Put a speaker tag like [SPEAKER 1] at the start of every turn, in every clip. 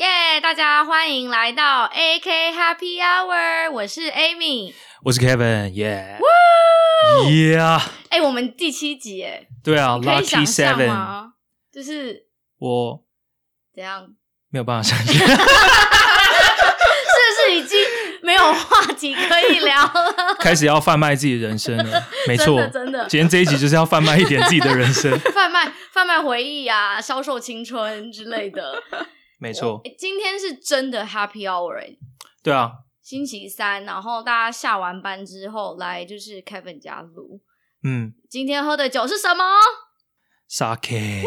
[SPEAKER 1] 嗨，大家欢迎来到 AK Happy Hour，我是 Amy。
[SPEAKER 2] 我是 Kevin，耶、
[SPEAKER 1] Woo！
[SPEAKER 2] yeah,，
[SPEAKER 1] 哎、我们第七集哎，
[SPEAKER 2] 对啊
[SPEAKER 1] 哦可以想
[SPEAKER 2] ，Lucky
[SPEAKER 1] 象
[SPEAKER 2] Seven，
[SPEAKER 1] 吗？就是
[SPEAKER 2] 我
[SPEAKER 1] 怎样？
[SPEAKER 2] 没有办法想象，
[SPEAKER 1] 是不是已经没有话题可以聊 了？
[SPEAKER 2] 开始要贩卖自己的人生了，没
[SPEAKER 1] 真
[SPEAKER 2] 错
[SPEAKER 1] 的，真的
[SPEAKER 2] 今天这一集就是要贩卖一点自己的人生，
[SPEAKER 1] 贩卖贩卖回忆啊，销售青春之类的。
[SPEAKER 2] 没错，
[SPEAKER 1] 哎今天是真的 Happy Hour，、哎，
[SPEAKER 2] 对啊，
[SPEAKER 1] 星期三，然后大家下完班之后来就是 Kevin 家录。
[SPEAKER 2] 嗯
[SPEAKER 1] 今天喝的酒是什么？
[SPEAKER 2] ，Sake，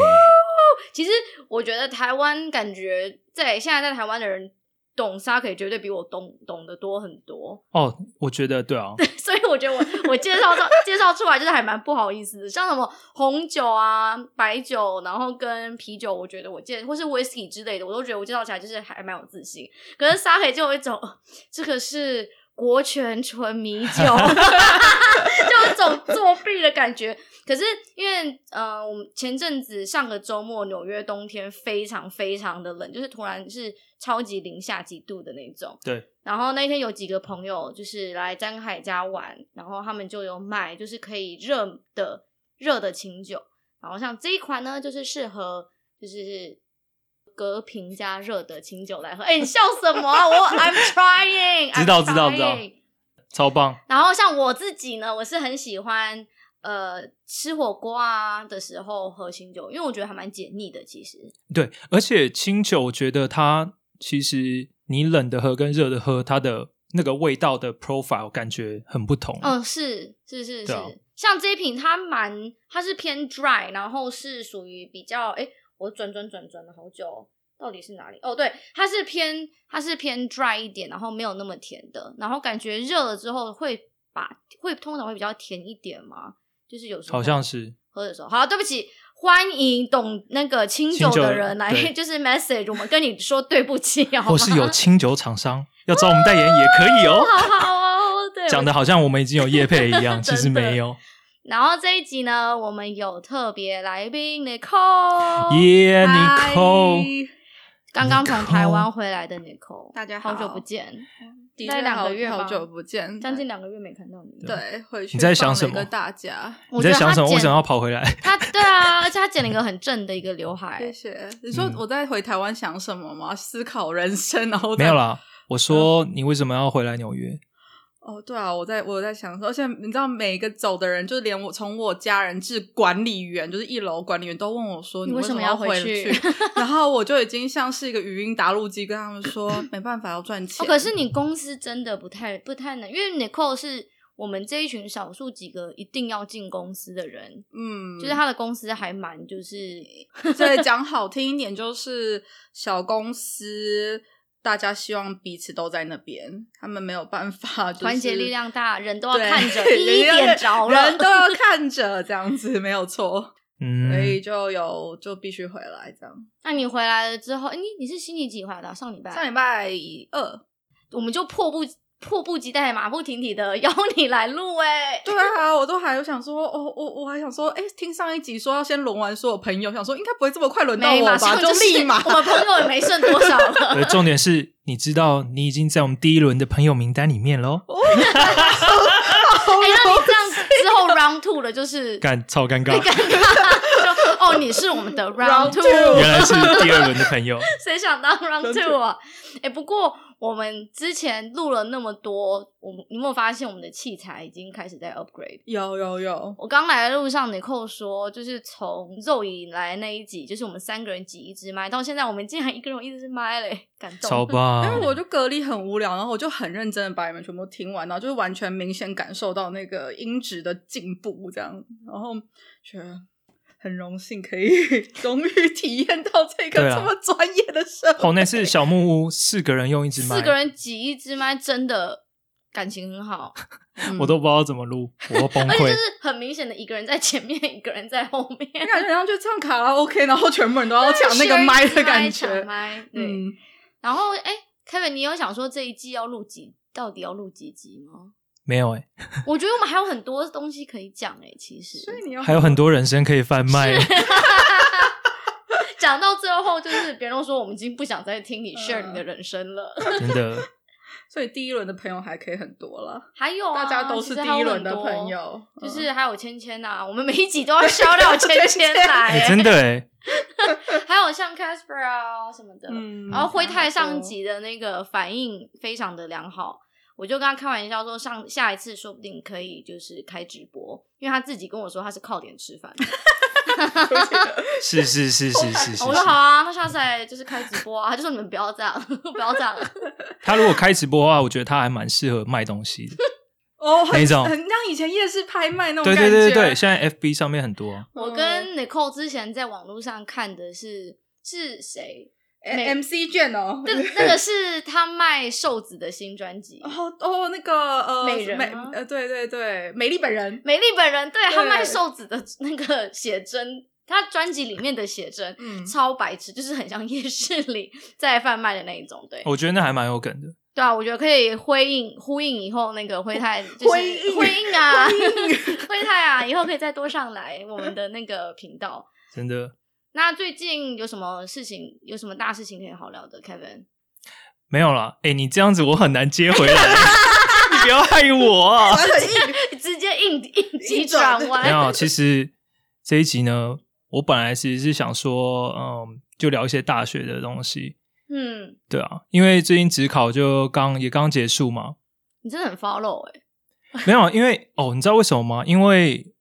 [SPEAKER 1] 其实我觉得台湾感觉在现在在台湾的人懂 sake 绝对比我懂懂得多很多，
[SPEAKER 2] 哦，我觉得对啊，
[SPEAKER 1] 所以我觉得我我介绍到介绍出来就是还蛮不好意思的，像什么红酒啊、白酒，然后跟啤酒，我觉得我介或是 whisky 之类的，我都觉得我介绍起来就是还蛮有自信。可是 sake 就有一种呃这个是国权纯米酒， 就有一种作弊的感觉。可是因为呃，我们前阵子上个周末纽约冬天非常非常的冷，就是突然是超级零下几度的那种。
[SPEAKER 2] 对。
[SPEAKER 1] 然后那天有几个朋友就是来张凯家玩，然后他们就有买就是可以热的热的清酒，然后像这一款呢，就是适合就是隔瓶加热的清酒来喝。哎、你笑什么啊？我 I'm trying，I'm
[SPEAKER 2] 知道知道知道
[SPEAKER 1] trying
[SPEAKER 2] 超棒，
[SPEAKER 1] 然后像我自己呢，我是很喜欢呃吃火锅啊的时候喝清酒，因为我觉得还蛮解腻的。其实
[SPEAKER 2] 对，而且清酒，我觉得它其实你冷的喝跟热的喝，它的那个味道的 profile 感觉很不同，
[SPEAKER 1] 嗯，是是是是，
[SPEAKER 2] 对啊
[SPEAKER 1] 像这一瓶它蛮它是偏 dry，然后是属于比较哎，我转转转转了好久、哦，到底是哪里？哦，对，它是偏它是偏 dry 一点，然后没有那么甜的，然后感觉热了之后会把会通常会比较甜一点吗？就是有时候
[SPEAKER 2] 好像是
[SPEAKER 1] 喝的时候。好，对不起，欢迎懂那个清酒
[SPEAKER 2] 清酒
[SPEAKER 1] 的
[SPEAKER 2] 的
[SPEAKER 1] 人来，
[SPEAKER 2] 对
[SPEAKER 1] 就是 message 我们跟你说对不 起，好吗？
[SPEAKER 2] 或 是有清酒厂商要找我们代言也可以哦。
[SPEAKER 1] 好好哦，对，
[SPEAKER 2] 讲的好像我们已经有业配一 样，其
[SPEAKER 1] 真的
[SPEAKER 2] 实没有。
[SPEAKER 1] 然后这一集呢，我们有特别来宾 Nicole，
[SPEAKER 2] 耶、n i
[SPEAKER 1] 哦嗨
[SPEAKER 2] c o
[SPEAKER 1] 刚刚从
[SPEAKER 2] Nicole
[SPEAKER 1] 台湾回来的 Nicole，
[SPEAKER 3] 大家
[SPEAKER 1] 好
[SPEAKER 3] 好嗯
[SPEAKER 1] 久不见，
[SPEAKER 3] 的
[SPEAKER 1] 大概
[SPEAKER 3] 确
[SPEAKER 1] 两
[SPEAKER 3] 好
[SPEAKER 1] 个月吧
[SPEAKER 3] 好久不见，
[SPEAKER 1] 将近两个月没看到你。，
[SPEAKER 3] 对，回去
[SPEAKER 2] 你在想
[SPEAKER 3] 放了一
[SPEAKER 2] 什么
[SPEAKER 3] 个大家，
[SPEAKER 2] 你
[SPEAKER 1] 我觉
[SPEAKER 2] 在
[SPEAKER 1] 得
[SPEAKER 2] 想
[SPEAKER 1] 他
[SPEAKER 2] 什么？为
[SPEAKER 1] 剪
[SPEAKER 2] 什么要跑 回来？
[SPEAKER 1] 他对啊，而且他剪了一个很正的一个刘海
[SPEAKER 3] 谢，谢。你说
[SPEAKER 2] 嗯
[SPEAKER 3] 我在回台湾想什么吗？思考人生，然后再
[SPEAKER 2] 没有。啦，我说
[SPEAKER 1] 嗯
[SPEAKER 2] 你为什么要回来纽约？
[SPEAKER 3] 哦，对啊，我在我在想说，而且你知道，每一个走的人，就是连我从我家人至管理员，就是一楼管理员都问我说，
[SPEAKER 1] 你
[SPEAKER 3] 你
[SPEAKER 1] 为什
[SPEAKER 3] 什
[SPEAKER 1] 么
[SPEAKER 3] 么
[SPEAKER 1] 要
[SPEAKER 3] 要
[SPEAKER 1] 回去
[SPEAKER 3] 去？然后我就已经像是一个语音答录机，跟他们说没办法要赚
[SPEAKER 1] 哦，
[SPEAKER 3] 钱。
[SPEAKER 1] 可是你公司真的不太不太能，因为 Nicole 是我们这一群少数几个一定要进公司的人，
[SPEAKER 3] 嗯，
[SPEAKER 1] 就是他的公司还蛮就是
[SPEAKER 3] 所以讲好听一点，就是小公司，大家希望彼此都在那边，他们没有办法、就是，
[SPEAKER 1] 团结力量大，人都要
[SPEAKER 3] 对
[SPEAKER 1] 看着，
[SPEAKER 3] 人
[SPEAKER 1] 一一
[SPEAKER 3] 要
[SPEAKER 1] 点着了，
[SPEAKER 3] 人都要看着，这样子没有错，所
[SPEAKER 1] 哎
[SPEAKER 3] 以
[SPEAKER 2] 嗯，
[SPEAKER 3] 就有就必须回来这样。
[SPEAKER 1] 那你回来了之后，哎你你是星期几回来的啊、上礼拜，
[SPEAKER 3] 上礼拜二，
[SPEAKER 1] 我们就迫不迫不及待、马不停蹄的 邀你来录哎、
[SPEAKER 3] 对啊，我都还有想说，哦，我我还想说，哎、听上一集说要先轮完所有朋友，想说应该不会这么快轮到
[SPEAKER 1] 没，
[SPEAKER 3] 我
[SPEAKER 1] 马
[SPEAKER 3] 吧，
[SPEAKER 1] 上是
[SPEAKER 3] 立马
[SPEAKER 1] 我 们朋友也没剩多少
[SPEAKER 2] 对，
[SPEAKER 1] 了。
[SPEAKER 2] 重点是你知道你已经在我们第一轮的朋友名单里面喽，
[SPEAKER 3] 哦
[SPEAKER 1] 哎、那你这样 之后 round two 了，就是
[SPEAKER 2] 干超尴
[SPEAKER 1] 会
[SPEAKER 2] 尬，
[SPEAKER 1] 尴尬，就哦，你是我们的 round
[SPEAKER 3] Round
[SPEAKER 1] two，
[SPEAKER 3] two
[SPEAKER 2] 原来是第二轮的 朋友，
[SPEAKER 1] 谁想当 round
[SPEAKER 3] 真的
[SPEAKER 1] two 啊？哎、不过我们之前录了那么多，我们你有没有发现我们的器材已经开始在 upgrade？
[SPEAKER 3] 有有有，
[SPEAKER 1] 我刚来的路上，你扣说，就是从肉以来那一集，就是我们三个人挤一支麦，到现在我们竟然一个人有一支麦嘞， 感动。
[SPEAKER 2] 超棒
[SPEAKER 1] 哎
[SPEAKER 3] 因为。我就隔离很无聊，然后我就很认真的把你们全部听完，然后就是完全明显感受到那个音质的进步，这样，然后觉得很荣幸可以 终于体验到这
[SPEAKER 2] 对
[SPEAKER 3] 个
[SPEAKER 2] 啊
[SPEAKER 3] 这么专业的设备。
[SPEAKER 2] 好，哦那次小木屋四个人用一支麦，
[SPEAKER 1] 四个人挤一支麦，真的感情很好，
[SPEAKER 3] 嗯
[SPEAKER 2] 我都不知道怎么录，我都 崩
[SPEAKER 1] 而且就
[SPEAKER 2] 溃
[SPEAKER 1] 是。很明显的一个人在前面，一个人在后面，
[SPEAKER 3] 感觉好像就唱卡拉 OK，然后全部人都 要抢那个麦的感
[SPEAKER 1] 抢
[SPEAKER 3] 觉。
[SPEAKER 1] 麦对，
[SPEAKER 3] 嗯，
[SPEAKER 1] 然后哎、k e v i n 你有想说这一季要录几，到底要录几集吗？
[SPEAKER 2] 没有哎、
[SPEAKER 1] 我觉得我们还有很多东西可以讲哎、其实
[SPEAKER 3] 所以你要
[SPEAKER 2] 还有很多人生可以贩卖、
[SPEAKER 1] 是
[SPEAKER 2] 欸。
[SPEAKER 1] 讲到最后，就是别人都说我们已经不想再听你 share
[SPEAKER 3] 嗯
[SPEAKER 1] 你的人生了。
[SPEAKER 2] 真 的，
[SPEAKER 3] 所以第一轮的朋友还可以很多了，
[SPEAKER 1] 还有、啊，
[SPEAKER 3] 大家都
[SPEAKER 1] 其实
[SPEAKER 3] 是第
[SPEAKER 1] 还有
[SPEAKER 3] 一轮的
[SPEAKER 1] 很多
[SPEAKER 3] 朋，友，
[SPEAKER 1] 就
[SPEAKER 3] 嗯
[SPEAKER 1] 是还有芊芊呐，我们每一集都要 shout out 芊芊来、欸
[SPEAKER 2] 哎、真的哎，
[SPEAKER 1] 还有像 Casper 啊什么的，
[SPEAKER 3] 嗯
[SPEAKER 1] 然后灰太上集的那个反应非常的良好，我就跟他开玩笑说上下一次说不定可以就是开直播，因为他自己跟我说他是靠脸吃 饭的，
[SPEAKER 2] 是是是是是是是
[SPEAKER 1] 我说好啊，那下次来就是开直播啊，他就说你们不要这样， 不要这样，
[SPEAKER 2] 他如果开直播的话，我觉得他还蛮适合卖东西的。
[SPEAKER 3] 哦，很
[SPEAKER 2] 哪种
[SPEAKER 3] 很像以前夜市拍卖那种
[SPEAKER 2] 对
[SPEAKER 3] 感觉。啊
[SPEAKER 2] 对对对对，现在 FB 上面很多啊，
[SPEAKER 3] 嗯
[SPEAKER 1] 我跟 Nicole 之前在网络上看的是是谁？
[SPEAKER 3] 哎 MC 卷哦，
[SPEAKER 1] 那那个是他卖瘦子的新专辑。
[SPEAKER 3] 哦哦那个呃
[SPEAKER 1] 美人吗
[SPEAKER 3] 呃对对对美丽本人，
[SPEAKER 1] 美丽本人对他
[SPEAKER 3] 对
[SPEAKER 1] 卖瘦子的那个写真，他专辑里面的写真，
[SPEAKER 3] 嗯
[SPEAKER 1] 超白痴，就是很像夜市里在贩卖的那一种。
[SPEAKER 3] 哦
[SPEAKER 1] 对，
[SPEAKER 2] 我觉得那还蛮有梗的。
[SPEAKER 1] 对啊，我觉得可以辉应呼应以后那个灰太，就是
[SPEAKER 3] 辉映
[SPEAKER 1] 辉应啊， 灰太啊，以后可以再多上来我们的那个频道。
[SPEAKER 2] 真的
[SPEAKER 1] 那最近有什么事情，有什么大事情可以好聊的，Kevin？
[SPEAKER 2] 没有啦，哎、你这样子我很难接回 来，你不要害我啊！
[SPEAKER 1] 直接硬硬急
[SPEAKER 3] 硬转
[SPEAKER 1] 转
[SPEAKER 2] 没
[SPEAKER 1] 弯，
[SPEAKER 2] 有，啊其实这一集呢，我本来其实是想说，嗯，就聊一些大学的东西，
[SPEAKER 1] 嗯，
[SPEAKER 2] 对啊，因为最近职考就刚也刚结束嘛，
[SPEAKER 1] 你真的很 follow 哎、
[SPEAKER 2] 没有，因为哦，你知道为什么吗？因为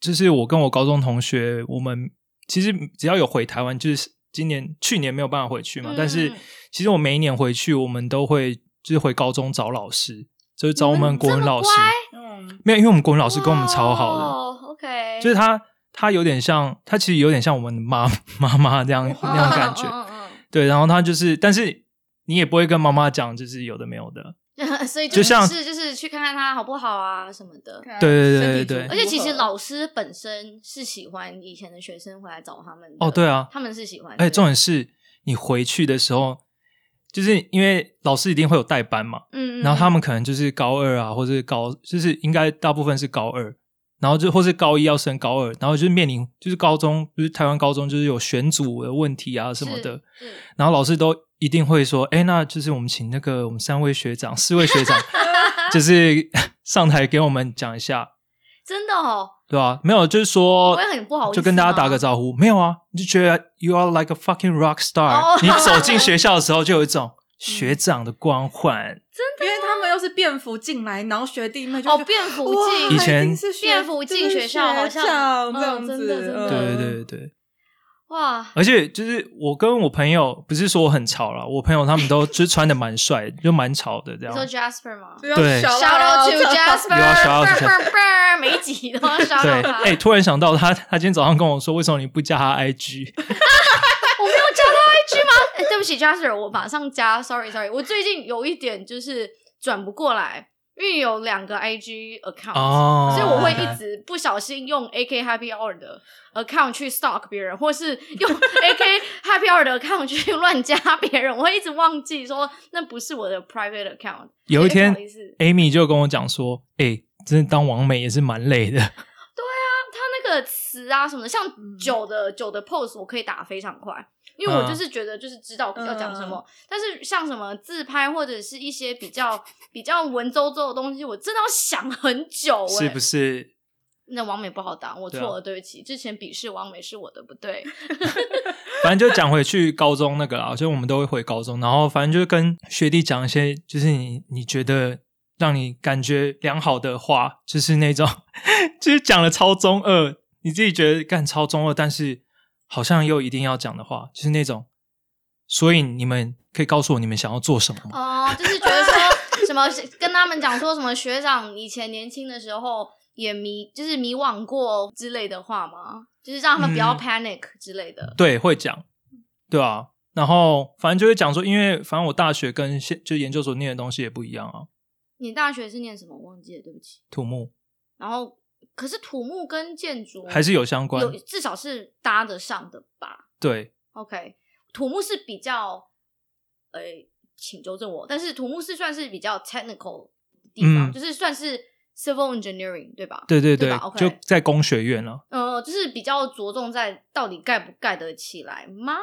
[SPEAKER 2] 就是我跟我高中同学，我们其实只要有回台湾，就是今年去年没有办法回去嘛，
[SPEAKER 1] 嗯
[SPEAKER 2] 但是其实我每一年回去，我们都会就是回高中找老师，就是找我
[SPEAKER 1] 你
[SPEAKER 2] 们
[SPEAKER 1] 们
[SPEAKER 2] 国文
[SPEAKER 1] 这么
[SPEAKER 2] 老师。
[SPEAKER 1] 乖
[SPEAKER 3] 嗯
[SPEAKER 2] 没有，因为我们国文老师跟我们超好的，
[SPEAKER 1] 哦，OK，
[SPEAKER 2] 就是他他有点像，他其实有点像我们的妈 妈妈这样
[SPEAKER 1] 哦
[SPEAKER 2] 那种感觉。
[SPEAKER 1] 嗯嗯
[SPEAKER 2] 对，然后他就是，但是你也不会跟妈妈讲，就是有的没有的。
[SPEAKER 1] 嗯 所以
[SPEAKER 2] 就
[SPEAKER 1] 只
[SPEAKER 2] 像
[SPEAKER 1] 是就是去看看他好不好啊什么的。
[SPEAKER 3] 看
[SPEAKER 2] 对对对
[SPEAKER 3] 身体
[SPEAKER 2] 对对
[SPEAKER 3] 组合
[SPEAKER 1] 而且其实老师本身是喜欢以前的学生回来找他们的
[SPEAKER 2] 哦，对啊，
[SPEAKER 1] 他们是喜欢的。
[SPEAKER 2] 而且重点是你回去的时候，就是因为老师一定会有代班嘛，
[SPEAKER 1] 嗯，嗯，
[SPEAKER 2] 然后他们可能就是高二啊，或者是高，就是应该大部分是高二，然后就或是高一要升高二，然后就是面临就是高中，就是台湾高中就是有选组的问题啊什么的，
[SPEAKER 1] 是是
[SPEAKER 2] 然后老师都一定会说，哎，那就是我们请那个我们三位学长、四位 学长，就是上台给我们讲一下，
[SPEAKER 1] 真的哦，
[SPEAKER 2] 对吧、没有，就是说
[SPEAKER 1] 我也很不好意思
[SPEAKER 2] 就跟大家打
[SPEAKER 1] 吗
[SPEAKER 2] 个招呼。没有啊，你就觉得 you are like a fucking rock star、
[SPEAKER 1] 哦
[SPEAKER 2] 你走进学校的时候，就有一种学长的光 环。
[SPEAKER 3] 因为他们又是便服进来，然后学弟妹就
[SPEAKER 1] 哦
[SPEAKER 3] 觉得
[SPEAKER 1] 便服
[SPEAKER 3] 哇
[SPEAKER 1] 进
[SPEAKER 2] 以前
[SPEAKER 3] 一定是学
[SPEAKER 1] 便服进
[SPEAKER 3] 这是
[SPEAKER 1] 学校好像
[SPEAKER 3] 学长这
[SPEAKER 1] 嗯
[SPEAKER 3] 样
[SPEAKER 1] 真
[SPEAKER 3] 子，
[SPEAKER 1] 的真的
[SPEAKER 3] 嗯
[SPEAKER 2] 对对对对，
[SPEAKER 1] 哇，
[SPEAKER 2] 而且就是我跟我朋友，不是说我很潮啦，我朋友他们都就是穿的蛮帅，就蛮潮的这
[SPEAKER 1] 你
[SPEAKER 2] 样
[SPEAKER 1] 说。Jasper 吗
[SPEAKER 3] 就要
[SPEAKER 2] 对
[SPEAKER 1] 啊？Shout out to Jasper，
[SPEAKER 2] You are 啊 shout out to
[SPEAKER 1] 嘣嘣 嘣每一集都要 shout
[SPEAKER 2] 对，
[SPEAKER 1] out 他。
[SPEAKER 2] 哎、突然想到他，他今天早上跟我说，为什么你不加他 IG？
[SPEAKER 1] 我没有加他 IG 吗？ 哎对不起，Jasper，我马上加。Sorry Sorry，我最近有一点就是转不过来，因为有两个 IG account，
[SPEAKER 2] 哦
[SPEAKER 1] 所以我会一直不小心用 AK Happy Hour 的 account 去 stalk 别人，或是用 AK Happy Hour 的 account 去乱加别人，我会一直忘记说那不是我的 private account。哎
[SPEAKER 2] 有一天
[SPEAKER 1] 不好意思，
[SPEAKER 2] ，Amy 就跟我讲说，哎、真的当王美也是蛮累的。
[SPEAKER 1] 他那个词啊什么的，像
[SPEAKER 3] 嗯
[SPEAKER 1] 酒的酒的 pose，我可以打非常快，因
[SPEAKER 2] 嗯
[SPEAKER 1] 为我就是觉得就是知道要讲什么。但是像什么自拍或者是一些比较 比较文绉绉的东西，我真的要想很久、欸，
[SPEAKER 2] 是不是？
[SPEAKER 1] 那王美不好当，我错
[SPEAKER 2] 对啊
[SPEAKER 1] 了，对不起。之前鄙视王美是我的不对，
[SPEAKER 2] 反正就讲回去高中那个啦，就我们都会回高中，然后反正就跟学弟讲一些，就是你你觉得让你感觉良好的话，就是那种， 就是讲的超中二，你自己觉得干超中二，但是好像又一定要讲的话，就是那种。所以你们可以告诉我你们想要做什么吗？
[SPEAKER 1] 哦，就是觉得说什么跟他们讲说什么学长以前年轻的时候也迷，就是迷惘过之类的话吗？就是让他们不要
[SPEAKER 2] 嗯
[SPEAKER 1] panic 之类的。
[SPEAKER 2] 对，会讲，对啊。然后反正就会讲说，因为反正我大学跟现就研究所念的东西也不一样啊，
[SPEAKER 1] 你大学是念什么？我忘记了，对不起。
[SPEAKER 2] 土木
[SPEAKER 1] 然后可是土木跟建筑
[SPEAKER 2] 还是有相关
[SPEAKER 1] 有，至少是搭得上的吧
[SPEAKER 2] 对，
[SPEAKER 1] ？OK，土木是比较，呃，请纠正我，但是土木是算是比较 technical 的地方，
[SPEAKER 2] 嗯
[SPEAKER 1] 就是算是 civil engineering 对吧？
[SPEAKER 2] 对对
[SPEAKER 1] 对
[SPEAKER 2] 对
[SPEAKER 1] 吧，？OK
[SPEAKER 2] 就在工学院了。
[SPEAKER 1] 呃，就是比较着重在到底盖不盖得起来吗？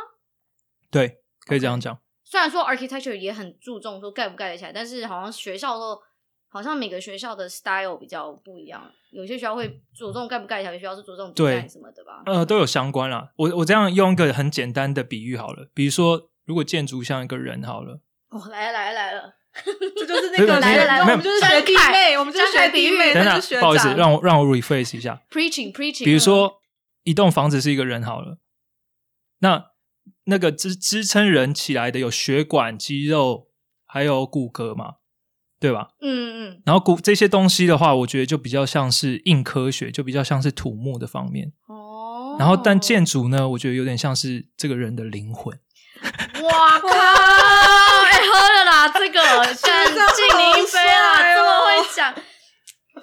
[SPEAKER 2] 对，可以这样讲。
[SPEAKER 1] 虽然说 architecture 也很注重说盖不盖得起来，但是好像学校都好像每个学校的 style 比较不一样，有些学校会着重盖不盖得起来，有些学校是着重
[SPEAKER 2] 对
[SPEAKER 1] design 什么的吧？
[SPEAKER 2] 呃，都有相关啦。我我这样用一个很简单的比喻好了，比如说，如果建筑像一个人好了，
[SPEAKER 1] 哦，来了来了来了，
[SPEAKER 3] 这就是那个
[SPEAKER 2] 没有没有没有
[SPEAKER 3] 我们就是学弟
[SPEAKER 1] 张凯
[SPEAKER 3] 妹，我们就是学弟
[SPEAKER 1] 哎
[SPEAKER 3] 妹，
[SPEAKER 2] 等
[SPEAKER 3] 他
[SPEAKER 2] 等
[SPEAKER 3] 就是学，长。
[SPEAKER 2] 不好意思，让我让我 rephrase 一下。
[SPEAKER 1] preaching preaching，
[SPEAKER 2] 比如说，一栋房子是一个人好了，那那个支支撑人起来的有血管、肌肉，还有骨骼嘛，对吧？
[SPEAKER 1] 嗯，嗯嗯，
[SPEAKER 2] 然后骨这些东西的话，我觉得就比较像是硬科学，就比较像是土木的方面。
[SPEAKER 1] 哦，
[SPEAKER 2] 然后，但建筑呢，我觉得有点像是这个人的灵魂。
[SPEAKER 1] 哇 靠！哎、喝了啦，这 个哦现在敬你一杯啦，这么会讲，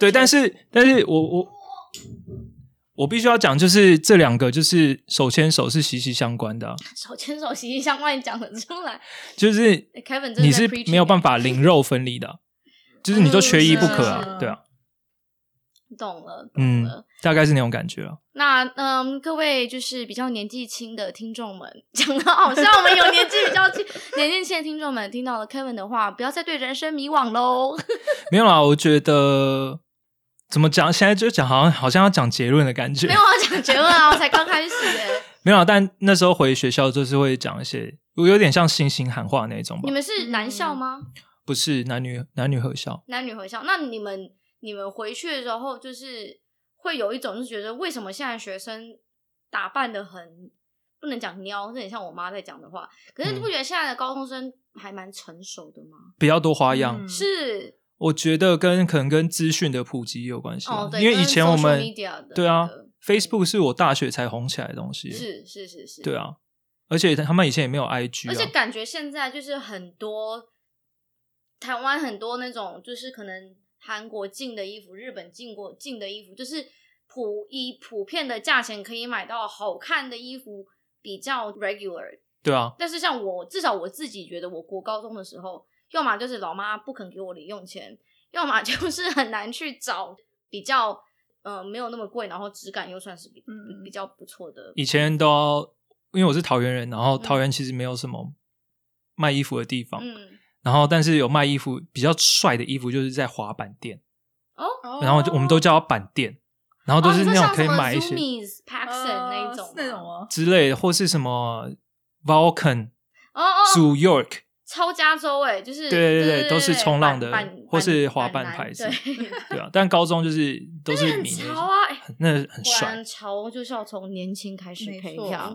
[SPEAKER 2] 对，但是，但是我我我必须要讲，就是这两个就是手牵手是息息相关的啊、
[SPEAKER 1] 手牵手息息相关，讲得出来。
[SPEAKER 2] 就是
[SPEAKER 1] 哎，Kevin 真的
[SPEAKER 2] 你
[SPEAKER 1] 在
[SPEAKER 2] 是
[SPEAKER 1] preaching
[SPEAKER 2] 没有
[SPEAKER 1] 欸
[SPEAKER 2] 办法灵肉分离的啊、就是你都缺一不可
[SPEAKER 3] 嗯是
[SPEAKER 2] 啊
[SPEAKER 3] 是，
[SPEAKER 2] 对啊，
[SPEAKER 1] 懂了，懂
[SPEAKER 2] 嗯
[SPEAKER 1] 了。，
[SPEAKER 2] 大概是那种感觉啊。
[SPEAKER 1] 那嗯，各位就是比较年纪轻的听众们，讲的好像我们有年纪比较轻、年纪轻的听众们听到了 Kevin 的话，不要再对人生迷惘喽。
[SPEAKER 2] 没有啦，我觉得怎么讲，现在就讲好像好像要讲结论的感 觉，
[SPEAKER 1] 没有要讲结论啊，我才刚开始耶。
[SPEAKER 2] 没有啦。但那时候回学校就是会讲一些，我有点像星星喊话那种吧
[SPEAKER 1] 你，们是男校吗？
[SPEAKER 2] 不是男女男女合校。
[SPEAKER 1] 男女合校？那你们你们回去的时候，就是会有一种就是觉得为什么现在学生打扮的很不能讲喵，这很像我妈在讲的话。可是你
[SPEAKER 2] 嗯
[SPEAKER 1] 不觉得现在的高中生还蛮成熟的吗？
[SPEAKER 2] 比较多花样，
[SPEAKER 3] 嗯
[SPEAKER 1] 是
[SPEAKER 2] 我觉得跟可能跟资讯的普及也有关系啊、
[SPEAKER 1] 哦，对，
[SPEAKER 2] 因为以
[SPEAKER 1] 跟
[SPEAKER 2] 前我
[SPEAKER 1] social
[SPEAKER 2] 们
[SPEAKER 1] media 的
[SPEAKER 2] 对啊
[SPEAKER 1] 那个
[SPEAKER 2] ，Facebook 是我大学才红起来的东西，
[SPEAKER 1] 是是是是，
[SPEAKER 2] 对啊，而且他们以前也没有 IG
[SPEAKER 1] 而且
[SPEAKER 2] 啊，
[SPEAKER 1] 感觉现在就是很多台湾很多那种，就是可能韩国进的衣服、日本进过进的衣服，就是普以普遍的价钱可以买到好看的衣服，比较 regular。
[SPEAKER 2] 对啊，
[SPEAKER 1] 但是像我，至少我自己觉得，我国高中的时候，要么就是老妈不肯给我零用钱，要么 就是很难去找比较。呃，没有那么贵，然后质感又算是比、
[SPEAKER 3] 嗯
[SPEAKER 1] 比较不错的。
[SPEAKER 2] 以前都要，因为我是桃园人，然后
[SPEAKER 1] 嗯
[SPEAKER 2] 桃园其实没有什么卖衣服的地方，
[SPEAKER 1] 嗯，
[SPEAKER 2] 然后但是有卖衣服比较帅的衣服，就是在滑板店，
[SPEAKER 1] 哦，
[SPEAKER 2] 然后就我们都叫它板店，然后哦都是那种可以买一些
[SPEAKER 1] Zoomies、Paxson 那一种吗、
[SPEAKER 3] 那种哦，
[SPEAKER 2] 之类的，或是什么 Vulcan、
[SPEAKER 1] 哦哦，哦
[SPEAKER 2] Zoo York。
[SPEAKER 1] 超加州哎、就是
[SPEAKER 2] 对对
[SPEAKER 1] 对
[SPEAKER 2] 对都是冲浪的
[SPEAKER 1] 板板
[SPEAKER 2] 或是
[SPEAKER 1] 板
[SPEAKER 2] 滑板
[SPEAKER 1] 男
[SPEAKER 2] 牌子
[SPEAKER 1] 对，
[SPEAKER 2] 对啊，但高中就是都是
[SPEAKER 1] 很
[SPEAKER 2] 迷那些
[SPEAKER 1] 潮啊哎
[SPEAKER 2] 很那很
[SPEAKER 1] 果
[SPEAKER 2] 帅
[SPEAKER 1] 然。潮就是要从年轻开始
[SPEAKER 3] 没
[SPEAKER 1] 培
[SPEAKER 3] 错
[SPEAKER 1] 养。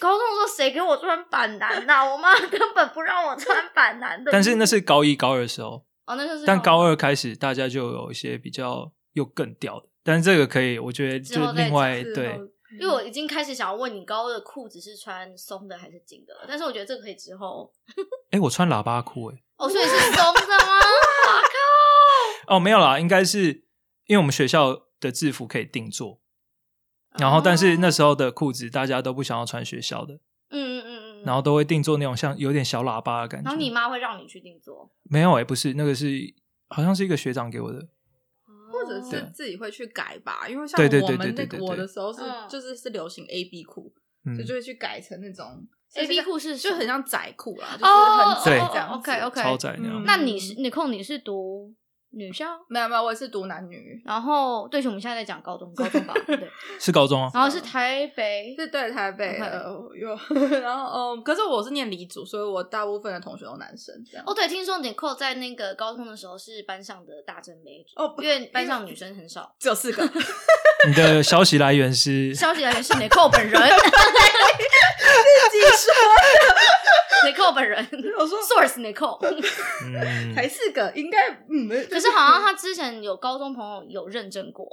[SPEAKER 1] 高中的时候谁给我穿板男呐、我妈根本不让我穿板男的。
[SPEAKER 2] 但是那是高一高二的时候，
[SPEAKER 1] 哦，那就是
[SPEAKER 2] 但高
[SPEAKER 1] 二
[SPEAKER 2] 二开始大家就有一些比较又更屌的，但是这个可以，我觉得
[SPEAKER 1] 之后
[SPEAKER 2] 就
[SPEAKER 1] 再
[SPEAKER 2] 另外
[SPEAKER 3] 是
[SPEAKER 2] 对
[SPEAKER 3] 哦，
[SPEAKER 1] 因为我已经开始想要问你高二的裤子是穿松的还是紧的了，但是我觉得这个可以之后
[SPEAKER 2] 哎，我穿喇叭裤哎，
[SPEAKER 1] 哦，所以是松的吗？哇
[SPEAKER 2] 哦没有啦，应该是因为我们学校的制服可以定做，
[SPEAKER 1] 靠！
[SPEAKER 2] 然后但是那时
[SPEAKER 1] 候，
[SPEAKER 2] 候的裤子大家都不想要穿学校的，
[SPEAKER 1] 哦嗯嗯嗯嗯，
[SPEAKER 2] 然后都会定做那种像有点小喇叭的感觉。
[SPEAKER 1] 然后你妈会让你去定做，
[SPEAKER 2] 没有哎，不是那个是好像是一个学长给我的，
[SPEAKER 3] 或者
[SPEAKER 1] 对
[SPEAKER 3] 是自己会去改吧，因为像
[SPEAKER 2] 对对对
[SPEAKER 3] 我们
[SPEAKER 2] 对
[SPEAKER 3] 那
[SPEAKER 2] 对对
[SPEAKER 3] 个
[SPEAKER 2] 对
[SPEAKER 3] 我的时候是
[SPEAKER 1] 嗯
[SPEAKER 3] 就是是流行 A B 裤，
[SPEAKER 2] 嗯
[SPEAKER 3] 所以，就会去改成那种
[SPEAKER 1] A B 裤是
[SPEAKER 3] 就很
[SPEAKER 1] 像
[SPEAKER 3] 像窄裤啦，就是
[SPEAKER 1] 哦
[SPEAKER 3] 很
[SPEAKER 2] 对
[SPEAKER 3] 窄这样子。
[SPEAKER 1] ，OK OK，
[SPEAKER 2] 超窄那样
[SPEAKER 3] 嗯。
[SPEAKER 1] 那你是你控你是读女校，
[SPEAKER 3] 没有没有，我也是读男女，
[SPEAKER 1] 然后对，我们现在在讲高中，高中吧， 对，
[SPEAKER 2] 是高中啊？
[SPEAKER 1] 然后是台北，
[SPEAKER 3] 是对台北
[SPEAKER 1] OK
[SPEAKER 3] 呃有， 然后嗯，可是我是念理组，所以我大部分的同学都男生这样。
[SPEAKER 1] 哦，对，听说你扣在那个高中的时候是班上的大正妹，
[SPEAKER 3] 哦不
[SPEAKER 1] 因为班上女生很少。
[SPEAKER 3] 只有 四个，
[SPEAKER 2] 你的消息来源是
[SPEAKER 1] 消息来源是 n i c o 本人
[SPEAKER 3] 自己说
[SPEAKER 1] n i c o 本 人
[SPEAKER 3] 我说
[SPEAKER 1] ，source n i c o
[SPEAKER 2] 嗯，
[SPEAKER 3] 才四个，应该嗯，
[SPEAKER 1] 可是好像他之前有高中朋友有认证过，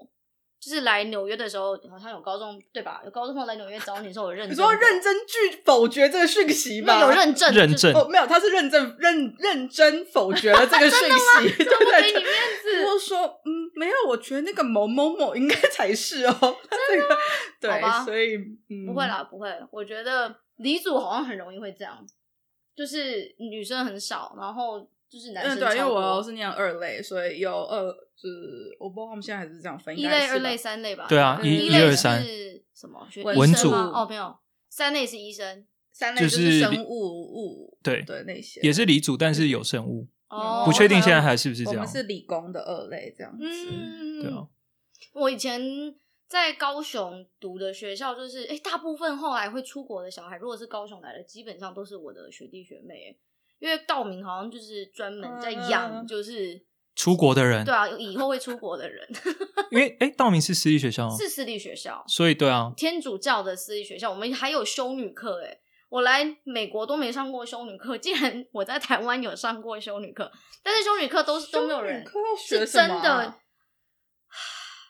[SPEAKER 1] 就是来纽约的时候，好像有高中对吧？有高中朋友来纽约找你的时候有认
[SPEAKER 3] 你
[SPEAKER 1] 证过，
[SPEAKER 3] 说认真拒否决这个讯息吧？
[SPEAKER 1] 那有认证，
[SPEAKER 2] 认
[SPEAKER 1] 就是
[SPEAKER 2] 证
[SPEAKER 3] 哦，没有，他是认真认认真否决了 这个讯息， 对
[SPEAKER 1] 怎么不给
[SPEAKER 3] 对
[SPEAKER 1] 你
[SPEAKER 3] 对。
[SPEAKER 1] 面子？
[SPEAKER 3] 我说，嗯，没有，我觉得那个某某某应该才是哦， 这个
[SPEAKER 1] 好吧
[SPEAKER 3] 对，所以、嗯、
[SPEAKER 1] 不会，啦，不会。我觉得李组好像很容易会这样，就是女生很少，然后就是男
[SPEAKER 3] 嗯，
[SPEAKER 1] 生
[SPEAKER 3] 对，因为
[SPEAKER 1] 超
[SPEAKER 3] 我
[SPEAKER 1] 过
[SPEAKER 3] 是念二类，所以有二，就是我不知道他们现在还是这样分，
[SPEAKER 1] 一
[SPEAKER 3] 应该
[SPEAKER 1] 类、
[SPEAKER 3] 是
[SPEAKER 1] 二
[SPEAKER 3] 吧
[SPEAKER 1] 类、三类吧？
[SPEAKER 2] 对啊
[SPEAKER 1] 嗯
[SPEAKER 3] 一
[SPEAKER 1] 一
[SPEAKER 3] 一二
[SPEAKER 1] 是
[SPEAKER 2] 三
[SPEAKER 1] 什么？学
[SPEAKER 3] 文嗯
[SPEAKER 1] 医生
[SPEAKER 2] 组
[SPEAKER 1] 吗哦，没有，三类是医生
[SPEAKER 3] 三类
[SPEAKER 2] 就是是
[SPEAKER 3] 生物物
[SPEAKER 2] 对，
[SPEAKER 3] 对那些，
[SPEAKER 2] 也是理组，但是有生物，
[SPEAKER 1] 哦，
[SPEAKER 2] 不确定
[SPEAKER 1] 我可
[SPEAKER 2] 现在
[SPEAKER 1] 能
[SPEAKER 2] 还是不是
[SPEAKER 3] 我
[SPEAKER 2] 这样
[SPEAKER 3] 们。是理工的二类这样子。
[SPEAKER 1] 嗯，
[SPEAKER 2] 对啊，
[SPEAKER 1] 我以前在高雄读的学校，就是哎，诶大部分后来会出国的小孩，如果是高雄来的，基本上都是我的学弟学妹。诶因为道明好像就是专门在养，
[SPEAKER 3] 嗯
[SPEAKER 1] 就是
[SPEAKER 2] 出国的人
[SPEAKER 1] 对，啊，以后会出国的人
[SPEAKER 2] 因为哎，道明是私立学校 哦，
[SPEAKER 1] 是私立学校，
[SPEAKER 2] 所以对啊，
[SPEAKER 1] 天主教的私立学校，我们还有修女课诶、我来美国都没上过修女课，竟然我在台湾有上过修女课，但是修女课都是都没有人
[SPEAKER 3] 科要学
[SPEAKER 1] 是
[SPEAKER 3] 什
[SPEAKER 1] 真
[SPEAKER 3] 么啊
[SPEAKER 1] 的，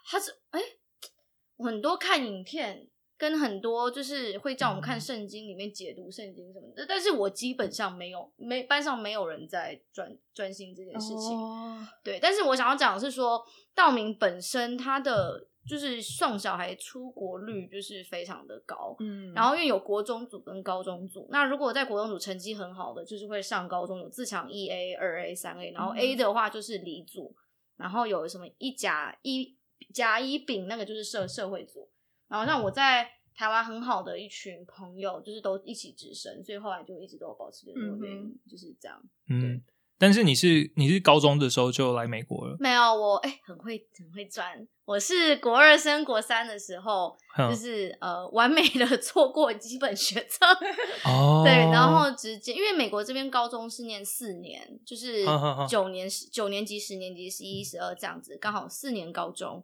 [SPEAKER 1] 他是哎、我很多看影片，跟很多就是会叫我们
[SPEAKER 3] 嗯
[SPEAKER 1] 看圣经里面解读圣经什么的，但是我基本上没有，没班上没有人在专专心这件事情。
[SPEAKER 3] 哦
[SPEAKER 1] 对，但是我想要讲的是说，道明本身他的就是送小孩出国率就是非常的高。
[SPEAKER 3] 嗯，
[SPEAKER 1] 然后因为有国中组跟高中组，那如果在国中组成绩很好的，就是会上高中有自强一 A、二 A、三 A，然后
[SPEAKER 3] 嗯
[SPEAKER 1] A 的话就是理组，然后有什么一甲一甲一丙那个就是社社会组，然后
[SPEAKER 3] 嗯
[SPEAKER 1] 像我在台湾很好的一群朋友，就是都一起直升，所以后来就一直都有保持联络的原因、
[SPEAKER 3] 嗯
[SPEAKER 1] 就是这样。
[SPEAKER 2] 嗯。但是你是你是高中的时候就来美国了，
[SPEAKER 1] 没有我哎、很会很会转，我是国二升国三的时候，就
[SPEAKER 3] 嗯
[SPEAKER 2] 哼
[SPEAKER 1] 是呃完美的 错过基本学测。
[SPEAKER 2] 哦，
[SPEAKER 1] 对，然后直接因为美国这边高中是念四年，就是
[SPEAKER 2] 哈哈哈
[SPEAKER 1] 九年十九年级、十年级、十一、十二这样子，刚好四年高中。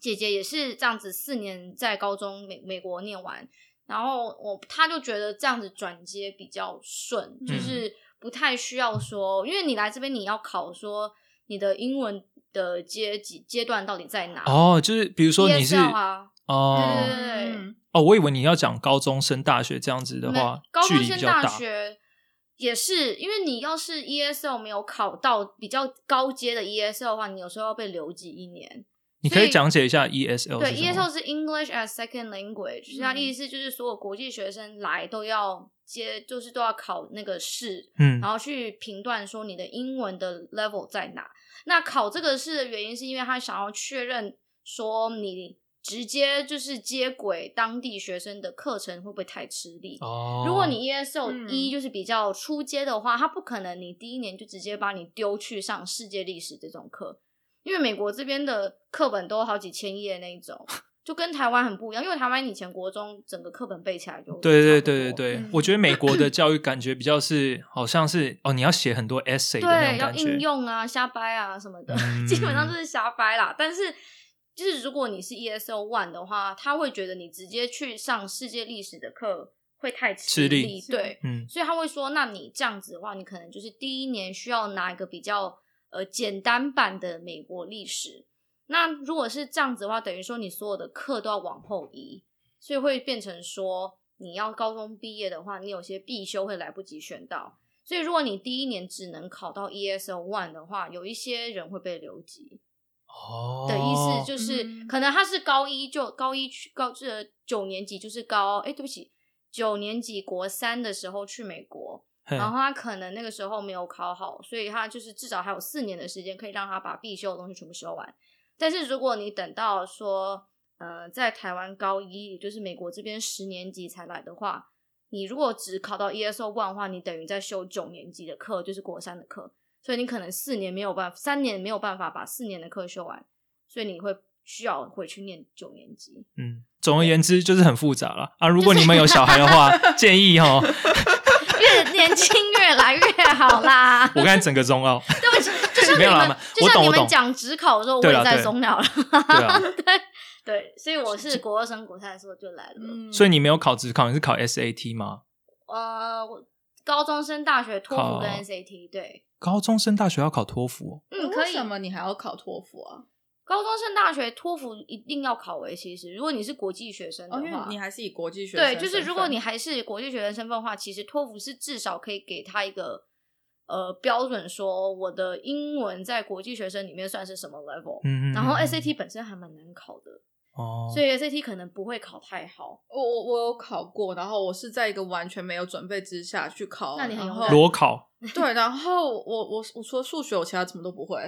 [SPEAKER 1] 姐姐也是这样子，四年在高中美美国念完，然后我她就觉得这样子转接比较顺，就
[SPEAKER 2] 嗯
[SPEAKER 1] 是不太需要说，因为你来这边你要考说你的英文的阶级阶段到底在哪。
[SPEAKER 2] 哦，就是比如说你是
[SPEAKER 1] ESL 啊
[SPEAKER 2] 哦
[SPEAKER 1] 对对对
[SPEAKER 3] 嗯
[SPEAKER 2] 哦，我以为你要讲高中升大学这样子的
[SPEAKER 1] 没
[SPEAKER 2] 话，
[SPEAKER 1] 高
[SPEAKER 2] 距
[SPEAKER 1] 中
[SPEAKER 2] 离比
[SPEAKER 1] 升
[SPEAKER 2] 较
[SPEAKER 1] 大
[SPEAKER 2] 大。
[SPEAKER 1] 学也是，因为你要是 ESL 没有考到比较高阶的 ESL 的话，你有时候要被留级一年。
[SPEAKER 2] 你可
[SPEAKER 1] 所
[SPEAKER 2] 以
[SPEAKER 1] 以
[SPEAKER 2] 讲解一下 ESL
[SPEAKER 1] 对
[SPEAKER 2] 是什么
[SPEAKER 1] ，ESL 是 English as Second Language，、它的意思就是所有国际学生来都要接，就是都要考那个试，
[SPEAKER 2] 嗯
[SPEAKER 1] 然后去评断说你的英文的 level 在哪。那考这个试的原因是因为他想要确认说你直接就是接轨当地学生的课程会不会太吃力。
[SPEAKER 2] 哦，
[SPEAKER 1] 如果你 ESL
[SPEAKER 3] 嗯
[SPEAKER 1] 一就是比较初阶的话，它不可能你第一年就直接把你丢去上世界历史这种课，因为美国这边的课本都好几千页那一种，就跟台湾很不一样。因为台湾以前国中整个课本背起来就
[SPEAKER 2] 对对
[SPEAKER 1] 差不多
[SPEAKER 2] 对对对
[SPEAKER 3] 嗯，
[SPEAKER 2] 我觉得美国的教育感觉比较是好像是哦，你要写很多 essay 的那
[SPEAKER 1] 对，
[SPEAKER 2] 种
[SPEAKER 1] 要
[SPEAKER 2] 感觉
[SPEAKER 1] 应，用啊、瞎掰啊什么的，
[SPEAKER 2] 嗯
[SPEAKER 1] 基本上就是瞎掰啦。但是就是如果你是 ESL One 的话，他会觉得你直接去上世界历史的课会太
[SPEAKER 2] 吃力
[SPEAKER 1] 力对。
[SPEAKER 2] 嗯
[SPEAKER 1] 所以他会说，那你这样子的话，你可能就是第一年需要拿一个比较呃简单版的美国历史。那如果是这样子的话，等于说你所有的课都要往后移，所以会变成说，你要高中毕业的话，你有些必修会来不及选到。所以如果你第一年只能考到 ESL One 的话，有一些人会被留级。
[SPEAKER 2] 哦
[SPEAKER 1] 的意思就是，
[SPEAKER 3] 嗯
[SPEAKER 1] 可能他是高一就高一去高这九年级就是高哎、对不起，九年级国三的时候去美国，
[SPEAKER 2] 嘿
[SPEAKER 1] 然后他可能那个时候没有考好，所以他就是至少还有四年的时间可以让他把必修的东西全部修完。但是如果你等到说，呃，在台湾高一，也就是美国这边十年级才来的话，你如果只考到 ESL One 的话，你等于在修九年级的课，就是国三的课，所以你可能四年没有办法，三年没有办法把四年的课修完，所以你会需要回去念九年级。
[SPEAKER 2] 嗯，总而言之就是很复杂了啊。如果你们有小孩的 话，建议哈，。
[SPEAKER 1] 越年轻越来越好啦
[SPEAKER 2] 我看整个中澳，
[SPEAKER 1] 对不起，就像你
[SPEAKER 2] 没有啦
[SPEAKER 1] 们，
[SPEAKER 2] 我
[SPEAKER 1] 就像
[SPEAKER 2] 懂
[SPEAKER 1] 你
[SPEAKER 2] 我
[SPEAKER 1] 们
[SPEAKER 2] 懂
[SPEAKER 1] 讲职考的时候，我
[SPEAKER 2] 对
[SPEAKER 1] 也
[SPEAKER 2] 啦
[SPEAKER 1] 在
[SPEAKER 2] 对
[SPEAKER 1] 松了 了。
[SPEAKER 2] 对啊
[SPEAKER 1] 对对，所以我是国二升国三的时候就来了。
[SPEAKER 3] 嗯
[SPEAKER 2] 所以你没有考职考，你是考 SAT 吗？
[SPEAKER 1] 呃，我高中升大学托福跟
[SPEAKER 2] 好
[SPEAKER 1] SAT，对，
[SPEAKER 2] 高中升大学要考托福哦，
[SPEAKER 1] 嗯，可
[SPEAKER 3] 为
[SPEAKER 1] 以
[SPEAKER 3] 什。么你还要考托福啊？
[SPEAKER 1] 高中升大学托福一定要考诶、其实如果你是国际学生的
[SPEAKER 3] 哦，因为
[SPEAKER 1] 话，
[SPEAKER 3] 你还是以国际学生
[SPEAKER 1] 对，就是
[SPEAKER 3] 身
[SPEAKER 1] 如果
[SPEAKER 3] 份
[SPEAKER 1] 你还是国际学生身份的话，其实托福是至少可以给他一个呃标准，说我的英文在国际学生里面算是什么 level。
[SPEAKER 2] 嗯嗯，
[SPEAKER 1] 然后
[SPEAKER 2] 嗯
[SPEAKER 1] SAT 本身还蛮难考的，
[SPEAKER 2] 哦，
[SPEAKER 1] 所以 SAT 可能不会考太好。
[SPEAKER 3] 我我我有考过，然后我是在一个完全没有准备之下去考，
[SPEAKER 1] 那你很
[SPEAKER 3] 然
[SPEAKER 1] 勇
[SPEAKER 3] 后
[SPEAKER 1] 敢
[SPEAKER 2] 裸考
[SPEAKER 3] 对，然后我我我除了数学，我其他什么都不会，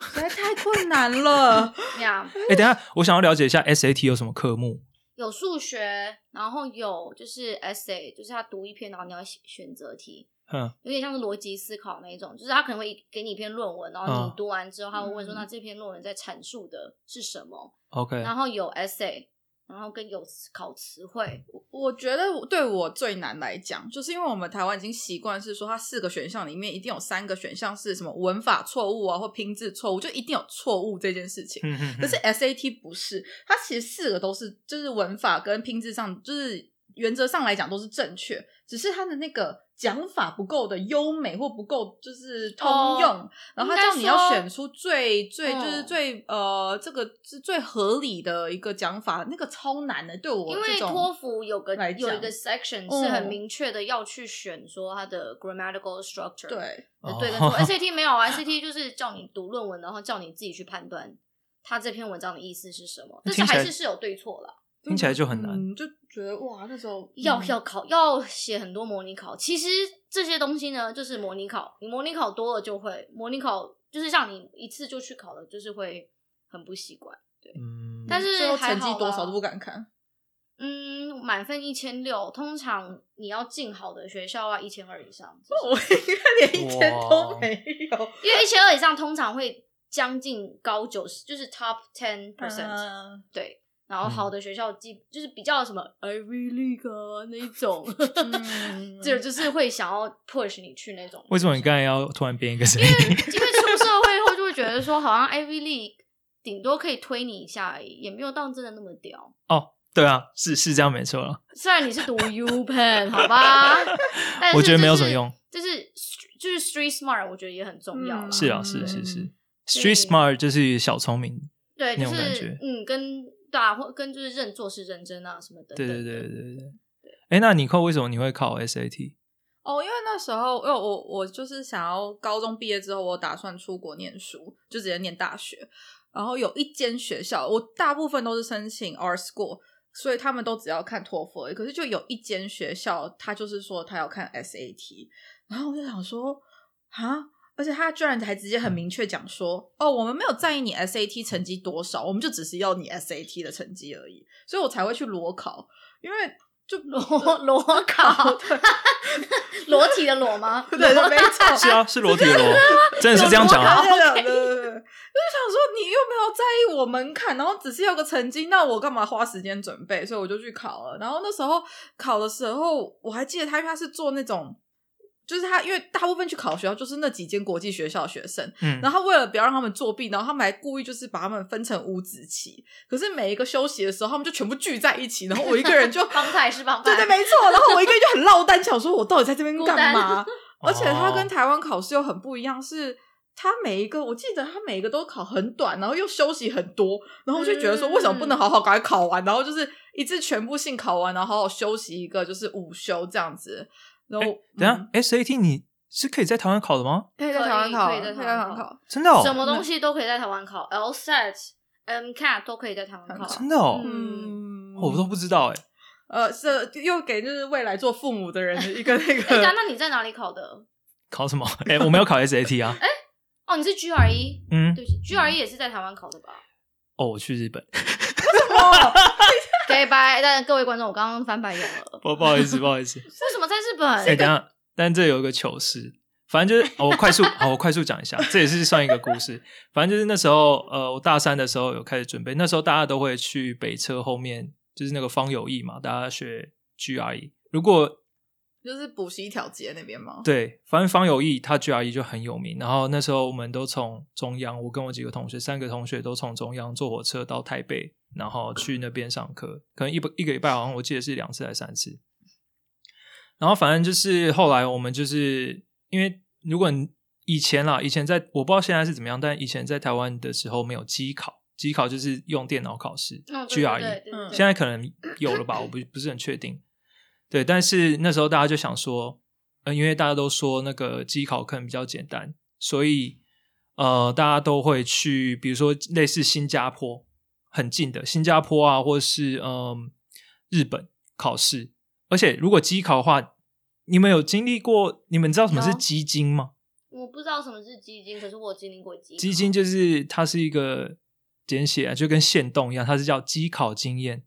[SPEAKER 3] 实在太困难了。
[SPEAKER 1] 呀，
[SPEAKER 2] 哎、等一下，我想要了解一下 SAT 有什么科目？
[SPEAKER 1] 有数学，然后有就是 essay，就是他读一篇，然后你要写选择题，
[SPEAKER 2] 嗯，
[SPEAKER 1] 有点像是逻辑思考那一种，就是他可能会给你一篇论文，然后你
[SPEAKER 2] 嗯
[SPEAKER 1] 读完之后，他会问说，
[SPEAKER 3] 嗯
[SPEAKER 1] 那这篇论文在阐述的是什么？
[SPEAKER 2] OK，
[SPEAKER 1] 然后有 essay，然后跟有词考词汇，
[SPEAKER 3] 我觉得我对我最难来讲，就是因为我们台湾已经习惯是说，它四个选项里面一定有三个选项是什么文法错误啊，或拼字错误，就一定有错误这件事情。
[SPEAKER 2] 嗯嗯，
[SPEAKER 3] 可是 SAT 不是，它其实四个都是，就是文法跟拼字上，就是原则上来讲都是正确，只是它的那个讲法不够的优美或不够就是通
[SPEAKER 1] 哦
[SPEAKER 3] 用，然后它叫你要选出最最就是
[SPEAKER 1] 嗯
[SPEAKER 3] 最、呃这个是最合理的一个讲法，那个超难的，对我
[SPEAKER 1] 因为
[SPEAKER 3] 这种
[SPEAKER 1] 托福有个
[SPEAKER 3] 来
[SPEAKER 1] 有一
[SPEAKER 3] 讲
[SPEAKER 1] 个 section
[SPEAKER 3] 嗯
[SPEAKER 1] 是很明确的要去选说它的 grammatical structure，
[SPEAKER 3] 对
[SPEAKER 1] 呃对跟错。SAT 没有啊，SAT 就是叫你读论文，然后叫你自己去判断它这篇文章的意思是什么，但是
[SPEAKER 2] 听起来
[SPEAKER 1] 还是是有对错啦。
[SPEAKER 2] 听起来就很难
[SPEAKER 3] 嗯，就觉得哇那时候
[SPEAKER 1] 要
[SPEAKER 3] 嗯
[SPEAKER 1] 要考，要写很多模拟考。其实这些东西呢，就是模拟考，你模拟考多了就会，模拟考就是像你一次就去考了，就是会很不习惯。
[SPEAKER 2] 嗯，
[SPEAKER 1] 但是
[SPEAKER 3] 最后
[SPEAKER 1] 还
[SPEAKER 3] 成绩
[SPEAKER 1] 好
[SPEAKER 3] 多
[SPEAKER 1] 啦
[SPEAKER 3] 少都不敢 看。
[SPEAKER 1] 嗯，满分一千六，通常你要进好的学校啊，一千二以上，
[SPEAKER 3] 我应该连一千都
[SPEAKER 2] 哇
[SPEAKER 3] 没有。
[SPEAKER 1] 因为一千二以上通常会将近高九十，就是 top ten percent，、
[SPEAKER 3] 嗯
[SPEAKER 1] 对。然后
[SPEAKER 2] 嗯
[SPEAKER 1] 好的学校基、就是比较什么 Ivy League 啊那一种，
[SPEAKER 3] 嗯
[SPEAKER 1] 这、就是会想要 push 你去那种。
[SPEAKER 2] 为什么你刚才要突然编一个声音？
[SPEAKER 1] 因为出社会后就会觉得说，好像 Ivy League 顶多可以推你一下而已，也没有到真的那么屌。
[SPEAKER 2] 哦， 对啊，是是这样没错了。
[SPEAKER 1] 虽然你是读 U Pen 好吧，但是
[SPEAKER 2] 我觉得没有什
[SPEAKER 1] 就
[SPEAKER 2] 么
[SPEAKER 1] 是
[SPEAKER 2] 用。
[SPEAKER 1] 就是就是 Street Smart，我觉得也很重要啦。
[SPEAKER 3] 嗯
[SPEAKER 2] 是啊，
[SPEAKER 3] 嗯
[SPEAKER 2] 是是是
[SPEAKER 1] 所以
[SPEAKER 2] ，street smart 就是小聪明。
[SPEAKER 1] 对，
[SPEAKER 2] 那
[SPEAKER 1] 就
[SPEAKER 2] 种感
[SPEAKER 1] 是
[SPEAKER 2] 觉
[SPEAKER 1] 嗯，跟对啊，或跟就是认做事认真啊什么的。
[SPEAKER 2] 对对对对对对。哎，那你扣为什么你会考 SAT？
[SPEAKER 3] 哦，因为那时候，因为我我就是想要高中毕业之后，我打算出国念书，就直接念大学。然后有一间学校，我大部分都是申请 R School，所以他们都只要看托福而已。可是就有一间学校，他就是说他要看 SAT，然后我就想说，啊。而且他居然还直接很明确讲说，哦，我们没有在意你 SAT 成绩多少，我们就只是要你 SAT 的成绩而已，所以我才会去裸考，因为就裸
[SPEAKER 1] 裸 裸考
[SPEAKER 3] 对，
[SPEAKER 1] 裸体的裸 吗？
[SPEAKER 3] 对，对没错，
[SPEAKER 2] 是 啊，是裸体的裸，真的是这样讲啊
[SPEAKER 1] 裸。考
[SPEAKER 3] 对对对对对， 就是想说你又没有在意我门槛，然后只是要个成绩，那我干嘛花时间准备？所以我就去考了。然后那时候考的时候，我还记得他，因为他是做那种，就是他因为大部分去考的学校就是那几间国际学校的学生，
[SPEAKER 2] 嗯
[SPEAKER 3] 然后为了不要让他们作弊，然后他们还故意就是把他们分成五子棋，可是每一个休息的时候，他们就全部聚在一起，然后我一个人就
[SPEAKER 1] 帮派是帮派
[SPEAKER 3] 对对，没错。然后我一个人就很落单，想说我到底在这边
[SPEAKER 1] 孤
[SPEAKER 3] 干
[SPEAKER 1] 单
[SPEAKER 3] 嘛？而且它
[SPEAKER 2] 哦
[SPEAKER 3] 跟台湾考试又很不一样，是它每一个我记得它每一个都考很短，然后又休息很多，然后我就觉得说
[SPEAKER 1] 嗯
[SPEAKER 3] 为什么不能好好赶快考完，然后就是一次全部性考完，然后好好休息一个就是午休这样子。然后嗯
[SPEAKER 2] 等一下、SAT 你是可以在台湾考的吗？
[SPEAKER 3] 可以在台湾考，啊
[SPEAKER 1] 可以可以在
[SPEAKER 3] 可以
[SPEAKER 1] 台湾
[SPEAKER 3] 湾
[SPEAKER 1] 考
[SPEAKER 3] 考。
[SPEAKER 2] 真的哦，
[SPEAKER 1] 什么东西都可以在台湾考，LSAT、MCAT 都可以在台湾考。啊
[SPEAKER 2] 真的哦，
[SPEAKER 3] 嗯，
[SPEAKER 2] 哦我都不知道哎。
[SPEAKER 3] 呃，这又给就是未来做父母的人一个 那
[SPEAKER 1] 哎，那
[SPEAKER 3] 个。
[SPEAKER 1] 那你在哪里考的？
[SPEAKER 2] 考什么？ 哎，我没有考 SAT 啊。
[SPEAKER 1] 哦，你是 GRE，
[SPEAKER 2] 嗯，
[SPEAKER 1] 对不起，GRE 也是在台湾考的吧？
[SPEAKER 2] 哦，我去日本。
[SPEAKER 1] 对，拜！ 但各位观众，我刚刚翻白眼了。
[SPEAKER 2] 不不好意思，不好意 思。
[SPEAKER 1] 为什么在日
[SPEAKER 2] 哎、
[SPEAKER 1] 本？
[SPEAKER 2] 等一下，但这有一个糗事，反正就是、哦、我快速， 好，我快速讲一下，这也是算一个故事。反正就是那时候，呃，我大三的时候有开始准备，那时候大家都会去北车后面，就是那个方友谊嘛，大家学 GRE。如果
[SPEAKER 3] 就是补习一条街那边吗？
[SPEAKER 2] 对，反正方友谊他 GRE 就很有名。然后那时候我们都从中央，我跟我几个同学，三个同学都从中央坐火车到台北，然后去那边上课。可能一不一个礼拜，好像我记得是两次还是三次。然后反正就是后来我们就是因为如果你以前啦，以前在我不知道现在是怎么样，但以前在台湾的时候没有机考，机考就是用电脑考试、
[SPEAKER 1] 嗯对
[SPEAKER 2] GRE。
[SPEAKER 1] 对对对对
[SPEAKER 2] 现在可能有了吧，我不不是很确定。对，但是那时候大家就想说，呃，因为大家都说那个机考可能比较简单，所以呃，大家都会去，比如说类似新加坡很近的新加坡呃啊，或是嗯、日本考试。而且如果机考的话，你们有经历过？你们知道什么是
[SPEAKER 1] 有
[SPEAKER 2] 基金吗？
[SPEAKER 1] 我不知道什么是基金，可是我有经历过基
[SPEAKER 2] 基金就是它是一个简写啊，就跟限动一样，它是叫机考经验。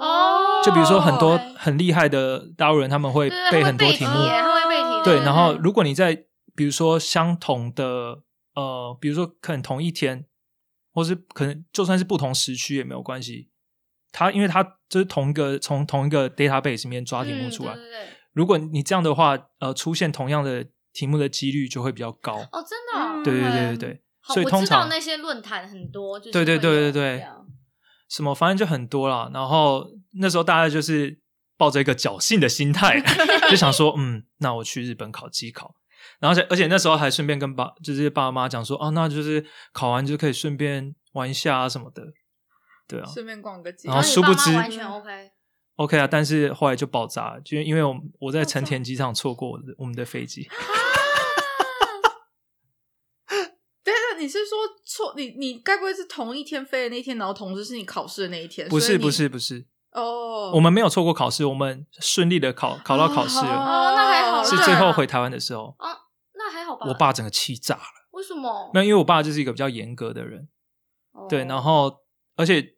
[SPEAKER 1] 哦
[SPEAKER 2] 就比如说很多
[SPEAKER 1] 哦
[SPEAKER 2] 很厉害的大陆人，他们会
[SPEAKER 1] 对对他
[SPEAKER 2] 背
[SPEAKER 1] 会
[SPEAKER 2] 很多
[SPEAKER 1] 背
[SPEAKER 2] 题目
[SPEAKER 1] 题，耶嗯他会背题
[SPEAKER 2] 对，
[SPEAKER 1] 对
[SPEAKER 2] 然后如果你在比如说相同的呃，比如说可能同一天，或是可能就算是不同时区也没有关系，它因为它就是同一个从同一个 database 里面抓题目出来。
[SPEAKER 1] 嗯、对对对
[SPEAKER 2] 如果你这样的话，呃，出现同样的题目的几率就会比较高。
[SPEAKER 1] 哦，真的、哦
[SPEAKER 3] 嗯
[SPEAKER 2] 对对对对对，
[SPEAKER 1] 好
[SPEAKER 2] 所以通
[SPEAKER 1] 我知道
[SPEAKER 2] 常
[SPEAKER 1] 那些论坛很多，就是
[SPEAKER 2] 对
[SPEAKER 1] 会
[SPEAKER 2] 对
[SPEAKER 1] 有
[SPEAKER 2] 对对
[SPEAKER 1] 这
[SPEAKER 2] 对
[SPEAKER 1] 样，
[SPEAKER 2] 什么反正就很多啦。然后那时候大家就是抱着一个侥幸的心态，就想 说，嗯，那我去日本考机考。然后而且而且那时候还顺便跟爸就是爸妈讲说，哦、那就是考完就可以顺便玩一下啊什么的，对啊
[SPEAKER 3] 哦顺便逛个街，
[SPEAKER 2] 然后殊不知
[SPEAKER 1] 你爸妈完全 OK，
[SPEAKER 2] ，OK 啊。但是后来就爆炸了，就因为我们我在成田机场错过我的我们的 飞机，
[SPEAKER 3] 对对，你是说错？你你该不会是同一天飞的那一天，然后同时是你考试的那一天？
[SPEAKER 2] 不
[SPEAKER 3] 所以
[SPEAKER 2] 是
[SPEAKER 3] 你
[SPEAKER 2] 不是不是，
[SPEAKER 3] 哦，
[SPEAKER 2] 我们没有错过考试，我们顺利的考考到考试了，
[SPEAKER 1] 哦那还好
[SPEAKER 2] 是
[SPEAKER 1] 对啊
[SPEAKER 2] 最后回台湾的时候，
[SPEAKER 1] 那还好吧？
[SPEAKER 2] 我爸整个气炸了。
[SPEAKER 1] 为什么？
[SPEAKER 2] 没有，因为我爸就是一个比较严格的人，
[SPEAKER 1] 哦
[SPEAKER 2] 对，然后而且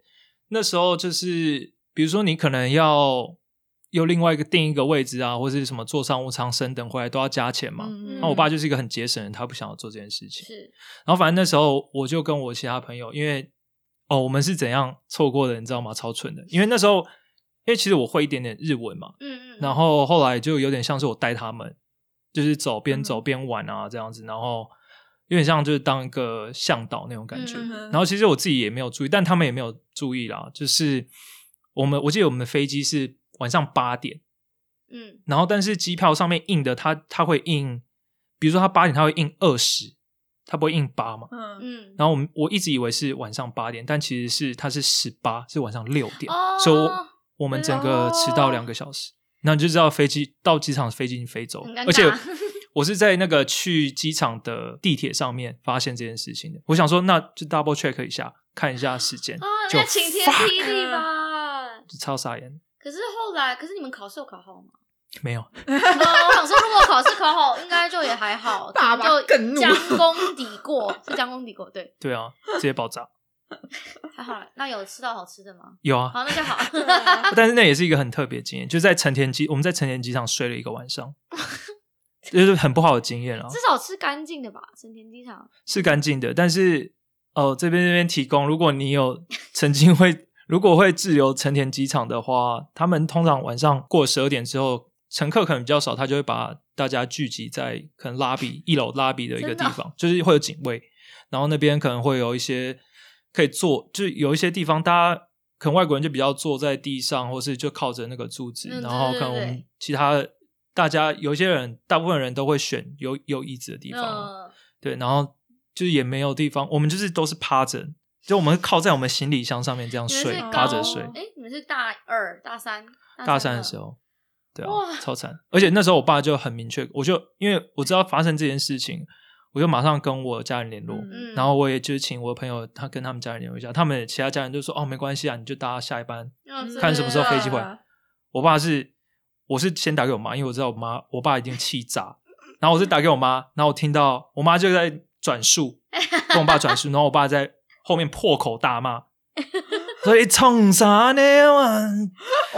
[SPEAKER 2] 那时候就是，比如说你可能要又另外一个定一个位置啊，或是什么坐商务舱升等回来都要加钱嘛。
[SPEAKER 3] 嗯，嗯
[SPEAKER 2] 那我爸就是一个很节省的人，他不想要做这件事情。
[SPEAKER 1] 是
[SPEAKER 2] 然后反正那时候我就跟我其他朋友，因为哦，我们是怎样错过的，你知道吗？超蠢的，因为那时候因为其实我会一点点日文嘛，
[SPEAKER 1] 嗯嗯，
[SPEAKER 2] 然后后来就有点像是我带他们，就是走边走边玩啊这样子，然后有点像就是当一个向导那种感觉。
[SPEAKER 1] 嗯
[SPEAKER 3] 嗯
[SPEAKER 2] 然后其实我自己也没有注意，但他们也没有注意啦。就是我们我记得我们的飞机是晚上八点，
[SPEAKER 1] 嗯
[SPEAKER 2] 然后但是机票上面印的它它会印，比如说它八点它会印二十，它不会印八嘛。
[SPEAKER 3] 嗯
[SPEAKER 1] 嗯，
[SPEAKER 2] 然后我们我一直以为是晚上八点，但其实是它是十八，是晚上六点，
[SPEAKER 1] 哦
[SPEAKER 2] 所以我我们整个迟到两个小时。那你就知道飞机到机场飞机已经飞走
[SPEAKER 1] 很
[SPEAKER 2] 了，
[SPEAKER 1] 尴尬
[SPEAKER 2] 而且我是在那个去机场的地铁上面发现这件事情的。我想说，那就 double check 一下，看一下时间，
[SPEAKER 1] 啊，
[SPEAKER 2] 就
[SPEAKER 1] 那晴天
[SPEAKER 2] fuck，
[SPEAKER 1] 霹雳吧。
[SPEAKER 2] 就超傻眼，
[SPEAKER 1] 可是后来，可是你们考试有考好吗？
[SPEAKER 2] 没有。
[SPEAKER 1] 哦我想说，如果考试考好，应该就也还好，
[SPEAKER 3] 爸
[SPEAKER 1] 可
[SPEAKER 3] 爸
[SPEAKER 1] 能就
[SPEAKER 3] 更怒
[SPEAKER 1] 将功抵过，是将功抵过，对，
[SPEAKER 2] 对啊，直接爆炸。
[SPEAKER 1] 还好啦。那有吃到好吃的吗？
[SPEAKER 2] 有啊，
[SPEAKER 1] 好，那就好。
[SPEAKER 2] 但是那也是一个很特别的经验，就在成田机，我们在成田机场睡了一个 晚上，就是很不好的经验啊。
[SPEAKER 1] 至少吃干净的吧，成田机场。
[SPEAKER 2] 是干净的，但是哦，这边这边提供，如果你有曾经会，如果会滞留成田机场的话，他们通常晚上过十二点之后，乘客可能比较少，他就会把大家聚集在可能拉比一楼拉比的一个
[SPEAKER 1] 真
[SPEAKER 2] 地
[SPEAKER 1] 的哦
[SPEAKER 2] 方，就是会有警卫，然后那边可能会有一些可以坐，就是有一些地方大家。可能外国人就比较坐在地上，或是就靠着那个柱子，
[SPEAKER 1] 嗯
[SPEAKER 2] 然后
[SPEAKER 1] 对对
[SPEAKER 2] 可能我们
[SPEAKER 1] 对
[SPEAKER 2] 其他的大家有一些人，大部分人都会选有有椅子的地方啊，
[SPEAKER 1] 嗯，
[SPEAKER 2] 对，然后就是也没有地方，我们就是都是趴着，就我们靠在我们行李箱上面这样
[SPEAKER 1] 你们
[SPEAKER 2] 睡
[SPEAKER 1] 是，
[SPEAKER 3] 高
[SPEAKER 2] 趴着睡。
[SPEAKER 1] 哎，你们是大二、大三、
[SPEAKER 2] 大三的时
[SPEAKER 1] 候，
[SPEAKER 2] 候，对啊
[SPEAKER 1] 哇，
[SPEAKER 2] 超惨。而且那时候我爸就很明确，我就因为我知道发生这件事情，我就马上跟我家人联络，
[SPEAKER 3] 嗯
[SPEAKER 1] 嗯，
[SPEAKER 2] 然后我也就是请我朋友他跟他们家人联络一下，他们其他家人就说哦没关系啊，你就搭下一班。
[SPEAKER 1] 嗯
[SPEAKER 2] 看什么时候飞机回
[SPEAKER 3] 真的
[SPEAKER 2] 来。我爸是我是先打给我妈，因为我知道我妈我爸已经气炸，然后我是打给我妈，然后我听到我妈就在转述，跟我爸转述，然后我爸在后面破口大 骂，所以冲啥呢？我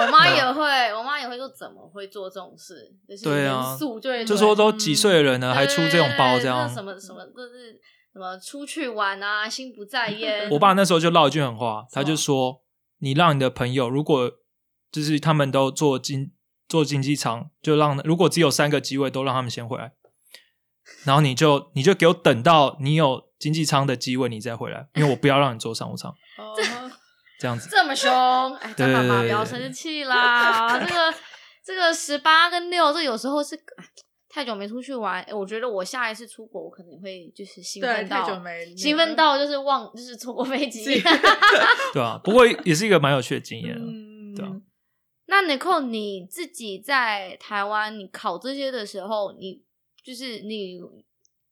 [SPEAKER 1] 我妈也会，我妈也会说怎么会做这种事？就是
[SPEAKER 2] 对啊
[SPEAKER 1] 严肃就会
[SPEAKER 2] 就说都几岁的人了，还出这种
[SPEAKER 1] 对
[SPEAKER 2] 包
[SPEAKER 1] 对对
[SPEAKER 2] 这样
[SPEAKER 1] 那。什么什么，就是什么出去玩啊，心不在焉。
[SPEAKER 2] 我爸那时候就唠一句狠话，他
[SPEAKER 1] 么
[SPEAKER 2] 就说：“你让你的朋友，如果就是他们都坐经坐经济舱，就让如果只有三个机位，都让他们先回来，然后你就你就给我等到你有经济舱的机位，你再回来，因为我不要让你坐商务舱，
[SPEAKER 3] 哦
[SPEAKER 2] 这样子。
[SPEAKER 1] 这么凶， 哎，张爸爸不要生气啦。这个这个十八跟六，这有时候是哎太久没出去玩，哎我觉得我下一次出国，我可能会就是兴
[SPEAKER 3] 对，
[SPEAKER 1] 奋
[SPEAKER 3] 太久
[SPEAKER 1] 到
[SPEAKER 3] 没那个
[SPEAKER 1] 兴奋到就是忘，就是错过飞机
[SPEAKER 3] 是。
[SPEAKER 2] 对啊，不过也是一个蛮有趣的经验啊。
[SPEAKER 3] 嗯，
[SPEAKER 2] 对啊
[SPEAKER 1] 那 Nicole 你自己在台湾，你考这些的时候，你就是你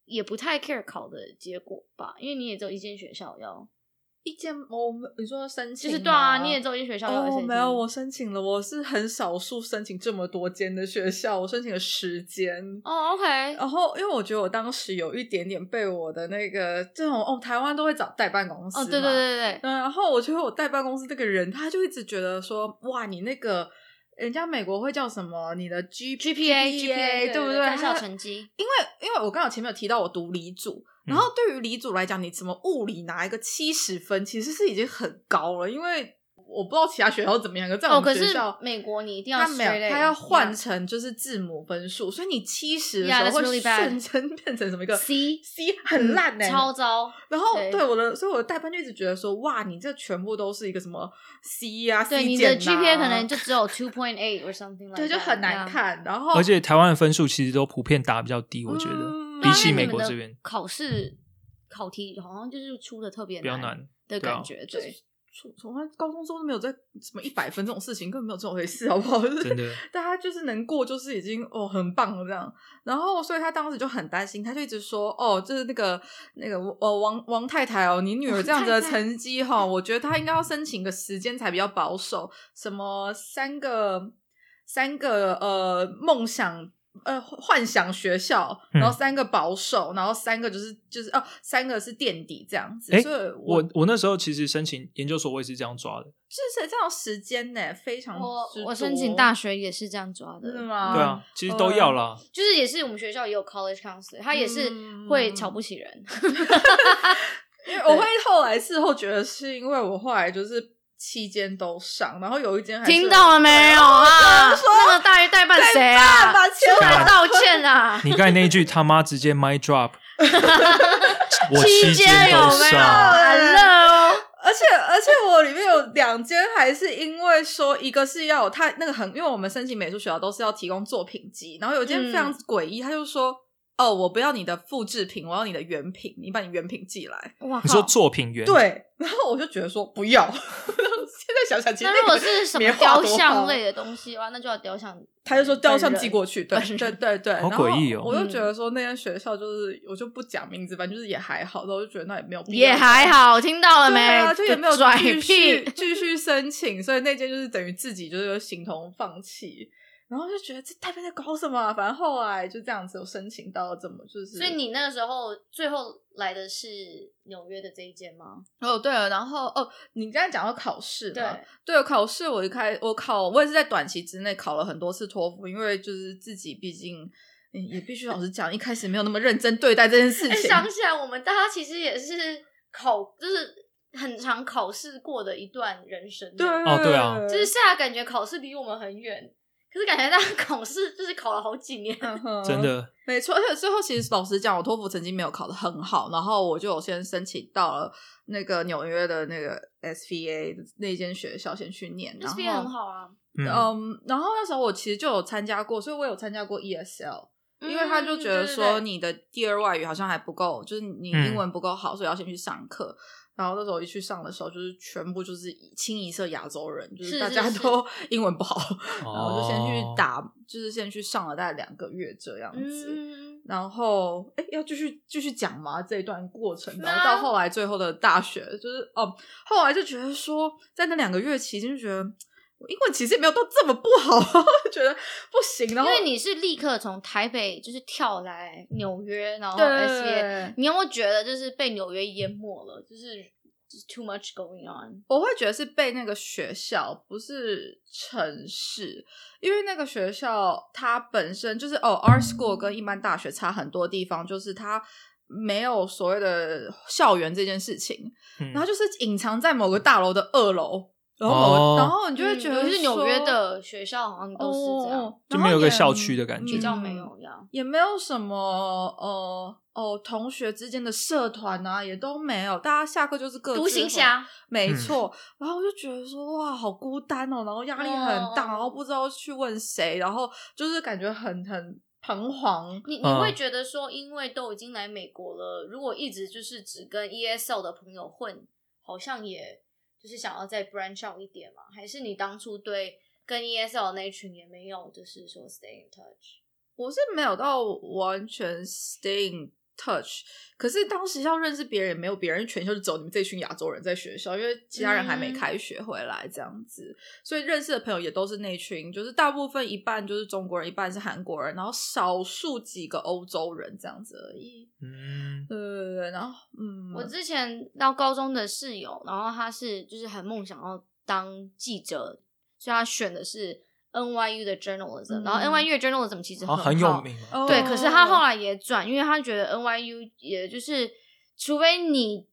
[SPEAKER 1] 也不太 care 考的结果吧，因为你也只有一间学校要。
[SPEAKER 3] 一间我没你说申请
[SPEAKER 1] 其
[SPEAKER 3] 吗，
[SPEAKER 1] 实对啊，你也只有一间学校有
[SPEAKER 3] 哦，
[SPEAKER 1] SAT
[SPEAKER 3] 没有，我申请了，我是很少数申请这么多间的学校，我申请了十间。
[SPEAKER 1] 哦，OK，
[SPEAKER 3] 然后，因为我觉得我当时有一点点被我的那个这种哦，台湾都会找代办公司
[SPEAKER 1] 哦，对对
[SPEAKER 3] 嘛
[SPEAKER 1] 对对，
[SPEAKER 3] 嗯，然后我觉得我代办公司这个人，他就一直觉得说，哇，你那个人家美国会叫什么？你的 G
[SPEAKER 1] GPA
[SPEAKER 3] GPA 对不对？
[SPEAKER 1] 在校
[SPEAKER 3] 他
[SPEAKER 1] 成绩，
[SPEAKER 3] 因为因为我刚好前面有提到我读理组，然后对于理组来讲，你怎么物理拿一个七十分，其实是已经很高了，因为我不知道其他学校怎么样，可在我
[SPEAKER 1] 哦，可
[SPEAKER 3] 们学
[SPEAKER 1] 是
[SPEAKER 3] 校。
[SPEAKER 1] 美国你一定要
[SPEAKER 3] 他没有
[SPEAKER 1] straight，A，啊
[SPEAKER 3] 他要换
[SPEAKER 1] yeah
[SPEAKER 3] 成就是字母分数，所以你七十的
[SPEAKER 1] Yeah,
[SPEAKER 3] 时候
[SPEAKER 1] that's
[SPEAKER 3] 会
[SPEAKER 1] really bad.
[SPEAKER 3] 瞬间变成什么一个
[SPEAKER 1] C
[SPEAKER 3] C 很烂欸呢、
[SPEAKER 1] 嗯超糟，
[SPEAKER 3] 然后
[SPEAKER 1] 对
[SPEAKER 3] 对我的，所以我的代班就一直觉得说，哇，你这全部都是一个什么 C 啊
[SPEAKER 1] 对
[SPEAKER 3] ，C
[SPEAKER 1] 你的
[SPEAKER 3] 减啊
[SPEAKER 1] GPA 可能就只有 two point eight or something like，
[SPEAKER 3] 对，就
[SPEAKER 1] that，啊
[SPEAKER 3] 很难
[SPEAKER 1] yeah。
[SPEAKER 3] 看。然后
[SPEAKER 2] 而且台湾的分数其实都普遍打比较低，我觉得
[SPEAKER 3] 嗯
[SPEAKER 1] 对
[SPEAKER 2] 比
[SPEAKER 1] 啊
[SPEAKER 2] 起
[SPEAKER 1] 因为
[SPEAKER 2] 美
[SPEAKER 1] 你们
[SPEAKER 2] 国
[SPEAKER 1] 的
[SPEAKER 2] 这边
[SPEAKER 1] 考试考题好像就是出的特别
[SPEAKER 2] 比较难。
[SPEAKER 1] 的
[SPEAKER 2] 对啊
[SPEAKER 1] 感觉，对。
[SPEAKER 3] 从从他高中之后都没有在什么一百分这种事情，根本没有这种回事，好不好？就是
[SPEAKER 2] 真的
[SPEAKER 3] 大家就是能过，就是已经哦很棒了这样。然后，所以他当时就很担心，他就一直说哦，就是那个那个哦王王太太哦，你女儿这样子的
[SPEAKER 1] 王太太
[SPEAKER 3] 成绩哈、我觉得她应该要申请个时间才比较保守，什么三个三个呃梦想。呃，幻想学校，
[SPEAKER 2] 嗯
[SPEAKER 3] 然后三个保守，然后三个就是就是哦，三个是垫底这样子。
[SPEAKER 2] 诶
[SPEAKER 3] 所以我
[SPEAKER 2] 我我那时候其实申请研究所，我也是这样抓的。
[SPEAKER 3] 就是这样时间呢，非常
[SPEAKER 1] 我
[SPEAKER 3] 之
[SPEAKER 1] 我
[SPEAKER 3] 多
[SPEAKER 1] 申请大学也是这样抓的，
[SPEAKER 3] 真的吗
[SPEAKER 2] 对啊，其实都要啦。
[SPEAKER 1] 就是也是我们学校也有 college counselor，他也是
[SPEAKER 3] 嗯
[SPEAKER 1] 会瞧不起 人，
[SPEAKER 3] 因为我会后来事后觉得是因为我后来就是期间都上，然后有一间还是
[SPEAKER 1] 听到了没有啊？那个大学代办谁啊？
[SPEAKER 3] 代办
[SPEAKER 1] 出
[SPEAKER 3] 千
[SPEAKER 1] 来
[SPEAKER 2] 万
[SPEAKER 1] 道歉啊！
[SPEAKER 2] 你刚才那一句他妈直接 my drop，我
[SPEAKER 1] 期
[SPEAKER 2] 期间
[SPEAKER 1] 有
[SPEAKER 2] 都
[SPEAKER 1] 没有哦
[SPEAKER 2] 上，
[SPEAKER 1] ？Hello，
[SPEAKER 3] 而且而且我里面有两间还是因为说一个是要有他那个很，因为我们申请美术学校都是要提供作品集，然后有一间
[SPEAKER 1] 嗯
[SPEAKER 3] 非常诡异，他就说。哦，我不要你的复制品，我要你的原品，你把你原品寄来。
[SPEAKER 1] 哇
[SPEAKER 2] 你说
[SPEAKER 1] 靠！
[SPEAKER 2] 作品源，
[SPEAKER 3] 对，然后我就觉得说不要。 现在想想，其实
[SPEAKER 1] 那如果
[SPEAKER 3] 个
[SPEAKER 1] 是什么
[SPEAKER 3] 棉花
[SPEAKER 1] 雕
[SPEAKER 3] 多啊
[SPEAKER 1] 像
[SPEAKER 3] 棒
[SPEAKER 1] 类的东西的话，那就要雕像。
[SPEAKER 3] 他就说雕像
[SPEAKER 1] 本人
[SPEAKER 3] 寄过去，对
[SPEAKER 1] 本人
[SPEAKER 3] 对对对，
[SPEAKER 2] 好
[SPEAKER 3] 然后
[SPEAKER 2] 诡异哦
[SPEAKER 3] 我就觉得说那间学校就是，我就不讲名字，反正就是也还好，然后我就觉得那也没有必要
[SPEAKER 1] 也还，好，听到了
[SPEAKER 3] 对
[SPEAKER 1] 没？
[SPEAKER 3] 啊，就也没有
[SPEAKER 1] 拽
[SPEAKER 3] 继续
[SPEAKER 1] 屁。
[SPEAKER 3] 继续申请，所以那间就是等于自己就是形同放弃，然后就觉得这代表在搞什么啊、反正后来就这样子，我申请到这么就是，
[SPEAKER 1] 所以你那个时候最后来的是纽约的这一间吗？
[SPEAKER 3] 哦对了，然后哦，你刚才讲到考试嘛，
[SPEAKER 1] 对，
[SPEAKER 3] 对，考试我一开我考，我也是在短期之内考了很多次托福，因为就是自己毕竟嗯也必须老实讲，一开始没有那么认真对待这件事
[SPEAKER 1] 哎，
[SPEAKER 3] 情。
[SPEAKER 1] 想起来我们大家其实也是考，就是很常考试过的一段人生。欸
[SPEAKER 3] 对
[SPEAKER 2] 哦对啊
[SPEAKER 1] 就是现在感觉考试离我们很远，可是感觉大家考试就是考了好几年。
[SPEAKER 3] 嗯哼
[SPEAKER 2] 真的
[SPEAKER 3] 没错，而且最后其实老实讲，我托福成绩没有考得很好，然后我就有先申请到了那个纽约的那个 SVA 那间学校先去念，然
[SPEAKER 1] 那
[SPEAKER 3] 后
[SPEAKER 1] 边很好啊，
[SPEAKER 2] 嗯，
[SPEAKER 3] 嗯，然后那时候我其实就有参加过，所以我有参加过 E ESL，因为他就觉得
[SPEAKER 1] 嗯
[SPEAKER 3] 说，
[SPEAKER 1] 对对对
[SPEAKER 3] 你的第二外语好像还不够，就是你
[SPEAKER 2] 嗯
[SPEAKER 3] 英文不够好，所以要先去上课。然后那时候一去上的时候，就是全部就是清一色亚洲人，就是
[SPEAKER 1] 是
[SPEAKER 3] 大
[SPEAKER 1] 是
[SPEAKER 3] 家
[SPEAKER 1] 是
[SPEAKER 3] 都英文不好，然后就先
[SPEAKER 2] 哦
[SPEAKER 3] 去打，就是先去上了大概两个月这样子。
[SPEAKER 1] 嗯，
[SPEAKER 3] 然后，哎，要继续继续讲吗？这一段过程，
[SPEAKER 1] 那
[SPEAKER 3] 然后到后来最后的大学，就是哦，后来就觉得说，在那两个月期间，就觉得我英文其实也没有到这么不好， 就觉得不行。然
[SPEAKER 1] 因
[SPEAKER 3] 后，
[SPEAKER 1] 为你是立刻从台北就是跳来纽约，然后
[SPEAKER 3] 对
[SPEAKER 1] SBA，你有没有觉得就是被纽约淹没了？就是就是 too much going on。
[SPEAKER 3] 我会觉得是被那个学校，不是城市，因为那个学校它本身就是哦，art school 跟一般大学差很多地方，就是它没有所谓的校园这件事情。
[SPEAKER 2] 嗯
[SPEAKER 3] 然后就是隐藏在某个大楼的二楼，然后某个、
[SPEAKER 2] 哦
[SPEAKER 3] 然后你就会觉得
[SPEAKER 1] 嗯尤
[SPEAKER 3] 说、
[SPEAKER 1] 其是纽约的学校好像
[SPEAKER 3] 哦
[SPEAKER 1] 都是这样，
[SPEAKER 3] 哦
[SPEAKER 2] 就
[SPEAKER 3] 然后
[SPEAKER 2] 没有
[SPEAKER 3] 也
[SPEAKER 2] 个校区的感觉
[SPEAKER 1] 比较没
[SPEAKER 3] 嗯
[SPEAKER 1] 有呀。
[SPEAKER 3] 也没有什么呃哦同学之间的社团啊，也都没有，大家下课就是各自
[SPEAKER 1] 独行
[SPEAKER 3] 回
[SPEAKER 1] 侠，
[SPEAKER 3] 没错。然后我就觉得说，哇，好孤单哦，然后压力很大，
[SPEAKER 1] 哦
[SPEAKER 3] 然后不知道去问谁，然后就是感觉很很彷徨。
[SPEAKER 1] 你你
[SPEAKER 2] 嗯
[SPEAKER 1] 会觉得说，因为都已经来美国了，如果一直就是只跟 ESL 的朋友混，好像也就是想要再 branch out 一点嘛？还是你当初对跟 E ESL 那一群也没有，就是说 stay in touch？
[SPEAKER 3] 我是没有到完全 stay in touch。可是当时要认识别人，也没有别人，全校就只有你们这群亚洲人在学校，因为其他人还没
[SPEAKER 1] 嗯
[SPEAKER 3] 开学回来这样子，所以认识的朋友也都是那群，就是大部分一半就是中国人，一半是韩国人，然后少数几个欧洲人这样子而已。
[SPEAKER 2] 嗯，
[SPEAKER 3] 对对对对，然后嗯，
[SPEAKER 1] 我之前到高中的室友，然后他是就是很梦想要当记者，所以他选的是 NYU 的 journalism，、然后
[SPEAKER 3] 嗯
[SPEAKER 1] NYU 的 journalism 其实
[SPEAKER 2] 好像很有
[SPEAKER 1] 好
[SPEAKER 2] 名啊嘛，
[SPEAKER 3] 哦
[SPEAKER 1] 对，可是他后来也转，因为他觉得 NYU 也就是，除非你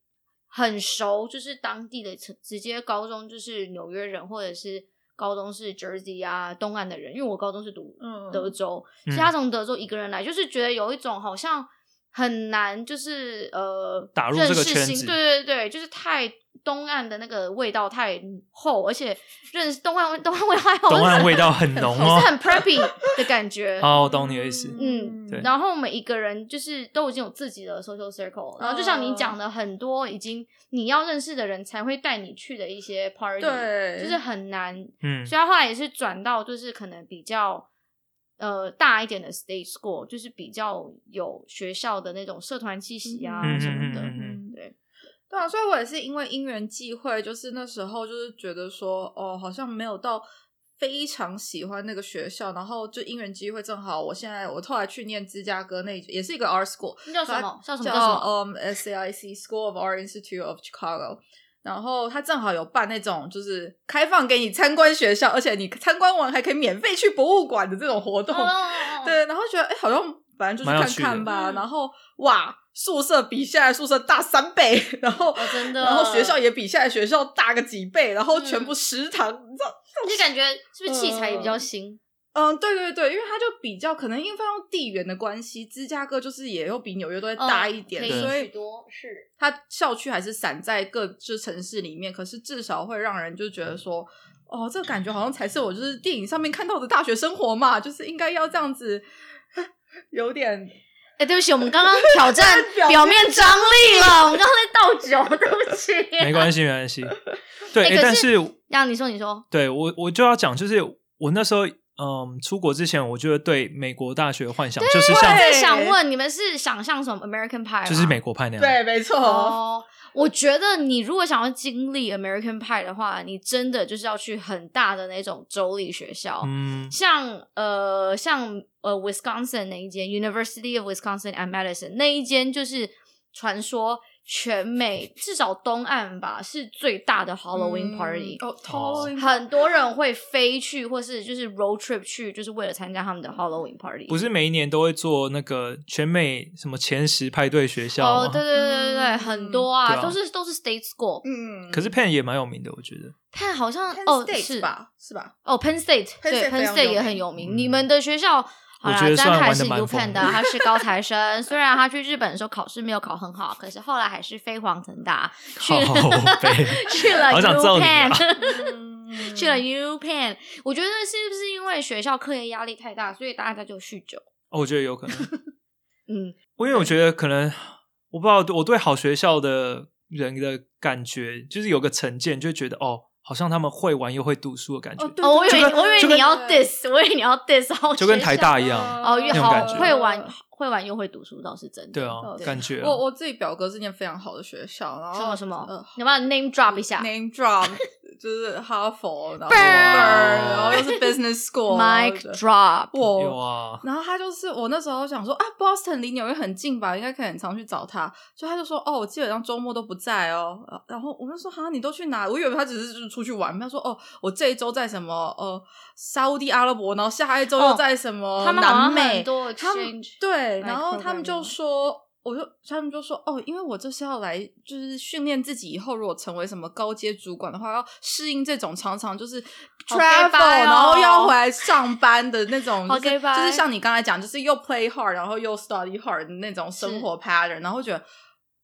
[SPEAKER 1] 很熟，就是当地的直直接高中就是纽约人，或者是高中是 Jersey 啊东岸的人，因为我高中是读
[SPEAKER 3] 嗯
[SPEAKER 1] 德州，所
[SPEAKER 2] 嗯
[SPEAKER 1] 以他从德州一个人来，就是觉得有一种好像很难，就是呃
[SPEAKER 2] 打入
[SPEAKER 1] 认
[SPEAKER 2] 这个
[SPEAKER 1] 识
[SPEAKER 2] 圈
[SPEAKER 1] 新
[SPEAKER 2] 子
[SPEAKER 1] 对对对，就是太。东岸的那个味道太厚，而且认识东岸东岸味太厚，
[SPEAKER 2] 东岸味道 很浓哦
[SPEAKER 1] 是很 preppy 的感 觉。
[SPEAKER 2] 哦，我懂你的意思。
[SPEAKER 1] 嗯
[SPEAKER 2] 对
[SPEAKER 1] 然后每一个人就是都已经有自己的 social
[SPEAKER 3] 嗯
[SPEAKER 1] circle，然后就像你讲的，很多已经你要认识的人才会带你去的一些 party，
[SPEAKER 3] 对，
[SPEAKER 1] 就是很难。
[SPEAKER 2] 嗯
[SPEAKER 1] 所以他后来也是转到就是可能比较呃大一点的 state school，就是比较有学校的那种社团气息啊
[SPEAKER 2] 嗯
[SPEAKER 1] 什么的。
[SPEAKER 2] 嗯嗯嗯
[SPEAKER 1] 对，
[SPEAKER 3] 对啊，所以我也是因为因缘际会，就是那时候就是觉得说，哦，好像没有到非常喜欢那个学校，然后就因缘际会，正好我现在我后来去念芝加哥那也是一个 art school，
[SPEAKER 1] 那叫什
[SPEAKER 3] 反
[SPEAKER 1] 么？叫什么？哦
[SPEAKER 3] 叫
[SPEAKER 1] 叫什么？
[SPEAKER 3] um SAIC School of Art Institute of Chicago。然后它正好有办那种就是开放给你参观学校，而且你参观完还可以免费去博物馆的这种活动。
[SPEAKER 1] 哦哦哦
[SPEAKER 3] 对，然后觉得哎、诶好像反正就
[SPEAKER 2] 蛮有
[SPEAKER 3] 去
[SPEAKER 2] 趣
[SPEAKER 3] 看看
[SPEAKER 2] 的
[SPEAKER 3] 吧。
[SPEAKER 1] 嗯
[SPEAKER 3] 然后哇，宿舍比现在宿舍大三倍，然后、
[SPEAKER 1] 哦真的
[SPEAKER 3] 然后学校也比现在学校大个几倍，然后全
[SPEAKER 1] 嗯
[SPEAKER 3] 部食堂，你知道。
[SPEAKER 1] 就感觉是不是器材也比较新？
[SPEAKER 3] 嗯，对对对，因为它就比较可能因为放到地缘的关系，芝加哥就是也又比纽约都会大一点，
[SPEAKER 1] 嗯可
[SPEAKER 2] 对
[SPEAKER 3] 所
[SPEAKER 1] 许
[SPEAKER 3] 以
[SPEAKER 1] 多是
[SPEAKER 3] 它校区还是散在各就是城市里面，可是至少会让人就觉得说，哦，这个感觉好像才是我就是电影上面看到的大学生活嘛，就是应该要这样子， 有点
[SPEAKER 1] 哎、对不起，我们刚刚挑战
[SPEAKER 3] 表面
[SPEAKER 1] 表面张力了，我们刚刚在倒酒， 对不起。
[SPEAKER 2] 没关系，没关系。对，
[SPEAKER 1] 哎
[SPEAKER 2] 诶
[SPEAKER 1] 可
[SPEAKER 2] 但
[SPEAKER 1] 是
[SPEAKER 2] 是
[SPEAKER 1] 让你说，你说，
[SPEAKER 2] 对我我就要讲，就是我那时候嗯出国之前，我就对美国大学的幻想就是像
[SPEAKER 1] 我是想问你们是想象什么 American Pie？吗
[SPEAKER 2] 就是美国派那样。
[SPEAKER 3] 对，没错。
[SPEAKER 1] 哦。我觉得你如果想要经历 American Pie 的话，你真的就是要去很大的那种州立学校，
[SPEAKER 2] 嗯，
[SPEAKER 1] 像呃像呃 Wisconsin 那一间 University of Wisconsin at Madison 那一间就是传说全美至少东岸吧是最大的 Halloween
[SPEAKER 3] 嗯
[SPEAKER 1] party，、
[SPEAKER 3] 哦，Halloween，
[SPEAKER 1] 很多人会飞去，或是就是 road trip 去，就是为了参加他们的 Halloween party。哦
[SPEAKER 2] 不是每一年都会做那个全美什么前十派对学校吗？
[SPEAKER 1] 哦，对对对对对，
[SPEAKER 3] 嗯
[SPEAKER 1] 很多啊，
[SPEAKER 2] 对啊
[SPEAKER 1] 都是都是 state school。
[SPEAKER 3] 嗯，
[SPEAKER 2] 可是 Penn 也蛮有名的，我觉得。
[SPEAKER 1] Penn 好像
[SPEAKER 3] Penn
[SPEAKER 1] 哦
[SPEAKER 3] State
[SPEAKER 1] 是
[SPEAKER 3] 吧，是吧？
[SPEAKER 1] 哦 Penn State
[SPEAKER 3] Penn
[SPEAKER 1] 对
[SPEAKER 3] State 非
[SPEAKER 1] Penn
[SPEAKER 3] 常
[SPEAKER 1] State
[SPEAKER 3] 有
[SPEAKER 1] 也很
[SPEAKER 3] 名
[SPEAKER 1] 有名。
[SPEAKER 2] 嗯
[SPEAKER 1] 你们的学校好
[SPEAKER 2] 我觉
[SPEAKER 1] 啦，
[SPEAKER 2] 得
[SPEAKER 1] 詹
[SPEAKER 2] 算
[SPEAKER 1] 凯
[SPEAKER 2] 玩得
[SPEAKER 1] 是 U
[SPEAKER 2] 蛮疯
[SPEAKER 1] Penn 的，啊
[SPEAKER 2] 的
[SPEAKER 1] 他是高材生，虽然他去日本的时候考试没有考很好，可是后来还是飞黄腾 达，去
[SPEAKER 2] 靠背
[SPEAKER 1] 去了
[SPEAKER 2] 好
[SPEAKER 1] U
[SPEAKER 2] 想揍你啊
[SPEAKER 1] Penn。
[SPEAKER 3] 嗯
[SPEAKER 1] 去了 U Penn，我觉得是不是因为学校课业压力太大，所以大家就酗酒？
[SPEAKER 2] 哦我觉得有可能，
[SPEAKER 1] 嗯，
[SPEAKER 2] 因为我觉得可能我不知道，我对好学校的人的感觉就是有个成见，就觉得哦，好像他们会玩又会读书的感觉。
[SPEAKER 3] 哦，对
[SPEAKER 1] 哦，我以
[SPEAKER 2] 就
[SPEAKER 1] 为
[SPEAKER 2] 跟
[SPEAKER 1] 我以
[SPEAKER 2] 就
[SPEAKER 1] 为
[SPEAKER 2] 跟
[SPEAKER 1] 你要 diss，我以为你要 diss，好
[SPEAKER 2] 就跟
[SPEAKER 1] 学
[SPEAKER 2] 台
[SPEAKER 1] 校
[SPEAKER 2] 大一样，
[SPEAKER 1] 哦，越
[SPEAKER 2] 那种
[SPEAKER 1] 好
[SPEAKER 2] 感觉
[SPEAKER 1] 会玩会玩又会读书倒是真的。
[SPEAKER 2] 对啊
[SPEAKER 3] 哦，对
[SPEAKER 2] 感觉啊
[SPEAKER 3] 我我自己表哥是念非常好的学校，然后
[SPEAKER 1] 什么什么
[SPEAKER 3] 呃，
[SPEAKER 1] 你要不要 name drop 一下
[SPEAKER 3] n a m e drop 就是哈佛，然后
[SPEAKER 1] Burn
[SPEAKER 3] Burn，然后又是 Business School，
[SPEAKER 1] ？Mic
[SPEAKER 3] 然后就
[SPEAKER 1] drop。
[SPEAKER 2] 有
[SPEAKER 3] 哇。
[SPEAKER 2] 啊，
[SPEAKER 3] 然后他就是我那时候想说啊，Boston 离纽约很近吧，应该可以很常去找他。所以他就说哦，我基本上周末都不在哦。呃然后我就说哈，你都去哪？我以为他只是就是出去玩。他说哦，我这一周在什么呃沙烏地阿拉伯，然后下一周
[SPEAKER 1] 哦
[SPEAKER 3] 又在什么
[SPEAKER 1] 他们好
[SPEAKER 3] 南
[SPEAKER 1] 像
[SPEAKER 3] 美
[SPEAKER 1] 很，多
[SPEAKER 3] 他们
[SPEAKER 1] exchange，
[SPEAKER 3] 对，
[SPEAKER 1] 来
[SPEAKER 3] 然后他们
[SPEAKER 1] programming
[SPEAKER 3] 就说，我就他们就说，哦，因为我这是要来，就是训练自己以后如果成为什么高阶主管的话，要适应这种常常就是
[SPEAKER 1] 好 gay
[SPEAKER 3] travel，、
[SPEAKER 1] bye 哦
[SPEAKER 3] 然后要回来上班的那 种，
[SPEAKER 1] 好
[SPEAKER 3] 就是
[SPEAKER 1] gay bye
[SPEAKER 3] 就是像你刚才讲，就是又 play hard，然后又 study hard 的那种
[SPEAKER 1] 是
[SPEAKER 3] 生活 pattern，然后觉得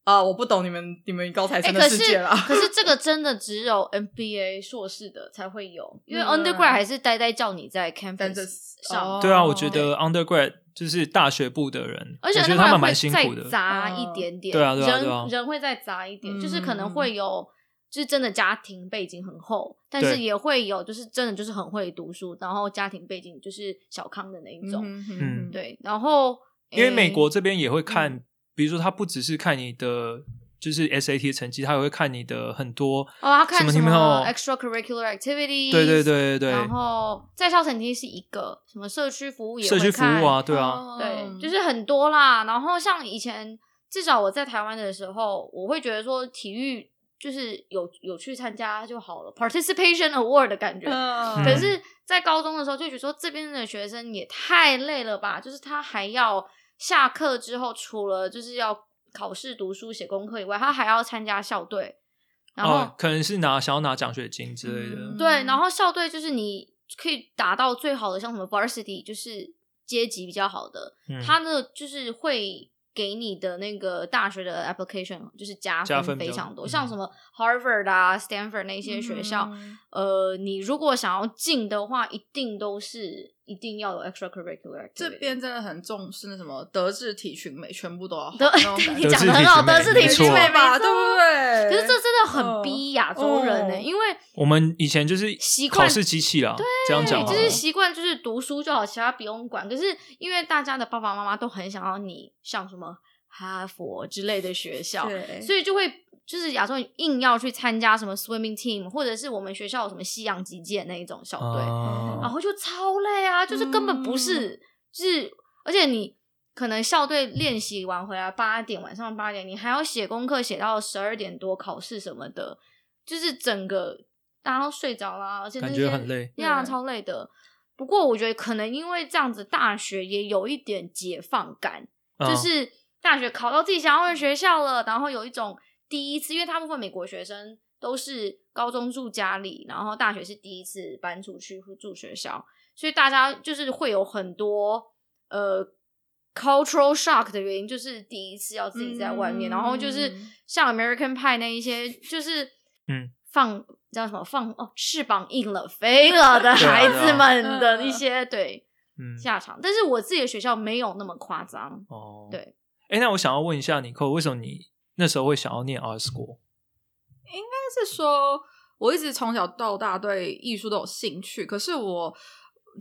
[SPEAKER 3] 啊、我不懂你们你们高材
[SPEAKER 1] 哎，
[SPEAKER 3] 生
[SPEAKER 1] 可
[SPEAKER 3] 的世
[SPEAKER 1] 是
[SPEAKER 3] 界啦。
[SPEAKER 1] 可是这个真的只有 MBA 硕士的才会有，因为
[SPEAKER 3] 嗯
[SPEAKER 1] undergrad 还是呆呆叫你在
[SPEAKER 3] 但这
[SPEAKER 1] campus
[SPEAKER 3] 哦
[SPEAKER 1] 上，
[SPEAKER 2] 对啊，我觉得 undergrad 就是大学部的人，
[SPEAKER 1] 而且
[SPEAKER 2] 我觉
[SPEAKER 1] 那个
[SPEAKER 2] 得
[SPEAKER 1] 人
[SPEAKER 2] 他们
[SPEAKER 1] 会
[SPEAKER 2] 蛮辛
[SPEAKER 1] 再
[SPEAKER 2] 苦的。
[SPEAKER 1] 杂一
[SPEAKER 3] 嗯
[SPEAKER 1] 点点，
[SPEAKER 2] 对啊对啊对啊
[SPEAKER 1] 人人会再杂一点，就是可能
[SPEAKER 3] 嗯
[SPEAKER 1] 会有，就是真的家庭背景很厚，但是
[SPEAKER 2] 对
[SPEAKER 1] 也会有就是真的就是很会读书，然后家庭背景就是小康的那一种，
[SPEAKER 3] 嗯哼
[SPEAKER 2] 嗯
[SPEAKER 1] 对，然后
[SPEAKER 2] 因为
[SPEAKER 1] 诶嗯
[SPEAKER 2] 美国这边也会看比如说他不只是看你的就是 SAT 成绩，他也会看你的很多
[SPEAKER 1] 哦，他看
[SPEAKER 2] 什么
[SPEAKER 1] 什
[SPEAKER 2] 你没有
[SPEAKER 1] 么 extracurricular activities，
[SPEAKER 2] 对对对对
[SPEAKER 1] 然
[SPEAKER 2] 对，
[SPEAKER 1] 后在校成绩是一个，什么社区服务也
[SPEAKER 2] 社区
[SPEAKER 1] 会
[SPEAKER 2] 服务啊，
[SPEAKER 1] 看，
[SPEAKER 2] 对啊，
[SPEAKER 3] 哦
[SPEAKER 1] 对，就是很多啦。然后像以前，至少我在台湾的时候，我会觉得说体育就是有有去参加就好了，participation award 的感觉。
[SPEAKER 3] 嗯
[SPEAKER 1] 可是，在高中的时候就觉得说，这边的学生也太累了吧，就是他还要下课之后，除了就是要考试、读书、写功课以外，他还要参加校队，然后、
[SPEAKER 2] 哦，可能是拿想要拿奖学金之类的，
[SPEAKER 3] 嗯
[SPEAKER 1] 对，然后校队就是你可以达到最好的，像什么 varsity，就是阶级比较好的，
[SPEAKER 2] 嗯
[SPEAKER 1] 他呢就是会给你的那个大学的 application 就是加
[SPEAKER 2] 加分比
[SPEAKER 1] 非
[SPEAKER 2] 较
[SPEAKER 1] 常多，
[SPEAKER 2] 嗯
[SPEAKER 1] 像什么 Harvard 啊、Stanford 那些学校，
[SPEAKER 3] 嗯
[SPEAKER 1] 呃，你如果想要进的话，一定都是一定要有 extracurricular activity。
[SPEAKER 3] 这边真的很重视那什么德智体群美，全部都要好
[SPEAKER 1] 德
[SPEAKER 3] 那 种 感
[SPEAKER 1] 你
[SPEAKER 2] 德
[SPEAKER 3] 觉
[SPEAKER 1] 讲
[SPEAKER 2] 智
[SPEAKER 1] 的很
[SPEAKER 2] 体
[SPEAKER 1] 好，
[SPEAKER 2] 群美
[SPEAKER 1] 德智体
[SPEAKER 2] 没
[SPEAKER 1] 群
[SPEAKER 2] 错
[SPEAKER 1] 美
[SPEAKER 3] 吧，
[SPEAKER 1] 吧，
[SPEAKER 3] 对不？
[SPEAKER 1] 可
[SPEAKER 3] 对？
[SPEAKER 1] 是这真的很
[SPEAKER 3] 嗯
[SPEAKER 1] 逼亚洲人呢、欸
[SPEAKER 3] 嗯
[SPEAKER 1] 因为
[SPEAKER 2] 我们以前就是
[SPEAKER 1] 习惯
[SPEAKER 2] 考试机器啦，这样哦讲
[SPEAKER 1] 对，
[SPEAKER 2] 好
[SPEAKER 1] 就是
[SPEAKER 2] 了。
[SPEAKER 1] 习惯，就是读书就好，其他不用管。可是因为大家的爸爸妈妈都很想要你上什么哈佛之类的学校，
[SPEAKER 3] 对
[SPEAKER 1] 所以就会就是亚洲人硬要去参加什么 swimming team，或者是我们学校有什么西洋击剑那一种校队，
[SPEAKER 2] 啊
[SPEAKER 1] 然后就超累啊，就是根本
[SPEAKER 2] 嗯
[SPEAKER 1] 不是，就是而且你。可能校队练习完回来八点，晚上八点，你还要写功课，写到十二点多，考试什么的，就是整个大家都睡着啦，而且那
[SPEAKER 2] 感
[SPEAKER 1] 些
[SPEAKER 2] 觉很累
[SPEAKER 1] 呀，
[SPEAKER 3] 对
[SPEAKER 1] 超累的。不过我觉得可能因为这样子，大学也有一点解放感，就
[SPEAKER 2] 嗯
[SPEAKER 1] 是大学考到自己想要的学校了，然后有一种第一次，因为大部分美国学生都是高中住家里，然后大学是第一次搬出去住学校，所以大家就是会有很多呃 cultural shock 的原因，就是第一次要自己在外面，
[SPEAKER 3] 嗯
[SPEAKER 1] 然后就是像 American Pie 那一些，就是
[SPEAKER 2] 嗯
[SPEAKER 1] 放叫什么放哦翅膀硬了飞了的
[SPEAKER 2] 对啊
[SPEAKER 1] 孩子
[SPEAKER 3] 对啊
[SPEAKER 1] 们
[SPEAKER 3] 嗯
[SPEAKER 1] 的一些对
[SPEAKER 2] 嗯
[SPEAKER 1] 下场，但是我自己的学校没有那么夸张，
[SPEAKER 2] 哦，
[SPEAKER 1] 对。
[SPEAKER 2] 哎，那我想要问一下你寇，为什么你那时候会想要念 R school？
[SPEAKER 3] 但是说，我一直从小到大对艺术都有兴趣，可是我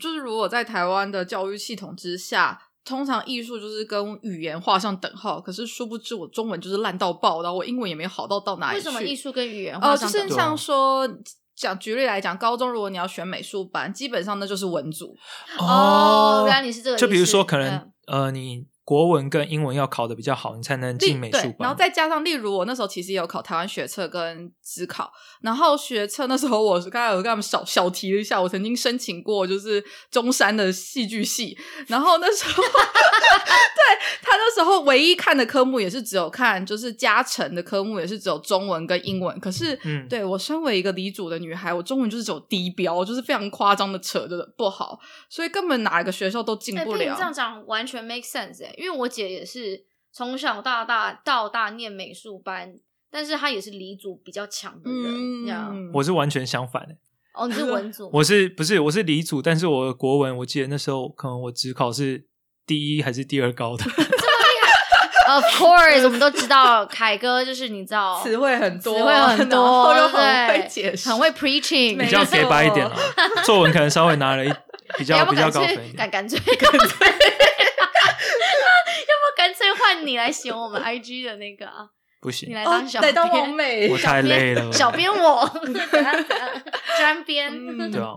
[SPEAKER 3] 就是如果在台湾的教育系统之下。通常艺术就是跟语言画上等号，可是殊不知我中文就是烂到爆，然后我英文也没好到到哪里
[SPEAKER 1] 为
[SPEAKER 3] 啊去。
[SPEAKER 1] 什么艺术跟语言
[SPEAKER 3] 哦，
[SPEAKER 1] 画
[SPEAKER 3] 就
[SPEAKER 1] 上等
[SPEAKER 3] 是
[SPEAKER 1] 号？
[SPEAKER 2] 对
[SPEAKER 3] 像说讲举例来讲，高中如果你要选美术班，基本上那就是文组。
[SPEAKER 1] 哦原来你是这个意思
[SPEAKER 2] 就比如说，可能
[SPEAKER 1] 嗯
[SPEAKER 2] 呃，你国文跟英文要考的比较好，你才能
[SPEAKER 3] 例
[SPEAKER 2] 进美术
[SPEAKER 3] 对，然
[SPEAKER 2] 班
[SPEAKER 3] 后。再加上，例如我那时候其实也有考台湾学测跟职考，然后学测那时候我是刚才有跟他们小小提了一下，我曾经申请过就是中山的戏剧系，然后那时候 他那时候唯一看的科目也是只有看，就是加成的科目也是只有中文跟英文。可是，
[SPEAKER 2] 嗯
[SPEAKER 3] 对我身为一个黎族的女孩，我中文就是只有低标，就是非常夸张的扯，就是不好，所以根本哪一个学校都进
[SPEAKER 1] 哎
[SPEAKER 3] 不
[SPEAKER 1] 被你
[SPEAKER 3] 了
[SPEAKER 1] 这。样讲完全 make sense 哎、因为我姐也是从小到大到大念美术班，但是她也是黎族比较强的人，这样。
[SPEAKER 3] 嗯
[SPEAKER 2] 我是完全相反的，，
[SPEAKER 1] 哦，你是文组
[SPEAKER 2] 我是不是我是理组，但是我的国文我记得那时候可能我只考是第一还是第二 高的，
[SPEAKER 1] of course，我们都知道凯哥就是你知道
[SPEAKER 3] 词汇很多，
[SPEAKER 1] 词汇很
[SPEAKER 3] 然
[SPEAKER 1] 多，
[SPEAKER 3] 后
[SPEAKER 1] 对
[SPEAKER 3] 又
[SPEAKER 1] 不对
[SPEAKER 3] 很会解释，
[SPEAKER 1] 很会 preaching，
[SPEAKER 3] 没
[SPEAKER 2] 比较
[SPEAKER 3] 错
[SPEAKER 2] 给白一点啦。作文可能稍微拿了一 比
[SPEAKER 1] 哎要
[SPEAKER 2] 较
[SPEAKER 1] 不
[SPEAKER 2] 比较
[SPEAKER 1] 干
[SPEAKER 2] 高
[SPEAKER 1] 脆
[SPEAKER 2] 分一
[SPEAKER 1] 干
[SPEAKER 2] 点。
[SPEAKER 1] 干脆干 脆，要不干脆换你来写我们 IG 的那个啊，
[SPEAKER 2] 不
[SPEAKER 1] 你
[SPEAKER 2] 行，
[SPEAKER 1] 来
[SPEAKER 3] 哦
[SPEAKER 1] 当小
[SPEAKER 3] 对
[SPEAKER 1] 编，
[SPEAKER 3] 当王 美
[SPEAKER 2] 我。太累了。
[SPEAKER 1] 小编 我怎样怎样啊沾边，
[SPEAKER 3] 嗯
[SPEAKER 2] 对啊，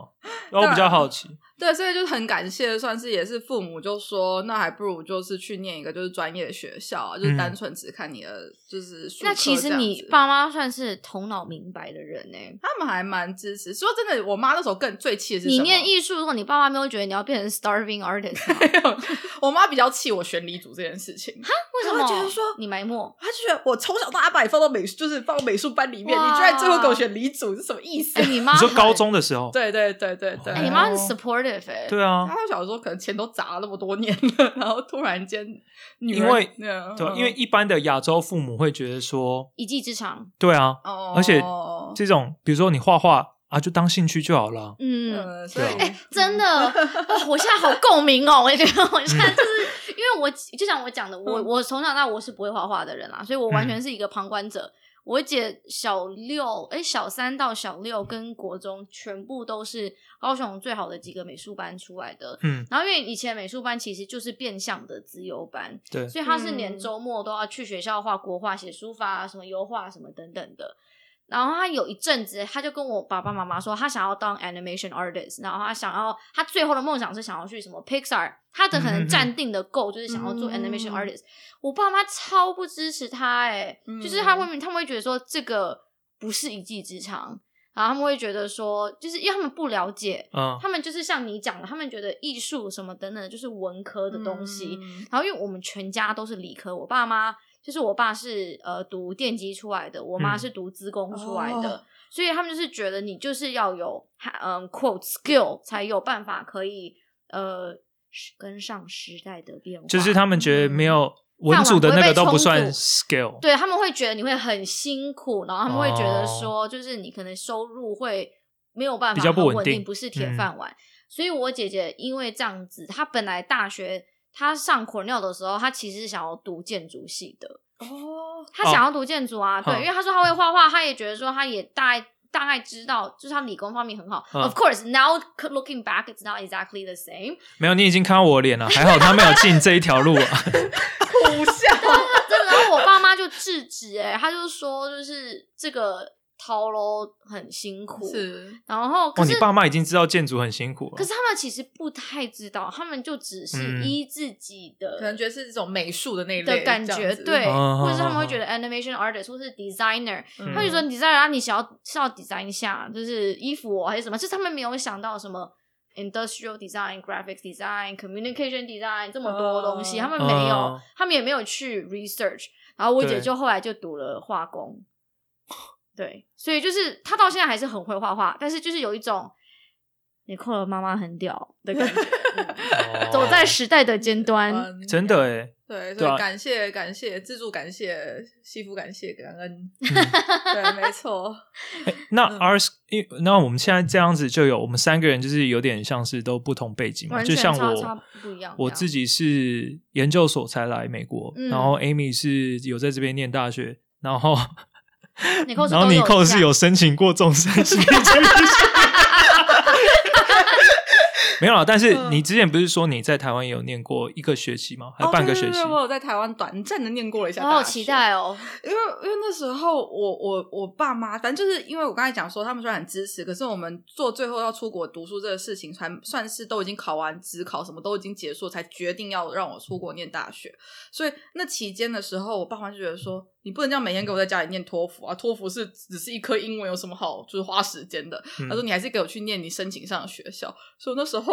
[SPEAKER 2] 那我比较好奇，
[SPEAKER 3] 对，所以就是很感谢，算是也是父母就说，那还不如就是去念一个就是专业的学校啊，就是
[SPEAKER 2] 嗯
[SPEAKER 3] 单纯只看你的就是数
[SPEAKER 1] 那
[SPEAKER 3] 科
[SPEAKER 1] 其实
[SPEAKER 3] 这样
[SPEAKER 1] 你
[SPEAKER 3] 子
[SPEAKER 1] 爸妈算是头脑明白的人呢、欸
[SPEAKER 3] 他们还蛮支持。说真的，我妈那时候更最气的是
[SPEAKER 1] 你
[SPEAKER 3] 什么
[SPEAKER 1] 念艺术的时候，你爸妈没有觉得你要变成 starving artist 吗？
[SPEAKER 3] 我妈比较气我选理组这件事情，
[SPEAKER 1] 为什
[SPEAKER 3] 她
[SPEAKER 1] 么？
[SPEAKER 3] 觉得说
[SPEAKER 1] 你埋没？
[SPEAKER 3] 她就觉得我从小到大把你放到美术，就是放到美术班里面，你居然最后给我选理组，是什么意思
[SPEAKER 1] 哎、？你妈
[SPEAKER 2] 你说
[SPEAKER 1] 很
[SPEAKER 2] 高，中的时候，
[SPEAKER 3] 对对对对对，
[SPEAKER 1] 哎、你妈很
[SPEAKER 2] 哦
[SPEAKER 1] supportive 哎、
[SPEAKER 2] 对啊，
[SPEAKER 3] 他小时候可能钱都砸了那么多年了，然后突然间女儿，
[SPEAKER 2] 因为
[SPEAKER 3] 嗯
[SPEAKER 2] 对啊，因为一般的亚洲父母会觉得说，
[SPEAKER 1] 一技之长，
[SPEAKER 2] 对啊，
[SPEAKER 3] 哦，
[SPEAKER 2] 而且这种比如说你画画啊，就当兴趣就好了。
[SPEAKER 1] 嗯。
[SPEAKER 3] 呃，所以
[SPEAKER 2] 对啊
[SPEAKER 1] 哎、真 的、哦，我现在好共鸣哦！我也觉得 我现在就是，因为我就像我讲的，我
[SPEAKER 3] 嗯
[SPEAKER 1] 啊我从小到大我是不会画画的人啦，所以我完全是一个旁观者。我姐小六，哎，小三到小六跟国中全部都是高雄最好的几个美术班出来的。
[SPEAKER 2] 嗯，
[SPEAKER 1] 然后因为以前美术班其实就是变相的资优班，
[SPEAKER 2] 对
[SPEAKER 1] 所以他是连
[SPEAKER 3] 嗯
[SPEAKER 1] 周末都要去学校画国画、写书法、啊、什么油画什么等等的。然后他有一阵子，他就跟我爸爸妈妈说，他想要当 animation artist，然后他想要他最后的梦想是想要去什么 Pixar，他的可
[SPEAKER 2] 嗯嗯
[SPEAKER 1] 能
[SPEAKER 2] 嗯
[SPEAKER 1] 暂定的 goal 就是想要做 animation
[SPEAKER 3] 嗯
[SPEAKER 1] artist。我爸妈超不支持他、欸，
[SPEAKER 3] 嗯
[SPEAKER 1] 就是他会他们会觉得说这个不是一技之长，然后他们会觉得说，就是因为他们不了解，
[SPEAKER 2] 嗯，
[SPEAKER 1] 他们就是像你讲的，他们觉得艺术什么等等的就是文科的东西。
[SPEAKER 3] 嗯
[SPEAKER 1] 然后因为我们全家都是理科，我爸妈就是我爸是呃读电机出来的，我妈
[SPEAKER 2] 嗯
[SPEAKER 1] 是读资工出来的，
[SPEAKER 3] 哦
[SPEAKER 1] 所以他们就是觉得你就是要有嗯 quote skill 才有办法可以呃是跟上时代的变化。
[SPEAKER 2] 就是他们觉得没有文
[SPEAKER 1] 饭碗
[SPEAKER 2] 组的
[SPEAKER 1] 不会
[SPEAKER 2] 那个
[SPEAKER 1] 被
[SPEAKER 2] 都不
[SPEAKER 1] 充
[SPEAKER 2] 算
[SPEAKER 1] 足
[SPEAKER 2] skill，
[SPEAKER 1] 对他们会觉得你会很辛苦，然后他们会觉得
[SPEAKER 2] 哦
[SPEAKER 1] 说，就是你可能收入会没有办法
[SPEAKER 2] 比较不
[SPEAKER 1] 很
[SPEAKER 2] 稳
[SPEAKER 1] 稳
[SPEAKER 2] 定
[SPEAKER 1] 不是铁
[SPEAKER 2] 嗯
[SPEAKER 1] 饭碗。所以我姐姐因为这样子，她本来大学她上 Cornell 的时候，她其实是想要读建筑系的，
[SPEAKER 3] 哦，
[SPEAKER 1] 她
[SPEAKER 2] 哦
[SPEAKER 1] 想要读建筑啊，对，
[SPEAKER 2] 嗯
[SPEAKER 1] 因为她说她会画画，她也觉得说她也大概。大概知道，就是她理工方面很好。
[SPEAKER 2] 嗯
[SPEAKER 1] Of course, now looking back, it's not exactly the same.
[SPEAKER 2] 没有，你已经看到 我脸了，还好他没有进这一条路啊。
[SPEAKER 3] 苦 笑，
[SPEAKER 1] 真的，然后我爸妈就制止、欸，哎，他就说就是这个掏喽很辛苦，
[SPEAKER 3] 是
[SPEAKER 1] 然后
[SPEAKER 2] 哦，
[SPEAKER 1] 可
[SPEAKER 2] 你
[SPEAKER 1] 是、
[SPEAKER 2] 爸妈已经知道建筑很辛苦啊
[SPEAKER 1] 可
[SPEAKER 2] 了
[SPEAKER 1] 是，他们其实不太知道，他们就只是
[SPEAKER 2] 嗯
[SPEAKER 1] 依自己的、
[SPEAKER 3] 可能觉得是这种美术的那一类
[SPEAKER 1] 的感
[SPEAKER 3] 这
[SPEAKER 1] 觉
[SPEAKER 3] 样，子
[SPEAKER 1] 对，
[SPEAKER 2] 哦
[SPEAKER 1] 或者是他们会觉得 animation artist 或是 designer，、
[SPEAKER 3] 嗯
[SPEAKER 1] 他就说 designer 啊你想要是要 design 一下，就是衣服、哦、还是什么，就是他们没有想到什么。Industrial design, graphics design, communication design 这么多东西
[SPEAKER 3] 哦
[SPEAKER 1] 他们没有
[SPEAKER 2] 哦
[SPEAKER 1] 他们也没有去 research。然后我姐
[SPEAKER 2] 对
[SPEAKER 1] 就后来就读了化工，对，所以就是她到现在还是很会画画，但是就是有一种你扣了妈妈很屌的感觉，嗯
[SPEAKER 2] 哦
[SPEAKER 1] 走在时代的尖端。
[SPEAKER 3] 嗯
[SPEAKER 2] 真的哎，
[SPEAKER 3] 对，
[SPEAKER 2] 对
[SPEAKER 3] 所
[SPEAKER 2] 啊
[SPEAKER 3] 以感谢感谢自助感谢西服感谢感恩，
[SPEAKER 2] 嗯
[SPEAKER 3] 对，没错，
[SPEAKER 2] 那 R，因那我们现在这样子就有我们三个人就是有点像是都不同背景嘛，
[SPEAKER 1] 完
[SPEAKER 2] 就
[SPEAKER 1] 全
[SPEAKER 2] 像
[SPEAKER 1] 差差
[SPEAKER 2] 我
[SPEAKER 1] 不一样
[SPEAKER 2] 我
[SPEAKER 1] 这样
[SPEAKER 2] 自己是研究所才来美国，
[SPEAKER 1] 嗯
[SPEAKER 2] 然后 Amy 是有在这边念大学，然 后
[SPEAKER 1] 你扣
[SPEAKER 2] 然后你扣是
[SPEAKER 1] 有
[SPEAKER 2] 有申请过终身学经济学 没有啦，但是
[SPEAKER 3] 嗯
[SPEAKER 2] 你之前不是说你在台湾也有念过一个学期吗？还
[SPEAKER 3] 哦
[SPEAKER 2] 半个
[SPEAKER 3] 对
[SPEAKER 2] 学
[SPEAKER 3] 对
[SPEAKER 2] 期？
[SPEAKER 3] 对我有在台湾短暂的念过了一下，
[SPEAKER 1] 好好期。待哦，
[SPEAKER 3] 因为因为那时候我我我爸妈，反正就是因为我刚才讲说，他们虽然很支持，可是我们做最后要出国读书这个事情，才算是都已经考完职考，什么都已经结束，才决定要让我出国念大学。所以那期间的时候，我爸妈就觉得说，你不能这样每天给我在家里念托福啊，托福是只是一科英文，有什么好就是花时间的？
[SPEAKER 2] 嗯
[SPEAKER 3] 他说你还是给我去念你申请上的学校。所以我那时候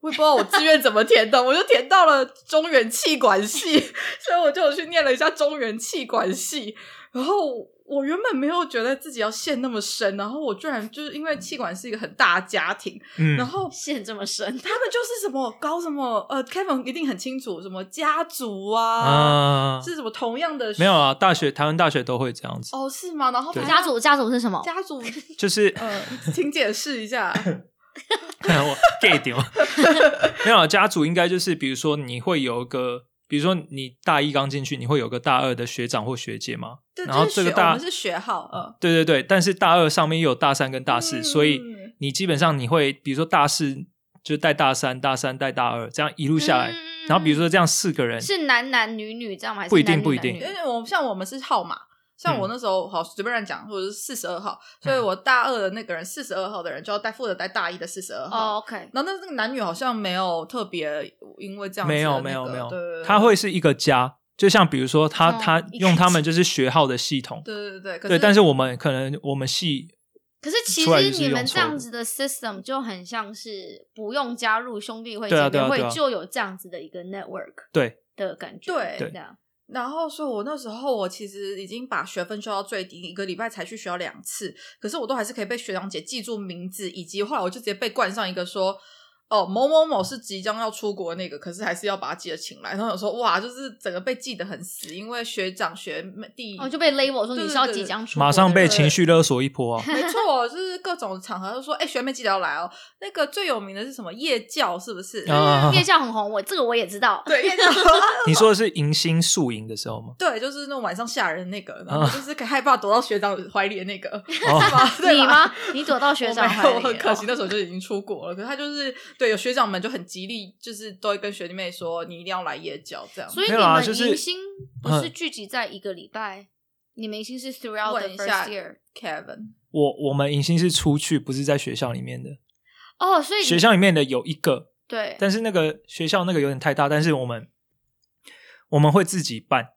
[SPEAKER 3] 我也不知道我志愿怎么填的，我就填到了中原气管系， 所以我就有去念了一下中原气管系。然后我原本没有觉得自己要陷那么深，然后我居然就是因为气管是一个很大的家庭，然
[SPEAKER 2] 嗯，
[SPEAKER 3] 后
[SPEAKER 1] 陷这么深，
[SPEAKER 3] 他们就是什么搞什么呃，Kevin 一定很清楚什么家族啊，
[SPEAKER 2] 啊，
[SPEAKER 3] 是什么同样的
[SPEAKER 2] 没有啊，大学台湾大学都会这样子，
[SPEAKER 3] 哦是吗？然后
[SPEAKER 2] 对
[SPEAKER 1] 家族家族是什么？
[SPEAKER 3] 家族
[SPEAKER 2] 就是
[SPEAKER 3] 呃，请解释一下。
[SPEAKER 2] 我 gay 丢，没有啊家族应该就是，比如说你会有一个，比如说你大一刚进去，你会有个大二的学长或学姐嘛，
[SPEAKER 3] 对，
[SPEAKER 2] 然后
[SPEAKER 3] 就是
[SPEAKER 2] 这个
[SPEAKER 3] 学
[SPEAKER 2] 大
[SPEAKER 3] 我们是学号，嗯，
[SPEAKER 2] 对对对，但是大二上面又有大三跟大四，
[SPEAKER 3] 嗯
[SPEAKER 2] 呃所以你基本上你会，比如说大四就带大三，大三带大二，这样一路下来，
[SPEAKER 1] 嗯
[SPEAKER 2] 然后比如说这样四个人，
[SPEAKER 1] 是男男女女这样吗？还是
[SPEAKER 2] 不一定
[SPEAKER 1] 男女
[SPEAKER 2] 不一定
[SPEAKER 1] 男
[SPEAKER 3] 因
[SPEAKER 1] 女
[SPEAKER 3] 为我像我们是号码，像
[SPEAKER 2] 嗯
[SPEAKER 3] 我那时候好随便乱讲，或者是四十二号，所以我大二的那个人四十二号的人就要带负责带大一的四十二
[SPEAKER 1] 哦
[SPEAKER 3] 号。
[SPEAKER 1] ，OK，
[SPEAKER 3] 然后那那个男女好像没有特别因为这样子
[SPEAKER 2] 没
[SPEAKER 3] 的那
[SPEAKER 2] 有
[SPEAKER 3] 个
[SPEAKER 2] 没有没有
[SPEAKER 3] 对对对，
[SPEAKER 2] 他会是一个家，就像比如说他、
[SPEAKER 1] 哦
[SPEAKER 2] 他
[SPEAKER 1] 一个
[SPEAKER 2] 用他
[SPEAKER 1] 家
[SPEAKER 2] 们就是学号的系统，
[SPEAKER 3] 对对对对，可
[SPEAKER 2] 对，但是
[SPEAKER 3] 是
[SPEAKER 2] 我们可能我们系
[SPEAKER 1] 可是其
[SPEAKER 2] 出来
[SPEAKER 1] 实
[SPEAKER 2] 就是
[SPEAKER 1] 你
[SPEAKER 2] 用
[SPEAKER 1] 们
[SPEAKER 2] 抽
[SPEAKER 1] 这样
[SPEAKER 2] 的
[SPEAKER 1] 子的 system 就很像是不用加入兄弟会、姐
[SPEAKER 2] 对啊对啊
[SPEAKER 1] 妹
[SPEAKER 2] 对啊
[SPEAKER 1] 会就有这样子的一个 network
[SPEAKER 2] 对
[SPEAKER 1] 的感觉，
[SPEAKER 3] 对
[SPEAKER 2] 对
[SPEAKER 1] 这样
[SPEAKER 3] 然后所以我那时候我其实已经把学分修到最低，一个礼拜才去学校两次，可是我都还是可以被学长姐记住名字，以及后来我就直接被冠上一个说。哦，某某某是即将要出国的那个，可是还是要把他记得请来。然后有说哇，就是整个被记得很死，因为学长学弟
[SPEAKER 1] 哦，就被 label 说你
[SPEAKER 3] 对对
[SPEAKER 1] 是要
[SPEAKER 3] 对
[SPEAKER 1] 即
[SPEAKER 3] 对
[SPEAKER 1] 将出国的
[SPEAKER 2] 马上被
[SPEAKER 1] 人
[SPEAKER 2] 情绪勒索一波啊！
[SPEAKER 3] 没错，就是各种场合都说，哎、学妹记得要来哦。那个最有名的是什么夜教，是不是？
[SPEAKER 2] 啊啊啊
[SPEAKER 1] 夜校很红，我这个我也知道。
[SPEAKER 3] 对，夜教，
[SPEAKER 2] 你说的是迎新宿营的时候吗？
[SPEAKER 3] 对，就是那种晚上吓人的那个，然后就是可害怕躲到学长怀里的那个，
[SPEAKER 2] 啊哦
[SPEAKER 3] 是吧？ 对
[SPEAKER 1] 你
[SPEAKER 3] 吧？
[SPEAKER 1] 吗？你躲到学
[SPEAKER 3] 我
[SPEAKER 1] 长
[SPEAKER 3] 没
[SPEAKER 1] 怀
[SPEAKER 3] 有，
[SPEAKER 1] 里
[SPEAKER 3] 很可
[SPEAKER 1] 了
[SPEAKER 3] 惜，那时候就已经出国了。可是他就是对有学长们就很极力，就是都会跟学弟妹说，你一定要来夜教这样。
[SPEAKER 1] 所以
[SPEAKER 2] 没
[SPEAKER 1] 你
[SPEAKER 2] 有啊
[SPEAKER 1] 们
[SPEAKER 2] 就是
[SPEAKER 1] 迎新不是
[SPEAKER 2] 嗯
[SPEAKER 1] 聚集在一个礼拜，你们迎新是 throughout
[SPEAKER 3] 问
[SPEAKER 1] the
[SPEAKER 3] 一
[SPEAKER 1] first
[SPEAKER 3] 下
[SPEAKER 1] year。
[SPEAKER 3] Kevin，
[SPEAKER 2] 我我们迎新是出去，不是在学校里面的。
[SPEAKER 1] 哦，所以你
[SPEAKER 2] 学校里面的有一个，
[SPEAKER 1] 对
[SPEAKER 2] 但是那个学校那个有点太大，但是我们我们会自己办，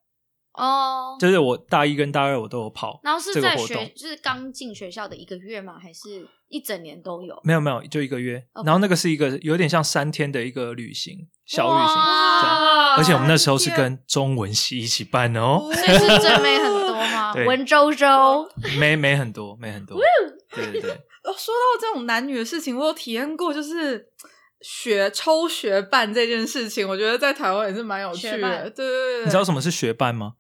[SPEAKER 1] 哦，
[SPEAKER 2] 就是我大一跟大二我都有跑
[SPEAKER 1] 然后是
[SPEAKER 2] 这个
[SPEAKER 1] 在
[SPEAKER 2] 活
[SPEAKER 1] 学
[SPEAKER 2] 动，
[SPEAKER 1] 就是刚进学校的一个月吗？还是一整年都有？
[SPEAKER 2] 没有没有就一个月，
[SPEAKER 1] OK
[SPEAKER 2] 然后那个是一个有点像三天的一个旅行，小旅行，这样
[SPEAKER 1] 哇
[SPEAKER 2] 而且我们那时候是
[SPEAKER 3] 三天
[SPEAKER 2] 跟中文系一起办的哦，
[SPEAKER 1] 所以是正妹很多吗？
[SPEAKER 2] 对
[SPEAKER 1] 文绉绉，
[SPEAKER 2] 没没很多，没很多，对对对，
[SPEAKER 3] 哦，说到这种男女的事情，我有体验过，就是学抽学伴这件事情，我觉得在台湾也是蛮有趣
[SPEAKER 1] 学
[SPEAKER 3] 的。
[SPEAKER 1] 伴
[SPEAKER 3] 对对对，
[SPEAKER 2] 你知道什么是学伴吗？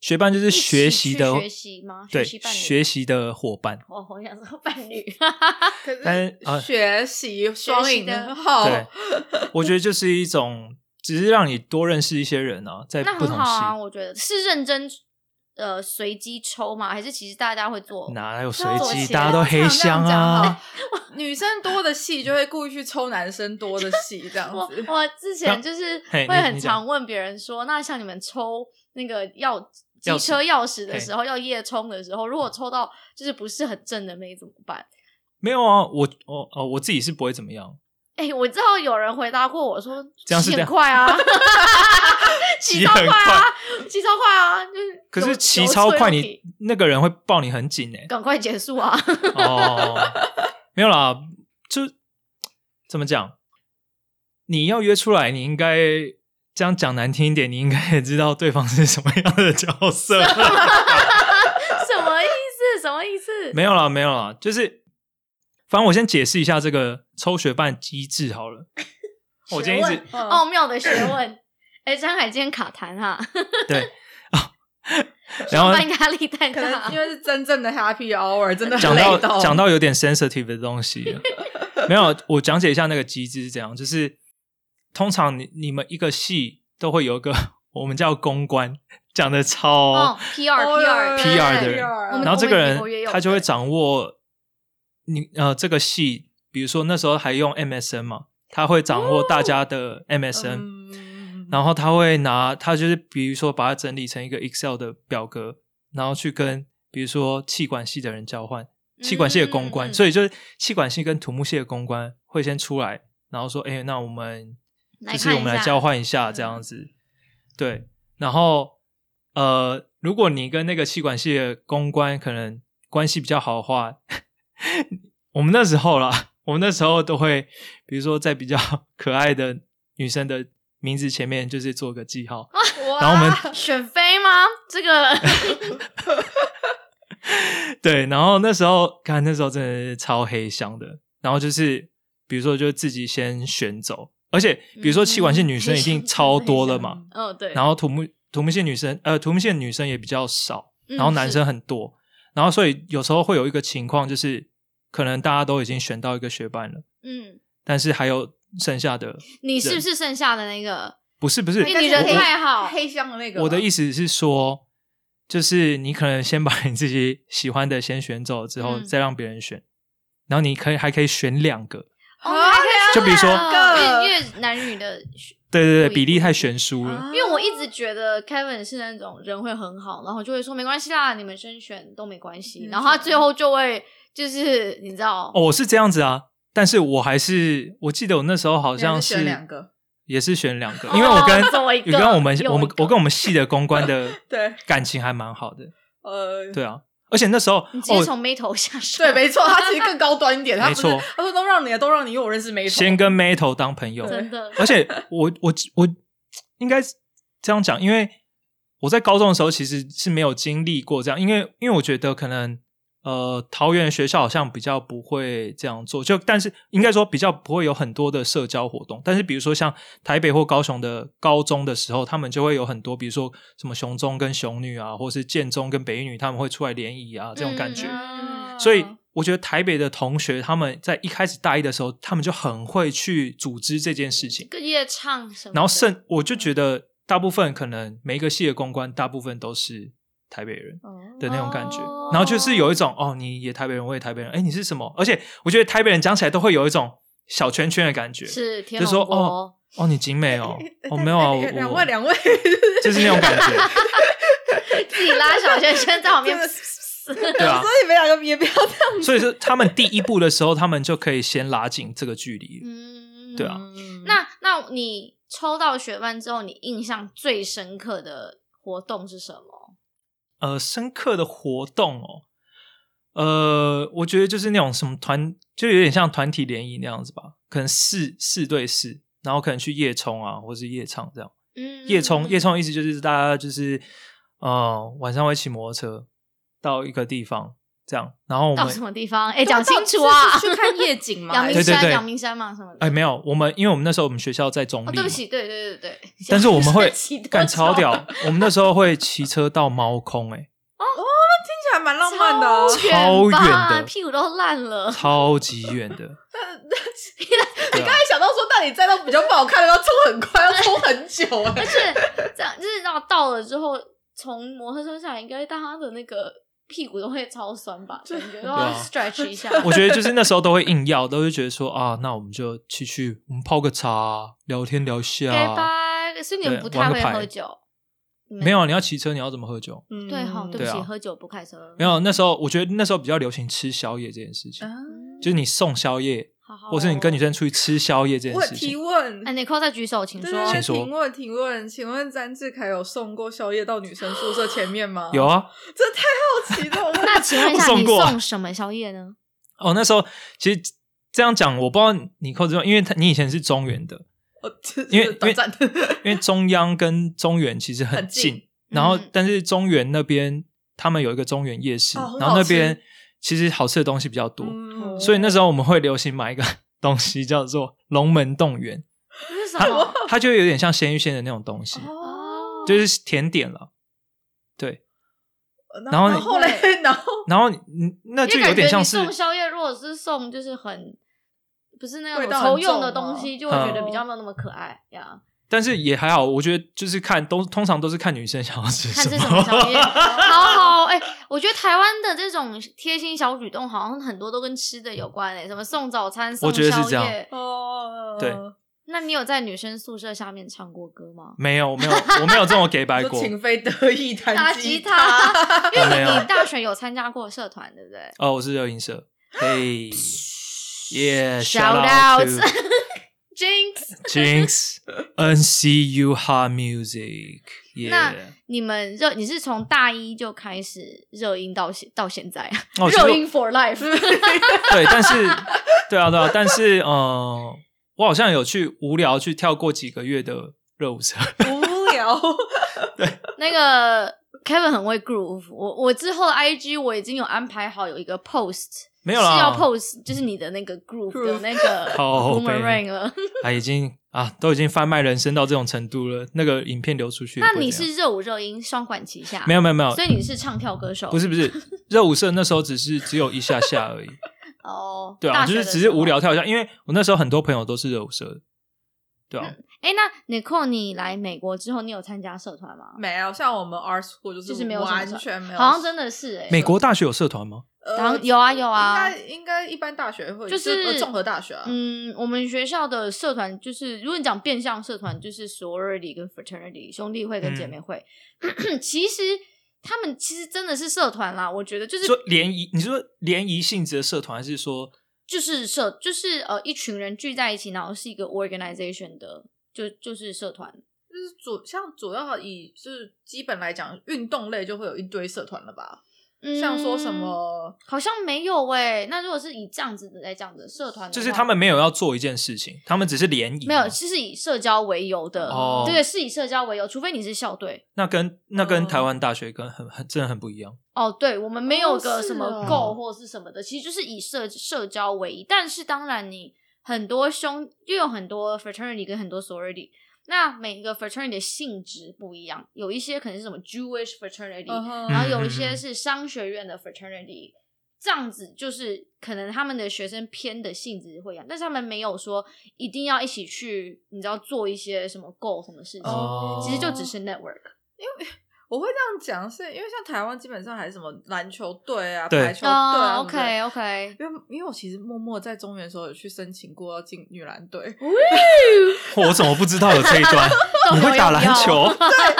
[SPEAKER 2] 学伴就是
[SPEAKER 1] 一
[SPEAKER 2] 学
[SPEAKER 1] 起
[SPEAKER 2] 习
[SPEAKER 1] 去
[SPEAKER 2] 的哦
[SPEAKER 1] 学习吗
[SPEAKER 2] 对，
[SPEAKER 1] 学习伴侣
[SPEAKER 2] 学习的伙伴，
[SPEAKER 1] 哦，我想说伴侣，呃
[SPEAKER 3] 可是
[SPEAKER 2] 但是啊
[SPEAKER 3] 学习双
[SPEAKER 1] 习
[SPEAKER 3] 赢
[SPEAKER 1] 的
[SPEAKER 3] 很好，
[SPEAKER 2] 对，我觉得就是一种，只是让你多认识一些人啊，在
[SPEAKER 1] 那
[SPEAKER 2] 不
[SPEAKER 1] 很
[SPEAKER 2] 同
[SPEAKER 1] 好啊，
[SPEAKER 2] 系，
[SPEAKER 1] 我觉得是认真呃随机抽吗？还是其实大家会做？
[SPEAKER 2] 哪有随
[SPEAKER 3] 那
[SPEAKER 1] 我
[SPEAKER 2] 机？
[SPEAKER 1] 觉
[SPEAKER 2] 大家
[SPEAKER 1] 得
[SPEAKER 2] 都
[SPEAKER 3] 我
[SPEAKER 2] 黑
[SPEAKER 3] 常这样
[SPEAKER 2] 箱
[SPEAKER 3] 讲
[SPEAKER 2] 啊！
[SPEAKER 3] 好。 女生多的戏就会故意去抽男生多的戏，这样
[SPEAKER 1] 我
[SPEAKER 3] 子。
[SPEAKER 1] 我之前就是
[SPEAKER 2] 嘿
[SPEAKER 1] 会
[SPEAKER 2] 你
[SPEAKER 1] 很
[SPEAKER 2] 你讲
[SPEAKER 1] 常问别人说，那像你们抽那个钥
[SPEAKER 2] 钥
[SPEAKER 1] 机
[SPEAKER 2] 匙
[SPEAKER 1] 车钥匙的时候，要夜冲的时候，如果抽到就是不是很正的妹怎么办？
[SPEAKER 2] 没有啊，我我哦，我自己是不会怎么样，
[SPEAKER 1] 哎、我知道有人回答过我说，
[SPEAKER 2] 这样是
[SPEAKER 1] 骑
[SPEAKER 2] 这
[SPEAKER 1] 很
[SPEAKER 2] 样
[SPEAKER 1] 快 啊，骑
[SPEAKER 2] 骑
[SPEAKER 1] 超
[SPEAKER 2] 很
[SPEAKER 1] 快
[SPEAKER 2] 快
[SPEAKER 1] 啊，骑超快啊，就是
[SPEAKER 2] 可
[SPEAKER 1] 有
[SPEAKER 2] 是骑超快，
[SPEAKER 1] 有脆
[SPEAKER 2] 你
[SPEAKER 1] 皮
[SPEAKER 2] 那个人会抱你很紧哎、
[SPEAKER 1] 赶快结束啊！
[SPEAKER 2] 哦，没有啦，就怎么讲？你要约出来，你应该这样讲难听一点，你应该也知道对方是什么样的角 色。
[SPEAKER 1] 什么意思？什么意思？
[SPEAKER 2] 没有啦，没有啦，就是，反正我先解释一下这个抽学伴机制好了。我今天一
[SPEAKER 1] 学
[SPEAKER 2] 直
[SPEAKER 1] 问
[SPEAKER 3] 嗯
[SPEAKER 1] 奥，妙的学问。哎，张海今天卡痰哈，
[SPEAKER 2] 对，然后
[SPEAKER 1] 上班压力太
[SPEAKER 3] 可
[SPEAKER 1] 大哦
[SPEAKER 3] 能因。为是真正的 happy hour，真的
[SPEAKER 2] 讲
[SPEAKER 3] 很
[SPEAKER 2] 到
[SPEAKER 3] 累到
[SPEAKER 2] 讲到有点 sensitive 的东西了，没有，我讲解一下那个机制是怎样，就是通常你你们一个系都会有一个我们叫公关，讲的超、
[SPEAKER 1] 哦，PR PR
[SPEAKER 2] PR 的人
[SPEAKER 3] 哦
[SPEAKER 1] 我们
[SPEAKER 2] 然后这个人
[SPEAKER 1] 我也有
[SPEAKER 2] 他就会
[SPEAKER 1] 对
[SPEAKER 2] 掌握你呃这个系，比如说那时候还用 MSN 嘛，他会掌握大家的 MSN，、
[SPEAKER 3] 嗯
[SPEAKER 2] 然后他会拿，他就是比如说把它整理成一个 Excel 的表格，然后去跟比如说气管系的人交换，气管系的公关，
[SPEAKER 1] 嗯嗯嗯
[SPEAKER 2] 所以就是气管系跟土木系的公关会先出来，然后说，哎、那我们
[SPEAKER 1] 来
[SPEAKER 2] 就是
[SPEAKER 1] 看
[SPEAKER 2] 我们
[SPEAKER 1] 一
[SPEAKER 2] 来
[SPEAKER 1] 下
[SPEAKER 2] 交换一下这样子，对，然后呃，如果你跟那个气管系的公关可能关系比较好的话， 我们那时候啦，我们那时候都会，比如说在比较 可爱的女生的名字前面，就是做个记
[SPEAKER 3] 啊
[SPEAKER 2] 号，然后我们
[SPEAKER 1] 选妃吗？这 个
[SPEAKER 2] 对，然后那时候看那时候真的是超黑箱的，然后就是比如说就自己先选走，而且比如说气管系女生一定超多了嘛，
[SPEAKER 1] 哦对，
[SPEAKER 2] 然后土木土木系女生呃土木系女生也比较少，
[SPEAKER 1] 嗯
[SPEAKER 2] 然后男生很多，然后所以有时候会有一个情况就是可能大家都已经选到一个学伴了，
[SPEAKER 1] 嗯，
[SPEAKER 2] 但是还有剩下的
[SPEAKER 1] 你是不是剩下的那个？
[SPEAKER 2] 不是不是
[SPEAKER 1] 因为你人
[SPEAKER 2] 我的
[SPEAKER 1] 太好
[SPEAKER 3] 黑箱的那个吧。
[SPEAKER 2] 我的意思是说，就是你可能先把你自己喜欢的先选走，之后
[SPEAKER 1] 嗯
[SPEAKER 2] 再让别人选，然后你可以还可以选两个，
[SPEAKER 1] 哦你
[SPEAKER 3] 啊
[SPEAKER 1] 还可以哦啊
[SPEAKER 2] 就比如说
[SPEAKER 3] 哦
[SPEAKER 1] 选
[SPEAKER 3] 两个
[SPEAKER 1] 越越男女的选，
[SPEAKER 2] 对
[SPEAKER 1] 不
[SPEAKER 2] 对对，
[SPEAKER 1] 一
[SPEAKER 2] 比例
[SPEAKER 1] 定
[SPEAKER 2] 太悬殊了。
[SPEAKER 3] 啊
[SPEAKER 1] 因为我一直觉得 Kevin 是那种人会很好，然后就会说没关系啦，你们先选都没关系，
[SPEAKER 3] 嗯
[SPEAKER 1] 然后他最后就会就是你知道
[SPEAKER 2] 哦，我是这样子啊，但是我还是我记得我那时候好
[SPEAKER 3] 你还
[SPEAKER 2] 像
[SPEAKER 3] 是选两个，
[SPEAKER 2] 也是选两个，
[SPEAKER 1] 哦
[SPEAKER 2] 因为 我跟
[SPEAKER 1] 只有一个
[SPEAKER 2] 跟我们
[SPEAKER 1] 有
[SPEAKER 2] 我们
[SPEAKER 1] 一个
[SPEAKER 2] 我跟我们系的公关 的
[SPEAKER 3] 对
[SPEAKER 2] 感情还蛮好的，
[SPEAKER 3] 呃，
[SPEAKER 2] 对啊，而且那时候
[SPEAKER 1] 你直接
[SPEAKER 2] 哦，
[SPEAKER 1] 从眉头下手，
[SPEAKER 3] 对，没错，他其实更高端一点，他
[SPEAKER 2] 没
[SPEAKER 3] 不是
[SPEAKER 2] 错
[SPEAKER 3] 他说都让你，都让你，因为我认识没头。
[SPEAKER 2] 先跟 Metal 当朋友，
[SPEAKER 1] 真的。
[SPEAKER 2] 而且我我我应该这样讲，因为我在高中的时候其实是没有经历过这样，因为因为我觉得可能呃，桃园学校好像比较不会这样做，就但是应该说比较不会有很多的社交活动。但是比如说像台北或高雄的高中的时候，他们就会有很多，比如说什么雄中跟雄女啊，或是建中跟北一女，他们会出来联谊啊这种感觉。
[SPEAKER 1] 嗯
[SPEAKER 2] 所以我觉得台北的同学他们在一开始大一的时候，他们就很会去组织这件事情。
[SPEAKER 4] 个夜唱
[SPEAKER 1] 嗯
[SPEAKER 4] 什么的，
[SPEAKER 2] 然后甚我就觉得大部分可能每一个系的公关，大部分都是台北人
[SPEAKER 3] 哦
[SPEAKER 2] 的那种感觉。
[SPEAKER 4] 哦
[SPEAKER 2] 然后就是有一种哦，你也台北人，我也台北人，哎，你是什么？而且我觉得台北人讲起来都会有一种小圈圈的感觉。
[SPEAKER 1] 是天
[SPEAKER 2] 就
[SPEAKER 1] 龙
[SPEAKER 2] 说
[SPEAKER 1] 国
[SPEAKER 2] 哦，哦，你景美哦，
[SPEAKER 3] 哎
[SPEAKER 2] 哦没有啊，我
[SPEAKER 3] 两位 两位，
[SPEAKER 2] 就是那种感觉，
[SPEAKER 1] 自己拉小圈圈在旁边
[SPEAKER 3] 真的，
[SPEAKER 2] 对啊
[SPEAKER 3] 所。以你们两个也不要这样。
[SPEAKER 2] 所以说，他们第一步的时候，他们就可以先拉近这个距离。
[SPEAKER 1] 嗯，
[SPEAKER 2] 对啊
[SPEAKER 1] 那那你抽到学伴之后，你印象最深刻的活动是什么？
[SPEAKER 2] 呃深刻的活动哦。呃，我觉得就是那种什么团，就有点像团体联谊那样子吧，可能四四对四，然后可能去夜冲啊，或是夜唱这样。
[SPEAKER 1] 嗯，
[SPEAKER 2] 夜冲，夜冲的意思就是大家就是呃晚上会骑摩托车到一个地方这样，然后我
[SPEAKER 1] 到什
[SPEAKER 2] 们
[SPEAKER 1] 么地方？哎，讲清楚啊！
[SPEAKER 3] 是去看夜 景嘛？哎
[SPEAKER 1] 阳明
[SPEAKER 2] 对对
[SPEAKER 1] 山，
[SPEAKER 2] 对
[SPEAKER 1] 阳明山嘛，什么的
[SPEAKER 2] 哎？没有，我们因为我们那时候我们学校在中
[SPEAKER 1] 哦，
[SPEAKER 2] 立嘛，
[SPEAKER 1] 对不起，对对对对。
[SPEAKER 2] 嗯但是我们会
[SPEAKER 1] 骑多
[SPEAKER 2] 干超
[SPEAKER 1] 久
[SPEAKER 2] 屌，我们那时候会骑车到猫空、欸，
[SPEAKER 3] 听起来蛮浪漫的哦。
[SPEAKER 1] 远
[SPEAKER 2] 超
[SPEAKER 1] 吧
[SPEAKER 2] 远的
[SPEAKER 1] 屁股都烂了。
[SPEAKER 2] 超级远 的。对啊
[SPEAKER 3] 刚才想到说，但你站到比较不好看的，要冲很快，要冲很久 哎
[SPEAKER 1] 而。且这样就是到到了之后，从摩托车下来，应该大家的那个屁股都会超酸吧？
[SPEAKER 3] 对
[SPEAKER 1] 感觉都
[SPEAKER 2] 对
[SPEAKER 1] 要
[SPEAKER 2] 啊
[SPEAKER 1] stretch 一下。
[SPEAKER 2] 我觉得就是那时候都会硬要，都会觉得说啊，那我们就去去，我们泡个茶，啊聊天聊一
[SPEAKER 1] 该
[SPEAKER 2] 下。
[SPEAKER 1] 吧，所以你们
[SPEAKER 2] 对
[SPEAKER 1] 不太
[SPEAKER 2] 玩个
[SPEAKER 1] 会
[SPEAKER 2] 牌
[SPEAKER 1] 喝酒。你们
[SPEAKER 2] 没有啊，你要骑车，你要怎么喝酒？
[SPEAKER 3] 嗯
[SPEAKER 1] 对哈，对不
[SPEAKER 2] 对
[SPEAKER 1] 起，
[SPEAKER 2] 啊
[SPEAKER 1] 喝酒不开车。
[SPEAKER 2] 没有，啊那时候我觉得那时候比较流行吃宵夜这件事情，
[SPEAKER 1] 嗯，
[SPEAKER 2] 就是你送宵夜，
[SPEAKER 1] 好好哦，
[SPEAKER 2] 或是你跟女生出去吃宵夜这件
[SPEAKER 3] 我有
[SPEAKER 2] 事
[SPEAKER 3] 提
[SPEAKER 2] 情。
[SPEAKER 3] 问，
[SPEAKER 1] 哎，Nicole 在举手，请
[SPEAKER 3] 对
[SPEAKER 1] 说。
[SPEAKER 3] 对
[SPEAKER 2] 请
[SPEAKER 3] 对，
[SPEAKER 2] 说
[SPEAKER 3] 提问提问，请问詹志凯有送过宵夜到女生宿舍前面吗？
[SPEAKER 2] 有，啊，
[SPEAKER 3] 这太好奇哦了。我
[SPEAKER 1] 那请问一下，
[SPEAKER 2] 我送
[SPEAKER 1] 你
[SPEAKER 2] 过
[SPEAKER 1] 送什么宵夜呢？
[SPEAKER 2] 哦，那时候其实这样讲，我不知道你扣之后，因为他你以前是中原的，
[SPEAKER 3] 我这
[SPEAKER 2] 因为
[SPEAKER 3] 这短暂的，
[SPEAKER 2] 因为中央跟中原其实很
[SPEAKER 3] 很近
[SPEAKER 2] 近，然后
[SPEAKER 1] 嗯
[SPEAKER 2] 但是中原那边他们有一个中原夜市，
[SPEAKER 3] 哦很
[SPEAKER 2] 然后
[SPEAKER 3] 好
[SPEAKER 2] 那
[SPEAKER 3] 吃
[SPEAKER 2] 边其实好吃的东西比较多，
[SPEAKER 3] 嗯
[SPEAKER 2] 所以那时候我们会流行买一个 东西叫做龙门冻圆，
[SPEAKER 1] 这是什
[SPEAKER 2] 它
[SPEAKER 1] 么？
[SPEAKER 2] 它就有点像鲜芋仙的那种东西，
[SPEAKER 3] 哦，
[SPEAKER 1] 哦，
[SPEAKER 2] 就是甜点了。对，
[SPEAKER 3] 那
[SPEAKER 2] 然后
[SPEAKER 3] 然
[SPEAKER 2] 你
[SPEAKER 3] 后嘞，然后
[SPEAKER 2] 然后你你那就
[SPEAKER 1] 因为
[SPEAKER 2] 有
[SPEAKER 1] 感觉
[SPEAKER 2] 点像
[SPEAKER 1] 你
[SPEAKER 2] 是
[SPEAKER 1] 送宵夜，如果是送就是很不是那
[SPEAKER 3] 味
[SPEAKER 1] 种
[SPEAKER 3] 道很
[SPEAKER 1] 常用
[SPEAKER 3] 重
[SPEAKER 1] 的
[SPEAKER 3] 吗
[SPEAKER 1] 东西，就会觉得
[SPEAKER 3] 嗯
[SPEAKER 1] 比较没有那么可爱 呀。
[SPEAKER 2] 但是也还好，我觉得就是看都通常都是看女生想要吃
[SPEAKER 1] 看
[SPEAKER 2] 什
[SPEAKER 1] 这什么宵夜，
[SPEAKER 2] 么。
[SPEAKER 1] 好好哎、我觉得台湾的这种贴心小举动，好像很多都跟吃的有关哎、什么送早餐、送
[SPEAKER 2] 我觉得是
[SPEAKER 1] 宵
[SPEAKER 2] 这样
[SPEAKER 1] 夜。
[SPEAKER 3] 哦，
[SPEAKER 2] 对
[SPEAKER 1] 那你有在女生宿舍下面唱过歌吗？
[SPEAKER 2] 没有，我没有，我没有这么给 白
[SPEAKER 3] 说
[SPEAKER 2] 过。
[SPEAKER 3] 情非得已
[SPEAKER 1] 打
[SPEAKER 3] 弹
[SPEAKER 1] 吉
[SPEAKER 3] 他，
[SPEAKER 1] 他，因
[SPEAKER 2] 没
[SPEAKER 1] 为
[SPEAKER 2] 有
[SPEAKER 1] 你大学有参加过社团，对不对？
[SPEAKER 2] 哦，我是热音社。嘿，Yeah，shout
[SPEAKER 1] Shout
[SPEAKER 2] 呃 out
[SPEAKER 1] outs
[SPEAKER 2] to
[SPEAKER 1] Jinx，
[SPEAKER 2] Jinx NCU Hard Music。
[SPEAKER 1] 那
[SPEAKER 2] Yeah，
[SPEAKER 1] 你们热你是从大一就开始热音到现到现在，
[SPEAKER 2] 哦，其实
[SPEAKER 1] 热
[SPEAKER 2] 我
[SPEAKER 1] 音 for life。
[SPEAKER 2] 对，但是对啊，对啊，但是呃，我好像有去无聊去跳过几个月的热舞社。
[SPEAKER 3] 无聊。
[SPEAKER 1] 那个 Kevin 很会 groove，我我之后的 IG 我已经有安排好有一个 post，
[SPEAKER 2] 没有
[SPEAKER 1] 是
[SPEAKER 2] 啦
[SPEAKER 1] 要 post 就是你的那个 groove 的
[SPEAKER 3] Groove
[SPEAKER 1] 那 个
[SPEAKER 2] 靠背
[SPEAKER 1] boomerang 了。
[SPEAKER 2] 啊，已经啊，都已经贩卖人生到这种程度了。那个影片流出去也不
[SPEAKER 1] 那
[SPEAKER 2] 会怎样，
[SPEAKER 1] 你是热舞热音双管齐下，
[SPEAKER 2] 没有没有没有，
[SPEAKER 1] 所以你是唱跳歌手，
[SPEAKER 2] 不是不是热舞社那时候只是只有一下下而已。
[SPEAKER 1] 哦？
[SPEAKER 2] 对 啊，
[SPEAKER 1] 大
[SPEAKER 2] 就
[SPEAKER 1] 学的
[SPEAKER 2] 是只
[SPEAKER 1] 时
[SPEAKER 2] 是
[SPEAKER 1] 候
[SPEAKER 2] 无聊。跳一下，因为我那时候很多朋友都是热舞社的。对啊，
[SPEAKER 1] 哎，那 Nicole，你来美国之后，你有参加社团吗？
[SPEAKER 3] 没有，像我们 art school 就
[SPEAKER 1] 就是没有什么啊
[SPEAKER 3] 完全没有，
[SPEAKER 1] 好像真的是哎，
[SPEAKER 2] 美国大学有社团吗？
[SPEAKER 3] 呃
[SPEAKER 1] 好像有啊有啊
[SPEAKER 3] 应该应该一般大学会
[SPEAKER 1] 就是
[SPEAKER 3] 呃综合大学啊，
[SPEAKER 1] 嗯，我们学校的社团就是，如果你讲变相社团，就是 sorority 跟 fraternity 兄弟会跟
[SPEAKER 2] 嗯
[SPEAKER 1] 姐妹会。 其实他们其实真的是社团啦，我觉得就是
[SPEAKER 2] 说联谊，你说联谊性质的社团，还是说
[SPEAKER 1] 就是社就是呃一群人聚在一起，然后是一个 organization 的，就就是社团。
[SPEAKER 3] 就是主像主要以就是基本来讲，运动类就会有一堆社团了吧？像说什么
[SPEAKER 1] 嗯好像没有诶、那如果是以这样子的来讲的社团的话，
[SPEAKER 2] 就是他们没有要做一件事情，他们只是联谊嘛，
[SPEAKER 1] 没有，是以社交为由的。
[SPEAKER 2] 哦
[SPEAKER 1] 对，是以社交为由，除非你是校队。
[SPEAKER 2] 那跟那跟
[SPEAKER 1] 嗯
[SPEAKER 3] 哦
[SPEAKER 2] 台湾大学跟很很真的很不一样。
[SPEAKER 1] 哦，对，我们没有
[SPEAKER 3] 哦
[SPEAKER 1] 个
[SPEAKER 3] 是
[SPEAKER 1] 什么
[SPEAKER 3] 哦
[SPEAKER 1] 够或是什么的，其实就是以社社交为宜。但是当然，你很多兄又有很多 fraternity 跟很多 sorority，那每一个 fraternity 的性质不一样，有一些可能是什么 Jewish fraternity，、
[SPEAKER 3] 嗯哼
[SPEAKER 1] 然后有
[SPEAKER 2] 嗯
[SPEAKER 1] 一
[SPEAKER 2] 嗯
[SPEAKER 1] 些
[SPEAKER 2] 嗯
[SPEAKER 1] 是商学院的 fraternity，这样子就是可能他们的学生偏的性质会一样，但是他们没有说一定要一起去，你知道做一些什么 goal 什么事情，
[SPEAKER 2] 哦
[SPEAKER 1] 其实就只是 network。
[SPEAKER 3] 我会这样讲，是因为像台湾基本上还是什么篮球队啊、
[SPEAKER 2] 对
[SPEAKER 3] 排球队
[SPEAKER 1] 哦
[SPEAKER 3] 啊、
[SPEAKER 1] o k OK，
[SPEAKER 3] 因为因为我其实默默在中原的时候有去申请过要进女篮队，可
[SPEAKER 2] 我怎么不知道有这一 段？你会打篮球？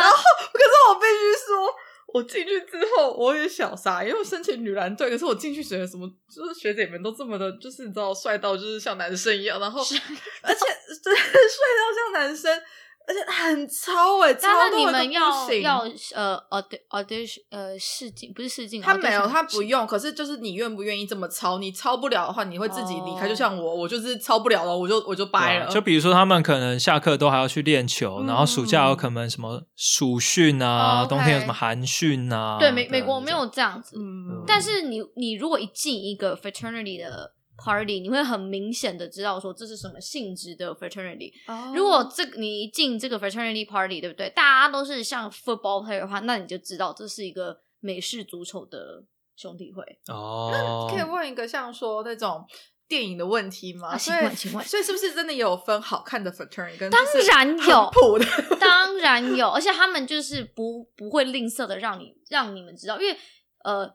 [SPEAKER 3] 是我必须说，我进去之后我也小傻，因为我申请女篮队，可是我进去觉得什么，就是学姐们都这么的，就是你知道帅到就是像男生一样，然后 而且真的 帅到像男生，而且很超哎、欸，超
[SPEAKER 1] 但是
[SPEAKER 3] 到
[SPEAKER 1] 你
[SPEAKER 3] 一个
[SPEAKER 1] 们
[SPEAKER 3] 不
[SPEAKER 1] 要
[SPEAKER 3] 行
[SPEAKER 1] 要呃 aud audition 呃试镜不是试镜，
[SPEAKER 3] 他没有，
[SPEAKER 1] audition
[SPEAKER 3] 他不用。可是就是你愿不愿意这么抄？你抄不了的话，你会自己离开。
[SPEAKER 1] 哦
[SPEAKER 3] 就像我，我就是抄不了了，我就我就掰了。
[SPEAKER 2] 啊就比如说他们可能下课都还要去练球，
[SPEAKER 3] 嗯
[SPEAKER 2] 然后暑假有可能什么暑训啊，
[SPEAKER 1] 哦，OK
[SPEAKER 2] 冬天有什么寒训啊。
[SPEAKER 1] 对美美国没有这样子，
[SPEAKER 3] 嗯，
[SPEAKER 1] 但是你你如果一进一个 fraternity 的 party，你会很明显的知道说这是什么性质的 fraternity。如
[SPEAKER 3] 哦
[SPEAKER 1] 果这个你一进这个 fraternity party，对不对？大家都是像 football player 的话，那你就知道这是一个美式足球的兄弟会。
[SPEAKER 2] 哦
[SPEAKER 3] 可以问一个像说那种电影的问题吗？
[SPEAKER 1] 啊
[SPEAKER 3] 所
[SPEAKER 1] 请
[SPEAKER 3] 以
[SPEAKER 1] 问请问
[SPEAKER 3] 所以是不是真的有分好看的 fraternity 跟
[SPEAKER 1] 当
[SPEAKER 3] 就是
[SPEAKER 1] 然
[SPEAKER 3] 很
[SPEAKER 1] 有
[SPEAKER 3] 普的？
[SPEAKER 1] 当然有，而且他们就是不不会吝啬的让你让你们知道，因为呃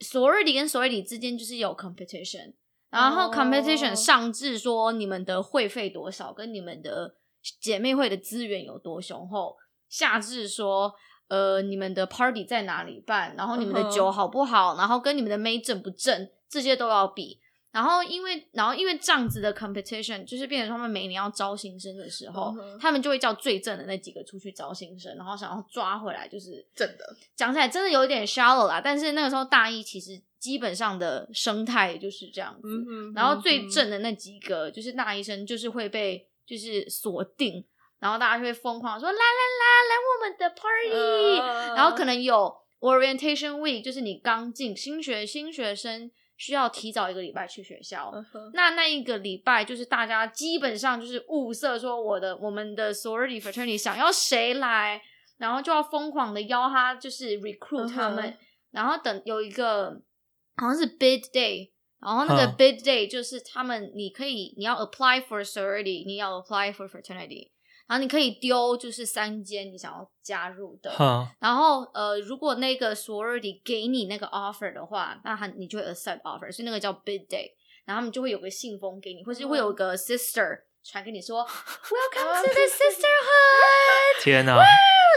[SPEAKER 1] ，sorority 跟 sorority 之间就是有 competition，然后
[SPEAKER 3] 哦
[SPEAKER 1] competition 上至说你们的会费多少，跟你们的姐妹会的资源有多雄厚，下至说。呃，你们的 party 在哪里办？然后你们的
[SPEAKER 3] 嗯哼
[SPEAKER 1] 酒好不好？然后跟你们的妹正不正，这些都要比。然后因为，然后因为这样子的 competition，就是变成他们每年要招新生的时候
[SPEAKER 3] 嗯哼
[SPEAKER 1] 他们就会叫最正的那几个出去招新生，然后想要抓回来，就是
[SPEAKER 3] 正的。
[SPEAKER 1] 讲起来真的有一点 shallow 啦，但是那个时候大一其实基本上的生态就是这样子。
[SPEAKER 3] 嗯哼，
[SPEAKER 1] 然后最
[SPEAKER 3] 嗯
[SPEAKER 1] 正的那几个就是大医生，就是会被就是锁定，然后大家就会疯狂地说来来来来
[SPEAKER 3] 哼
[SPEAKER 1] 我们的 party，、
[SPEAKER 3] 呃
[SPEAKER 1] 然后可能有 orientation week，就是你刚进新学新学生需要提早一个礼拜去学校，
[SPEAKER 3] 嗯哼
[SPEAKER 1] 那那一个礼拜，就是大家基本上就是物色说我的我们的 sorority fraternity 想要谁来，然后就要疯狂的邀他，就是 recruit 他们
[SPEAKER 3] 嗯哼
[SPEAKER 1] 然后等有一个好像是 bid day，然后那个
[SPEAKER 2] 嗯
[SPEAKER 1] bid day 就是他们你可以你要 apply for sorority，你要 apply for fraternity，然后你可以丢就是三间你想要加入的，
[SPEAKER 2] 哼
[SPEAKER 1] 然后呃，如果那个 sorority 给你那个 offer 的话，那他你就会 accept offer，所以那个叫 bid day，然后他们就会有个信封给你，或是会有个 sister 传给你 说嗯 welcome to the sisterhood
[SPEAKER 2] 天哪、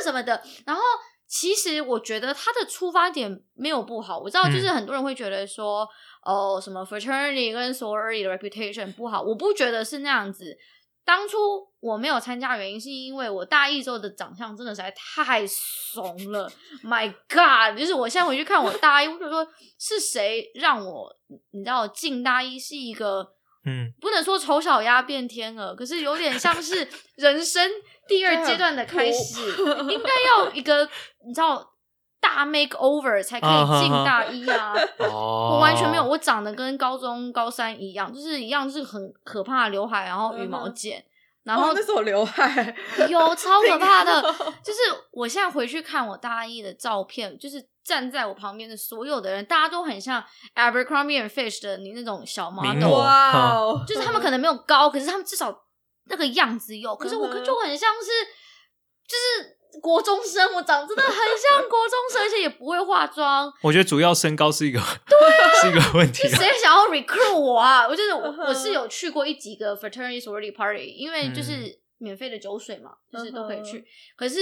[SPEAKER 1] 什么的，然后。其实我觉得他的出发点没有不好，我知道就是很多人会觉得说，哦，什么 fraternity 跟 sorority 的 reputation 不好，我不觉得是那样子。当初我没有参加，原因是因为我大一之后的长相真的实在太怂了，My God！就是我现在回去看我大一，我就说是谁让我，你知道，我进大一是一个，
[SPEAKER 2] 嗯，
[SPEAKER 1] 不能说丑小鸭变天鹅，可是有点像是人生第二阶段的开始， 应该要一个你知道大 make over 才可以进大一啊。
[SPEAKER 2] 哦，
[SPEAKER 1] 我完全没有，，我长得跟高中高三一样，就是一样，就是很可怕的刘海，然后羽毛剪，然后
[SPEAKER 3] 哦那是我刘海，
[SPEAKER 1] 有超可怕 的
[SPEAKER 3] 听到，
[SPEAKER 1] 就是我现在回去看我大一的照片，就是站在我旁边的所有的人，大家都很像 Abercrombie and Fitch 的你那种小
[SPEAKER 2] 名
[SPEAKER 1] model，
[SPEAKER 2] 模
[SPEAKER 3] 哇哦，
[SPEAKER 1] 就是他们可能没有高，可是他们至少那个样子有，可是我
[SPEAKER 3] 嗯哼
[SPEAKER 1] 就很像是就是国中生，我长得真的很像国中生，而且也不会化妆，
[SPEAKER 2] 我觉得主要身高是一个，
[SPEAKER 1] 啊
[SPEAKER 2] 是一个问题
[SPEAKER 1] 就。谁想要 recruit 我啊？我就是我
[SPEAKER 3] 嗯哼
[SPEAKER 1] 我是有去过一几个 fraternity sorority party，因为就是免费的酒水嘛，就是都可
[SPEAKER 3] 嗯
[SPEAKER 1] 以去。可是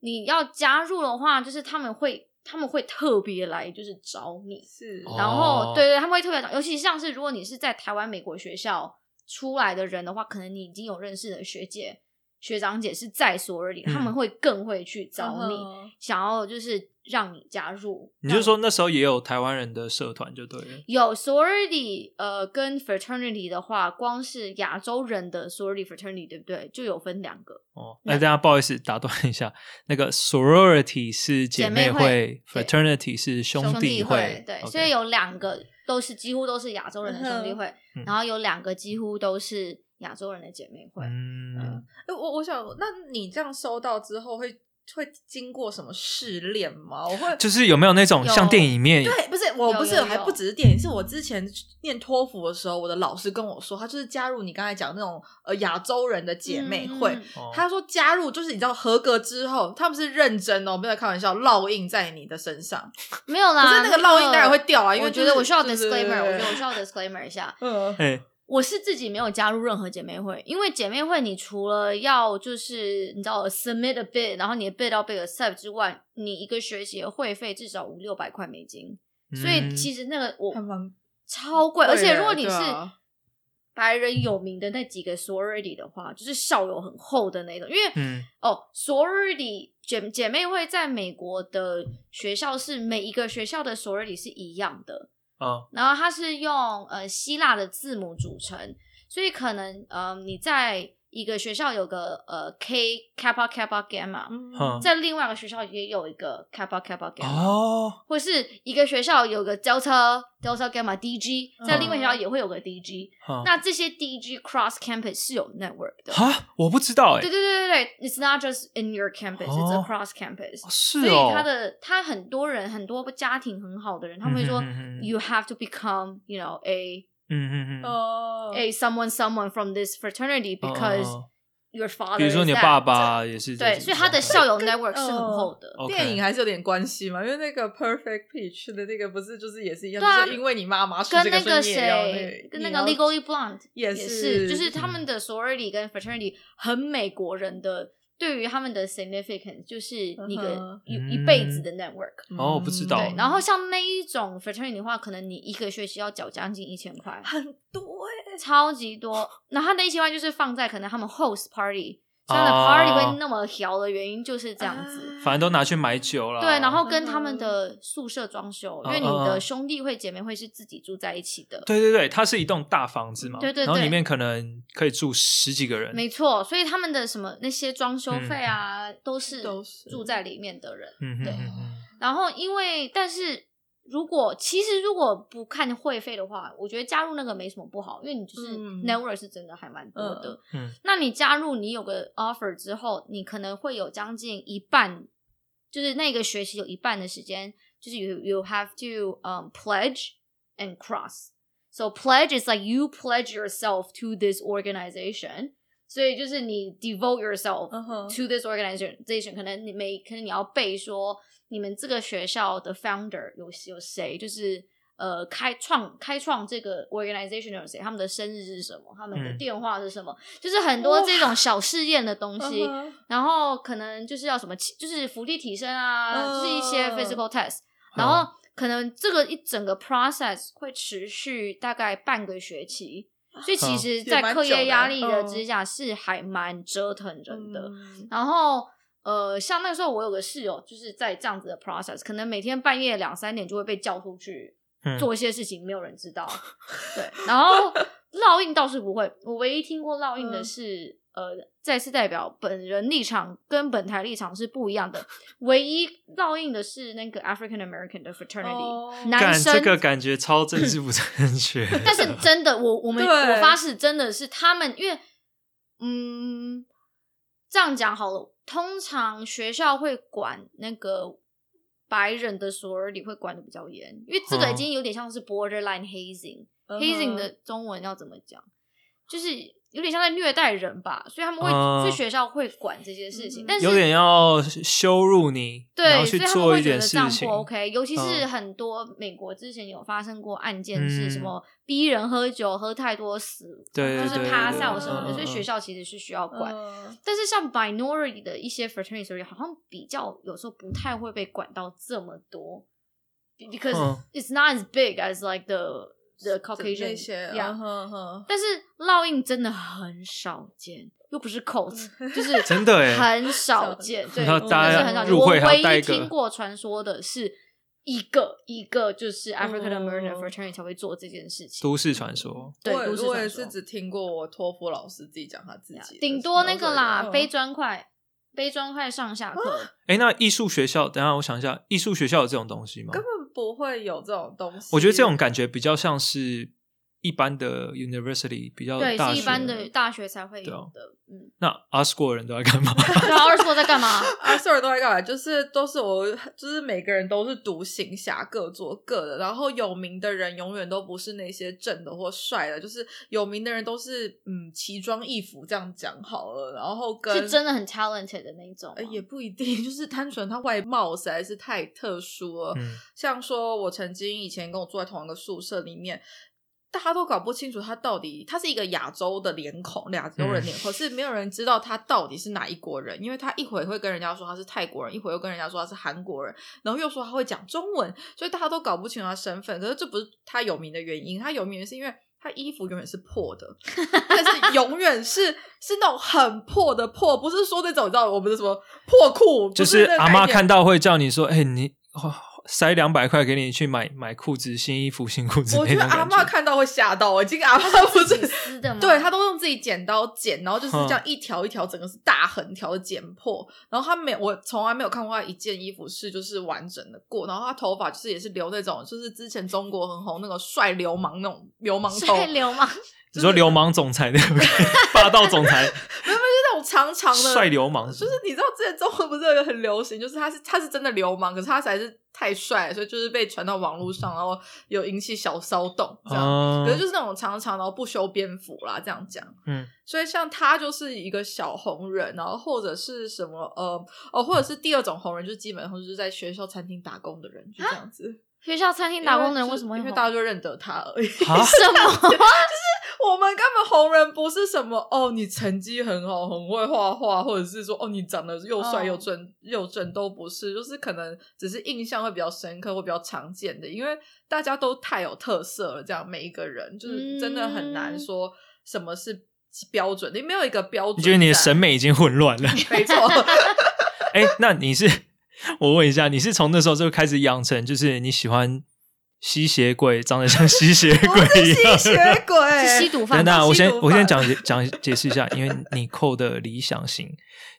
[SPEAKER 1] 你要加入的话，就是他们会他们会特别来就是找你，
[SPEAKER 3] 是
[SPEAKER 2] 哦
[SPEAKER 1] 然后、对对，他们会特别找，尤其像是如果你是在台湾、美国学校出来的人的话，可能你已经有认识的学姐、学长姐是在 sorority，、
[SPEAKER 2] 嗯
[SPEAKER 1] 他们会更会去找你。
[SPEAKER 3] 嗯哼
[SPEAKER 1] 想要就是让你加入。
[SPEAKER 2] 你就说那时候也有台湾人的社团就对了。
[SPEAKER 1] 有 sorority，呃，跟 fraternity 的话，光是亚洲人的 sorority fraternity，对不对？就有分两个。
[SPEAKER 2] 哦，哎，大家不好意思打断一下， 那个 sorority 是姐妹会
[SPEAKER 1] 姐妹会
[SPEAKER 2] ，fraternity 是
[SPEAKER 1] 兄
[SPEAKER 2] 弟
[SPEAKER 1] 会，对所以
[SPEAKER 2] 有
[SPEAKER 1] 有两个都是几乎都是亚洲人的兄弟会，
[SPEAKER 2] 嗯
[SPEAKER 1] 然后有两个几乎都是亚洲人的姐妹会。
[SPEAKER 2] 嗯，
[SPEAKER 3] 哎，我我想，那你这样收到之后会会经过什么试炼吗？我会
[SPEAKER 2] 就是有没有那种
[SPEAKER 1] 有
[SPEAKER 2] 像电影里面
[SPEAKER 3] 对，不是，我
[SPEAKER 1] 有
[SPEAKER 3] 不是，
[SPEAKER 1] 有
[SPEAKER 3] 还
[SPEAKER 1] 有
[SPEAKER 3] 不只是电影，是我之前念托福的时候，我的老师跟我说，他就是加入你刚才讲那种呃亚洲人的姐妹会。
[SPEAKER 1] 嗯
[SPEAKER 2] 哦
[SPEAKER 3] 他说加入就是你知道合格之后，他们是认真哦，没有在开玩笑，烙印在你的身上。
[SPEAKER 1] 没有啦，
[SPEAKER 3] 可是那个烙印当然会掉啊，因为
[SPEAKER 1] 啊我
[SPEAKER 3] 就
[SPEAKER 1] 觉
[SPEAKER 3] 是
[SPEAKER 1] 得我需要
[SPEAKER 3] 对对对
[SPEAKER 1] disclaimer，我觉
[SPEAKER 3] 对
[SPEAKER 1] 得我需要 disclaimer 一下，
[SPEAKER 3] 嗯，
[SPEAKER 2] 哎，
[SPEAKER 1] 我是自己没有加入任何姐妹会，因为姐妹会你除了要就是你知道 submit a bid，然后你的 bid 要被 accept 之外，你一个学期的会费至少五六百块美金，所以
[SPEAKER 2] 嗯
[SPEAKER 1] 其实那个我
[SPEAKER 3] 还蛮
[SPEAKER 1] 超贵，而且
[SPEAKER 3] 贵的
[SPEAKER 1] 如果你
[SPEAKER 3] 对
[SPEAKER 1] 是
[SPEAKER 3] 啊
[SPEAKER 1] 白人有名的那几个 sorority 的话，就是校友很厚的那种，因为
[SPEAKER 2] 嗯
[SPEAKER 1] 哦，sorority 姐姐妹会在美国的学校是每一个学校的 sorority 是一样的，
[SPEAKER 2] 啊
[SPEAKER 1] 然后它是用呃希腊的字母组成，所以可能呃你在一个学校有个呃 K kappa kappa gamma，
[SPEAKER 2] 嗯
[SPEAKER 1] 在另外一个学校也有一个 kappa kappa gamma，、
[SPEAKER 2] 哦，
[SPEAKER 1] 或是一个学校有个 delta delta gamma DG，在另外一个学校也会有个 DG，、
[SPEAKER 2] 啊
[SPEAKER 1] 那这些 DG cross campus 是有 network 的。
[SPEAKER 2] 啊，我不知道哎
[SPEAKER 1] 对对，对对对，It's not just in your campus, it's
[SPEAKER 2] 哦
[SPEAKER 1] across campus、
[SPEAKER 2] 哦是
[SPEAKER 1] 所
[SPEAKER 2] 哦，
[SPEAKER 1] 以他的他很多人很多家庭很好的人，他们会说、
[SPEAKER 2] 嗯嗯嗯嗯
[SPEAKER 1] you have to become you know a
[SPEAKER 2] 嗯
[SPEAKER 1] 呃
[SPEAKER 2] 嗯嗯，
[SPEAKER 3] 哦，
[SPEAKER 1] a someone someone from this fraternity
[SPEAKER 2] 哦哦
[SPEAKER 1] because
[SPEAKER 2] 哦
[SPEAKER 1] your father，
[SPEAKER 2] 比如说
[SPEAKER 1] is
[SPEAKER 2] 你的
[SPEAKER 1] that
[SPEAKER 2] 爸爸也是
[SPEAKER 1] 这
[SPEAKER 2] 这
[SPEAKER 1] 对，
[SPEAKER 2] 种
[SPEAKER 1] 所以他的
[SPEAKER 2] 状
[SPEAKER 1] 校
[SPEAKER 2] 态
[SPEAKER 1] 友 network 是很
[SPEAKER 3] 哦
[SPEAKER 1] 厚的。
[SPEAKER 2] OK
[SPEAKER 3] 电影还是有点关系嘛，因为那个 Perfect Pitch 的那个不是就是也是一样，
[SPEAKER 1] 对啊
[SPEAKER 3] 就是因为你妈妈是
[SPEAKER 1] 跟
[SPEAKER 3] 这
[SPEAKER 1] 那
[SPEAKER 3] 个所以你也要
[SPEAKER 1] 谁，跟那
[SPEAKER 3] 你
[SPEAKER 1] 个
[SPEAKER 3] 要
[SPEAKER 1] Legally Blonde
[SPEAKER 3] 也
[SPEAKER 1] 是，
[SPEAKER 3] 是
[SPEAKER 1] 就是他们的 sorority 跟 fraternity 很美国人的，对于他们的 significance 就是一个
[SPEAKER 3] 嗯哼
[SPEAKER 1] 一、
[SPEAKER 2] 嗯
[SPEAKER 1] 一辈子的 network。
[SPEAKER 2] 哦我不知
[SPEAKER 3] 嗯
[SPEAKER 2] 道
[SPEAKER 1] 对，然后像那一种 fraternity 的话，可能你一个学期要缴将近一千块，
[SPEAKER 3] 很多
[SPEAKER 1] 欸
[SPEAKER 3] 哎、
[SPEAKER 1] 超级多。然后他那一千块就是放在可能他们 host party，所以他们的 party
[SPEAKER 2] 哦
[SPEAKER 1] 会那么调的原因就是这样子。
[SPEAKER 2] 啊反正都拿去买酒啦。
[SPEAKER 1] 对，然后跟
[SPEAKER 3] 嗯
[SPEAKER 1] 他们的宿舍装修，因为你
[SPEAKER 2] 嗯嗯
[SPEAKER 1] 的
[SPEAKER 2] 嗯
[SPEAKER 1] 兄弟会、姐妹会是自己住在一起的，
[SPEAKER 2] 对对对，它是一栋大房子嘛，
[SPEAKER 1] 对对对
[SPEAKER 2] 然后里面可能可以住十几个人，
[SPEAKER 1] 没错。所以他们的什么那些装修费啊，都是
[SPEAKER 3] 都是
[SPEAKER 1] 住在里面的人。
[SPEAKER 2] 嗯
[SPEAKER 1] 对
[SPEAKER 2] 嗯嗯嗯
[SPEAKER 1] 然后因为，但是如果其实如果不看会费的话，我觉得加入那个没什么不好，因为你就是
[SPEAKER 3] 嗯
[SPEAKER 1] network 是真的还蛮多的。
[SPEAKER 2] 嗯嗯
[SPEAKER 1] 那你加入你有个 offer 之后，你可能会有将近一半，就是那个学期有一半的时间，就是 you you have to um pledge and cross。So pledge is like you pledge yourself to this organization，所以就是你 devote yourself
[SPEAKER 3] 嗯哼
[SPEAKER 1] to this organization，可能你每可能你要背说你们这个学校的 founder 有有谁，就是呃开创开创这个 organization 的有谁，他们的生日是什么，他们的
[SPEAKER 2] 嗯
[SPEAKER 1] 电话是什么，就是很多
[SPEAKER 3] 哇
[SPEAKER 1] 这种小试验的东西。
[SPEAKER 3] 嗯哼
[SPEAKER 1] 然后可能就是要什么起，就是福利提升啊，
[SPEAKER 3] 嗯
[SPEAKER 1] 就是一些 physical test，、然后可能这个一整个 process 会持续大概半个学期，所以其实，
[SPEAKER 3] 也
[SPEAKER 1] 在
[SPEAKER 3] 蛮
[SPEAKER 1] 课
[SPEAKER 3] 久
[SPEAKER 1] 业
[SPEAKER 3] 的
[SPEAKER 1] 压力的
[SPEAKER 3] 嗯
[SPEAKER 1] 之下是还蛮折腾人的。
[SPEAKER 3] 嗯
[SPEAKER 1] 然后呃，像那时候我有个室友，就是在这样子的 process，可能每天半夜两三点就会被叫出去
[SPEAKER 2] 嗯
[SPEAKER 1] 做一些事情，没有人知道。对，然 后烙印倒是不会，我唯一听过烙印的
[SPEAKER 3] 嗯
[SPEAKER 1] 是。呃，再次代表本人立场跟本台立场是不一样的。唯一烙印的是那个 African American 的 fraternity，、
[SPEAKER 3] 哦
[SPEAKER 1] 男
[SPEAKER 2] 干
[SPEAKER 1] 生
[SPEAKER 2] 这个感觉超政治不正确，
[SPEAKER 1] 但是真的，我我们
[SPEAKER 3] 对
[SPEAKER 1] 我发誓，真的是他们，因为嗯，这样讲好了，通常学校会管那个白人的所有里会管的比较严，因为这个已
[SPEAKER 2] 嗯
[SPEAKER 1] 经有点像是 borderline hazing，hazing、
[SPEAKER 3] 嗯哼
[SPEAKER 1] hazing 的中文要怎么讲？就是有点像在虐待人吧，所以他们会，
[SPEAKER 2] 嗯
[SPEAKER 1] 所以学校会管这些事情，
[SPEAKER 3] 嗯
[SPEAKER 1] 但是
[SPEAKER 2] 有点要羞辱你，然
[SPEAKER 1] 对，
[SPEAKER 2] 后
[SPEAKER 1] 所
[SPEAKER 2] 去
[SPEAKER 1] 以他们
[SPEAKER 2] 做
[SPEAKER 1] 会
[SPEAKER 2] 一
[SPEAKER 1] 觉得
[SPEAKER 2] 点
[SPEAKER 1] 这
[SPEAKER 2] 事
[SPEAKER 1] 样
[SPEAKER 2] 情
[SPEAKER 1] 不 OK。尤其是
[SPEAKER 2] 嗯
[SPEAKER 1] 很多美国之前有发生过案件，是什
[SPEAKER 2] 嗯
[SPEAKER 1] 么逼人喝酒喝太多死，
[SPEAKER 2] 对
[SPEAKER 1] 或
[SPEAKER 2] 对
[SPEAKER 1] 是
[SPEAKER 2] 对
[SPEAKER 1] 趴
[SPEAKER 2] 对
[SPEAKER 1] 下
[SPEAKER 3] 对
[SPEAKER 1] 什么的，
[SPEAKER 3] 嗯
[SPEAKER 1] 所以
[SPEAKER 2] 嗯
[SPEAKER 1] 学
[SPEAKER 2] 嗯
[SPEAKER 1] 校其实是需要管。
[SPEAKER 3] 嗯
[SPEAKER 1] 但是像 minority 的一些 fraternity sorority 好像比较有时候不太会被管到这么多，because、
[SPEAKER 2] 嗯
[SPEAKER 1] it's not as big as like the
[SPEAKER 3] 嗯
[SPEAKER 1] the Caucasian
[SPEAKER 3] 那些
[SPEAKER 1] yeah
[SPEAKER 3] 嗯哼哼
[SPEAKER 1] 但是烙印真的很少见，又不是 Coach，就是
[SPEAKER 3] 嗯
[SPEAKER 2] 真的哎
[SPEAKER 1] 很少见，对，
[SPEAKER 2] 然后
[SPEAKER 1] 真
[SPEAKER 2] 大
[SPEAKER 1] 的是
[SPEAKER 2] 家
[SPEAKER 1] 很少见。
[SPEAKER 2] 入
[SPEAKER 1] 我
[SPEAKER 2] 会还
[SPEAKER 1] 唯
[SPEAKER 2] 要带
[SPEAKER 1] 一
[SPEAKER 2] 一个
[SPEAKER 1] 听过传说的是一个一个就是 African American
[SPEAKER 3] 哦
[SPEAKER 1] fraternity 才会做这件事情，
[SPEAKER 2] 都市传说，
[SPEAKER 1] 对，
[SPEAKER 3] 我也
[SPEAKER 1] 都市
[SPEAKER 3] 我也
[SPEAKER 1] 传
[SPEAKER 3] 是
[SPEAKER 1] 说。
[SPEAKER 3] 只听过我托福老师自己讲他自己的，
[SPEAKER 1] 顶多那个啦，
[SPEAKER 3] 嗯啊
[SPEAKER 1] 背砖块，背砖块上下课，
[SPEAKER 2] 哎，那艺术学校，等一下我想一下，艺术学校有这种东西吗？
[SPEAKER 3] 根本不会有这种东西。
[SPEAKER 2] 我觉得这种感觉比较像是一般的 university，比较
[SPEAKER 1] 对，
[SPEAKER 2] 哦大
[SPEAKER 1] 是一
[SPEAKER 2] 学
[SPEAKER 1] 般的。大学才会
[SPEAKER 2] 对啊
[SPEAKER 1] 有的。嗯，
[SPEAKER 2] 那 a s c o 人都在干嘛？
[SPEAKER 1] 然后二硕在干嘛？
[SPEAKER 3] 阿 Sir 啊都在干嘛？就是都是我，就是每个人都是独行侠，各做各的。然后有名的人永远都不是那些正的或帅的，就是有名的人都是嗯奇装异服，这样讲好了。然后 跟
[SPEAKER 1] 是真的很 talented 的那一种吗
[SPEAKER 3] 呃，也不一定， 就是单纯他外貌实在是太特殊了。
[SPEAKER 2] 嗯，
[SPEAKER 3] 像说，我曾经以前跟我住在同一个宿舍里面，大家都搞不清楚他到底他是一个亚洲的脸孔，亚洲人脸孔，是没有人知道他到底是哪一国人，因为他一会会跟人家说他是泰国人，一会又跟人家说他是韩国人，然后又说他会讲中文，所以大家都搞不清楚他身份。可是这不是他有名的原因，他有名的是因为。他衣服永远是破 的，但是永远是是那种很破的破，不是说那种你知道我们的什么破裤，不
[SPEAKER 2] 就是
[SPEAKER 3] 那个
[SPEAKER 2] 阿妈
[SPEAKER 3] 概念
[SPEAKER 2] 看到会叫你说：“哎，你哦塞两百块给你去买买裤子、新衣服、新裤子。”
[SPEAKER 3] 我觉得阿嬷
[SPEAKER 2] 妈，
[SPEAKER 3] 看到会吓到，我今天阿嬷不
[SPEAKER 1] 自己
[SPEAKER 3] 是，
[SPEAKER 1] 撕的吗？
[SPEAKER 3] 对她都用自己剪刀剪，然后就是这样
[SPEAKER 2] 嗯
[SPEAKER 3] 一条一条，整个是大横条的剪破。然后她没，我从来没有看过她一件衣服是就是完整的过。然后她头发就是也是留那种，就是之前中国很红那个帅流氓那种流氓头，
[SPEAKER 1] 帅流氓，
[SPEAKER 2] 你说流氓总裁对 不对？霸道总裁，
[SPEAKER 3] 那种长长的
[SPEAKER 2] 帅流氓
[SPEAKER 3] 就是你知道之前中国不是有一个很流行，就是他是他是真的流氓，可是他实在是太帅了，所以就是被传到网络上，然后有引起小骚动这样。
[SPEAKER 2] 啊
[SPEAKER 3] 可是就是那种长长然后不修边幅啦，这样讲。
[SPEAKER 2] 嗯，
[SPEAKER 3] 所以像他就是一个小红人，然后或者是什么呃哦，或者是第二种红人，就是基本上就是在学校餐厅打工的人，就这样子。
[SPEAKER 1] 学校餐厅打工的人为
[SPEAKER 3] 因就是
[SPEAKER 1] 什么会
[SPEAKER 3] 因为
[SPEAKER 1] 红
[SPEAKER 3] 大家就认得他而已。
[SPEAKER 2] 啊，
[SPEAKER 1] 什么？
[SPEAKER 3] 我们根本红人不是什么哦，你成绩很好，很会画画，或者是说哦，你长得又帅
[SPEAKER 1] 哦
[SPEAKER 3] 又正、又正都不是，就是可能只是印象会比较深刻，会比较常见的，因为大家都太有特色了，这样每一个人就是真的很难
[SPEAKER 1] 嗯
[SPEAKER 3] 说什么是标准的，你没有一个标准在。
[SPEAKER 2] 你觉得你的审美已经混乱 了？
[SPEAKER 3] 没错，
[SPEAKER 2] 哎，那你是我问一下，你是从那时候就开始养成，就是你喜欢吸血鬼，长得像吸血
[SPEAKER 3] 我
[SPEAKER 2] 鬼一
[SPEAKER 3] 是
[SPEAKER 2] 样
[SPEAKER 3] 吸？血 鬼，
[SPEAKER 1] 是吸毒
[SPEAKER 2] 等
[SPEAKER 1] 犯
[SPEAKER 2] 等
[SPEAKER 1] 吧？
[SPEAKER 2] 啊，我先
[SPEAKER 3] 吸毒
[SPEAKER 2] 我先
[SPEAKER 3] 犯
[SPEAKER 2] 讲解讲解释一下，因为你扣的理想型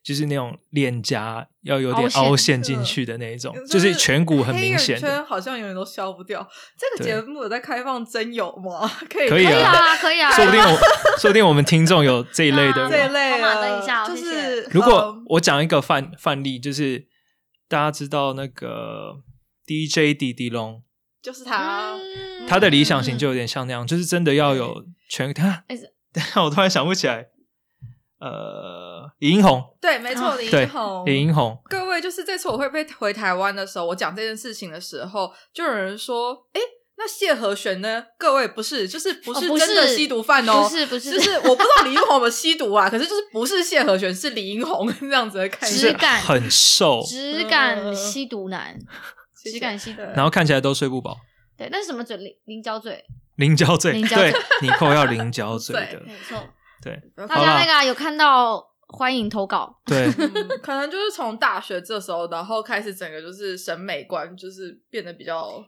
[SPEAKER 2] 就是那种脸颊要有点
[SPEAKER 1] 凹陷
[SPEAKER 2] 凹陷进去的那一种，就是颧骨很明显
[SPEAKER 3] 黑人
[SPEAKER 2] 的。
[SPEAKER 3] 圈好像永远都消不掉。这个
[SPEAKER 2] 对
[SPEAKER 3] 节目有在开放真友吗？ 可以
[SPEAKER 2] 可以
[SPEAKER 1] 可以
[SPEAKER 2] 啊
[SPEAKER 1] 啊，可以啊，
[SPEAKER 2] 说不定我说不定我们听众有这一类的
[SPEAKER 1] 啊
[SPEAKER 3] 这一
[SPEAKER 2] 人。
[SPEAKER 3] 类
[SPEAKER 1] 帮忙
[SPEAKER 3] 了，
[SPEAKER 1] 等一下哦
[SPEAKER 3] 就
[SPEAKER 1] 谢
[SPEAKER 3] 是
[SPEAKER 1] 谢
[SPEAKER 2] 如果
[SPEAKER 3] 嗯
[SPEAKER 2] 我讲一个范范例，就是大家知道那个 DJ 迪迪龙，
[SPEAKER 3] 就是他，
[SPEAKER 1] 嗯
[SPEAKER 2] 他的理想型就有点像那样，就是真的要有颧。他
[SPEAKER 1] 哎是，
[SPEAKER 2] 等一下我突然想不起来，呃，李英红，
[SPEAKER 3] 对，没错，
[SPEAKER 1] 啊
[SPEAKER 3] 李
[SPEAKER 2] 嗯对
[SPEAKER 3] 英红，
[SPEAKER 2] 李英红，
[SPEAKER 3] 各位，就是这次我会被回台湾的时候，我讲这件事情的时候，就有人说：“哎，那谢和弦呢？”各位不是，就是不
[SPEAKER 1] 哦
[SPEAKER 3] 是
[SPEAKER 1] 不
[SPEAKER 3] 真的
[SPEAKER 1] 是
[SPEAKER 3] 吸毒犯哦，
[SPEAKER 1] 不是不是
[SPEAKER 3] 就是我不知道李英红有没有吸毒啊，可是就是不是谢和弦，是李英红这样子的概
[SPEAKER 2] 就
[SPEAKER 1] 质
[SPEAKER 2] 是
[SPEAKER 3] 念。
[SPEAKER 1] 感
[SPEAKER 2] 很瘦，
[SPEAKER 1] 只敢
[SPEAKER 3] 嗯
[SPEAKER 1] 吸毒男，
[SPEAKER 3] 谢谢
[SPEAKER 1] 只敢吸毒
[SPEAKER 3] 对。
[SPEAKER 2] 然后看起来都睡不饱，
[SPEAKER 1] 对，那是什么嘴？菱菱角嘴，
[SPEAKER 2] 菱角嘴，
[SPEAKER 1] 菱角
[SPEAKER 2] 对
[SPEAKER 1] 嘴，
[SPEAKER 2] 你扣要菱 角嘴的，
[SPEAKER 1] 没错。
[SPEAKER 2] 对
[SPEAKER 1] 大
[SPEAKER 2] 好
[SPEAKER 1] 家
[SPEAKER 2] 啦
[SPEAKER 1] 那个啊有看到，欢迎投稿。
[SPEAKER 2] 对
[SPEAKER 3] 嗯可能就是从大学这时候，然后开始整个就是审美观就是变得比较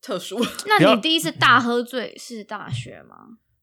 [SPEAKER 3] 特殊。
[SPEAKER 2] 不
[SPEAKER 1] 那
[SPEAKER 2] 要
[SPEAKER 1] 你第一次大喝醉是大学吗？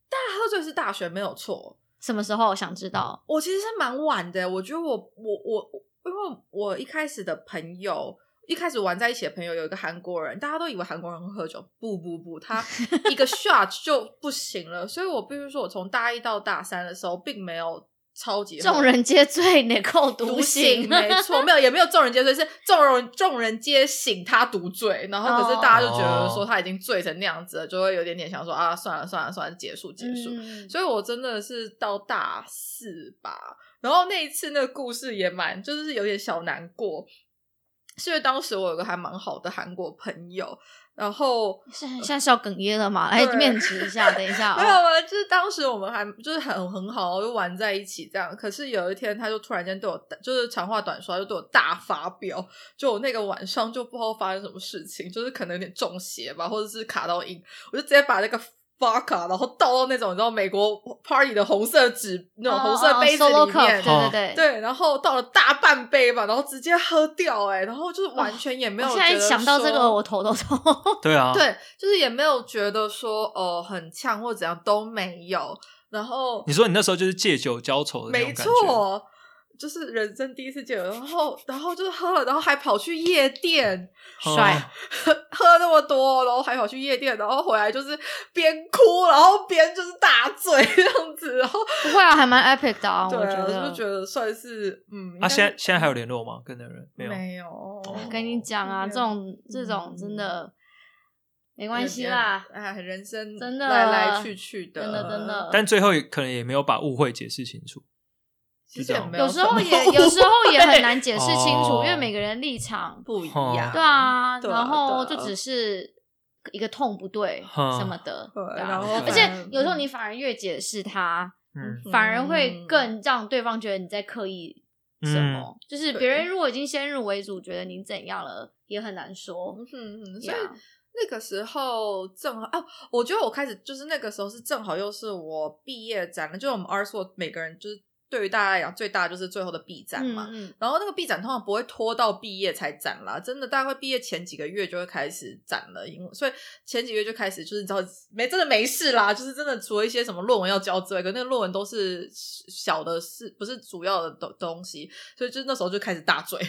[SPEAKER 3] 大喝醉是大学没有错，
[SPEAKER 1] 什么时候？想知道。
[SPEAKER 3] 我其实是蛮晚的，我觉得我我我我，因为我一开始的朋友。一开始玩在一起的朋友有一个韩国人，大家都以为韩国人会喝酒，不不不，他一 个 shot 就不行了。所以我必须说，我从大一到大三的时候，并没有超级喝
[SPEAKER 1] 众人皆醉， 哪扣
[SPEAKER 3] 独
[SPEAKER 1] 独
[SPEAKER 3] 醒，
[SPEAKER 1] 醒？
[SPEAKER 3] 没错，没有也没有众人皆醉，是众人众人皆醒，他独醉。然后可是
[SPEAKER 1] 哦
[SPEAKER 3] 大家就觉得说他已经醉成那样子了，就会有点点想说啊，算了算了算了，结束结束。
[SPEAKER 1] 嗯
[SPEAKER 3] 所以我真的是到大四吧，然后那一次那个故事也蛮，就是有点小难过，是因为当时我有个还蛮好的韩国朋友，然后
[SPEAKER 1] 现在现在是要哽咽了嘛？来
[SPEAKER 3] 对
[SPEAKER 1] 面质一 下，等一下
[SPEAKER 3] 没有
[SPEAKER 1] 哦。
[SPEAKER 3] 啊，就是当时我们还就是很很好，就玩在一起这样。可是有一天，他就突然间对我大，就是长话短说，他就对我大发飙。就我那个晚上就不知道发生什么事情，就是可能有点中邪吧，或者是卡到音，我就直接把那个 vodka，然后倒到那种你知道美国 party 的红色纸那种红色杯子
[SPEAKER 1] 哦哦
[SPEAKER 3] 里
[SPEAKER 1] solo
[SPEAKER 3] 面
[SPEAKER 1] cup，对对对。
[SPEAKER 3] 对，然后倒了大半杯吧，然后直接喝掉、哎，然后就是完全也没有、
[SPEAKER 1] 我
[SPEAKER 3] 觉
[SPEAKER 1] 哦现在
[SPEAKER 3] 得
[SPEAKER 1] 想到这个，
[SPEAKER 3] 说
[SPEAKER 1] 我头都痛。
[SPEAKER 2] 对啊，
[SPEAKER 3] 对，就是也没有觉得说哦很呛或怎样都没有，然后
[SPEAKER 2] 你说你那时候就是借酒浇愁的那
[SPEAKER 3] 没
[SPEAKER 2] 种感觉，
[SPEAKER 3] 错，就是人生第一次见，然后然后就是喝了，然后还跑去夜店，
[SPEAKER 2] 嗯啊
[SPEAKER 1] 帅
[SPEAKER 3] 喝喝那么多，然后还跑去夜店，然后回来就是边哭，然后边就是大醉 这样子，然后
[SPEAKER 1] 不会啊，还蛮 epic 的啊，
[SPEAKER 3] 对
[SPEAKER 1] 我觉
[SPEAKER 3] 啊，
[SPEAKER 1] 得。
[SPEAKER 3] 就觉得算是嗯，应
[SPEAKER 2] 啊，
[SPEAKER 3] 该
[SPEAKER 2] 现在
[SPEAKER 3] 是
[SPEAKER 2] 现在还有联络吗？跟那个人没有？哦
[SPEAKER 3] 没有？
[SPEAKER 1] 我跟你讲啊，
[SPEAKER 3] 没有嗯
[SPEAKER 1] 这种这种真的没关系啦，
[SPEAKER 3] 哎，人生
[SPEAKER 1] 真的
[SPEAKER 3] 来来去去
[SPEAKER 1] 真的真的。
[SPEAKER 2] 但最后也可能也没有把误会解释清楚。
[SPEAKER 3] 其实也没
[SPEAKER 1] 有
[SPEAKER 3] 什
[SPEAKER 1] 时候
[SPEAKER 3] 么
[SPEAKER 1] 也有 时候也很难解释
[SPEAKER 2] 哦
[SPEAKER 1] 清楚，因为每个人立场
[SPEAKER 3] 不一
[SPEAKER 2] 哦
[SPEAKER 3] 样，
[SPEAKER 1] 对啊，
[SPEAKER 3] 对啊
[SPEAKER 1] 然后
[SPEAKER 3] 对
[SPEAKER 1] 就
[SPEAKER 3] 啊
[SPEAKER 1] 只是一个痛不对
[SPEAKER 2] 嗯
[SPEAKER 1] 什么的，
[SPEAKER 3] 对
[SPEAKER 1] 对啊
[SPEAKER 3] 然后
[SPEAKER 1] 而
[SPEAKER 2] 反
[SPEAKER 1] 且
[SPEAKER 3] 正嗯
[SPEAKER 1] 有时候你反而越解释他，
[SPEAKER 2] 嗯
[SPEAKER 1] 反而会更让对方觉得你在刻意什
[SPEAKER 3] 嗯
[SPEAKER 1] 么，就是别人如果已经先入为主，觉得你怎样了，也很难说。啊
[SPEAKER 3] 嗯，嗯，所以
[SPEAKER 1] Yeah
[SPEAKER 3] 那个时候正好啊，我觉得我开始就是那个时候是正好又是我毕业展了，就是我们 R 硕每个人就是对于大家来讲最大就是最后的 B 展嘛。
[SPEAKER 1] 嗯
[SPEAKER 3] 然后那个 B 展通常不会拖到毕业才展啦，真的大概会毕业前几个月就会开始展了，因为所以前几个月就开始就是你知道没真的没事啦，就是真的除了一些什么论文要交之外，可那个论文都是小的事，不是主要的东东西，所以就那时候就开始大醉，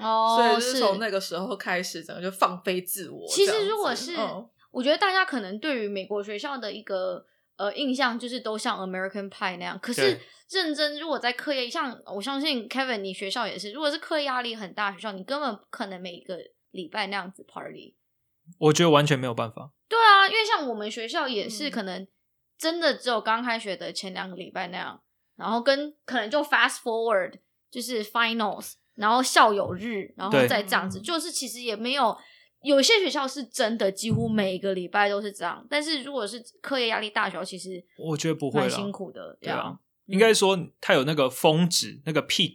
[SPEAKER 1] 嗯哦，
[SPEAKER 3] 所以就是从那个时候开始，整个就放飞自我这
[SPEAKER 1] 其
[SPEAKER 3] 样子。
[SPEAKER 1] 实如果是，
[SPEAKER 3] 嗯
[SPEAKER 1] 我觉得大家可能对于美国学校的一个呃印象就是都像 American Pie 那样，可是
[SPEAKER 2] 对
[SPEAKER 1] 认真如果在课业，像我相信 Kevin 你学校也是，如果是课业压力很大的学校，你根本不可能每个礼拜那样子 party。
[SPEAKER 2] 我觉得完全没有办法。
[SPEAKER 1] 对啊，因为像我们学校也是
[SPEAKER 3] 嗯
[SPEAKER 1] 可能真的只有刚开学的前两个礼拜那样，然后跟可能就 fast forward 就是 finals，然后校友日，然后
[SPEAKER 2] 对
[SPEAKER 1] 再这样子，
[SPEAKER 3] 嗯
[SPEAKER 1] 就是其实也没有。有些学校是真的几乎每个礼拜都是这样，但是如果是课业压力大的学校，其实
[SPEAKER 2] 我觉得不会啦
[SPEAKER 1] 蛮辛苦的，
[SPEAKER 2] 对啊
[SPEAKER 1] 啊，
[SPEAKER 2] 应该说它有那个峰值，那个 peak，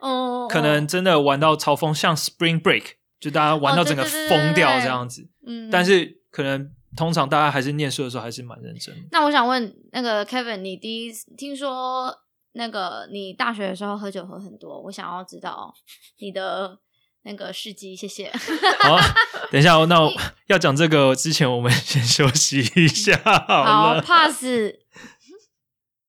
[SPEAKER 1] 哦，
[SPEAKER 2] 可能真的玩到超峰，像 Spring Break，就大家玩到整个
[SPEAKER 1] 哦对对对
[SPEAKER 2] 疯掉
[SPEAKER 1] 对对
[SPEAKER 2] 这样子。
[SPEAKER 1] 嗯，
[SPEAKER 2] 但是可能通常大家还是念书的时候还是蛮认真的。
[SPEAKER 1] 那我想问那个 Kevin，你第一次听说那个你大学的时候喝酒喝很多，我想要知道你的那个事迹，谢谢。
[SPEAKER 2] 好，啊等一下，那我要讲这个之前，我们先休息一下好
[SPEAKER 1] 好
[SPEAKER 2] 了。
[SPEAKER 1] ，pass。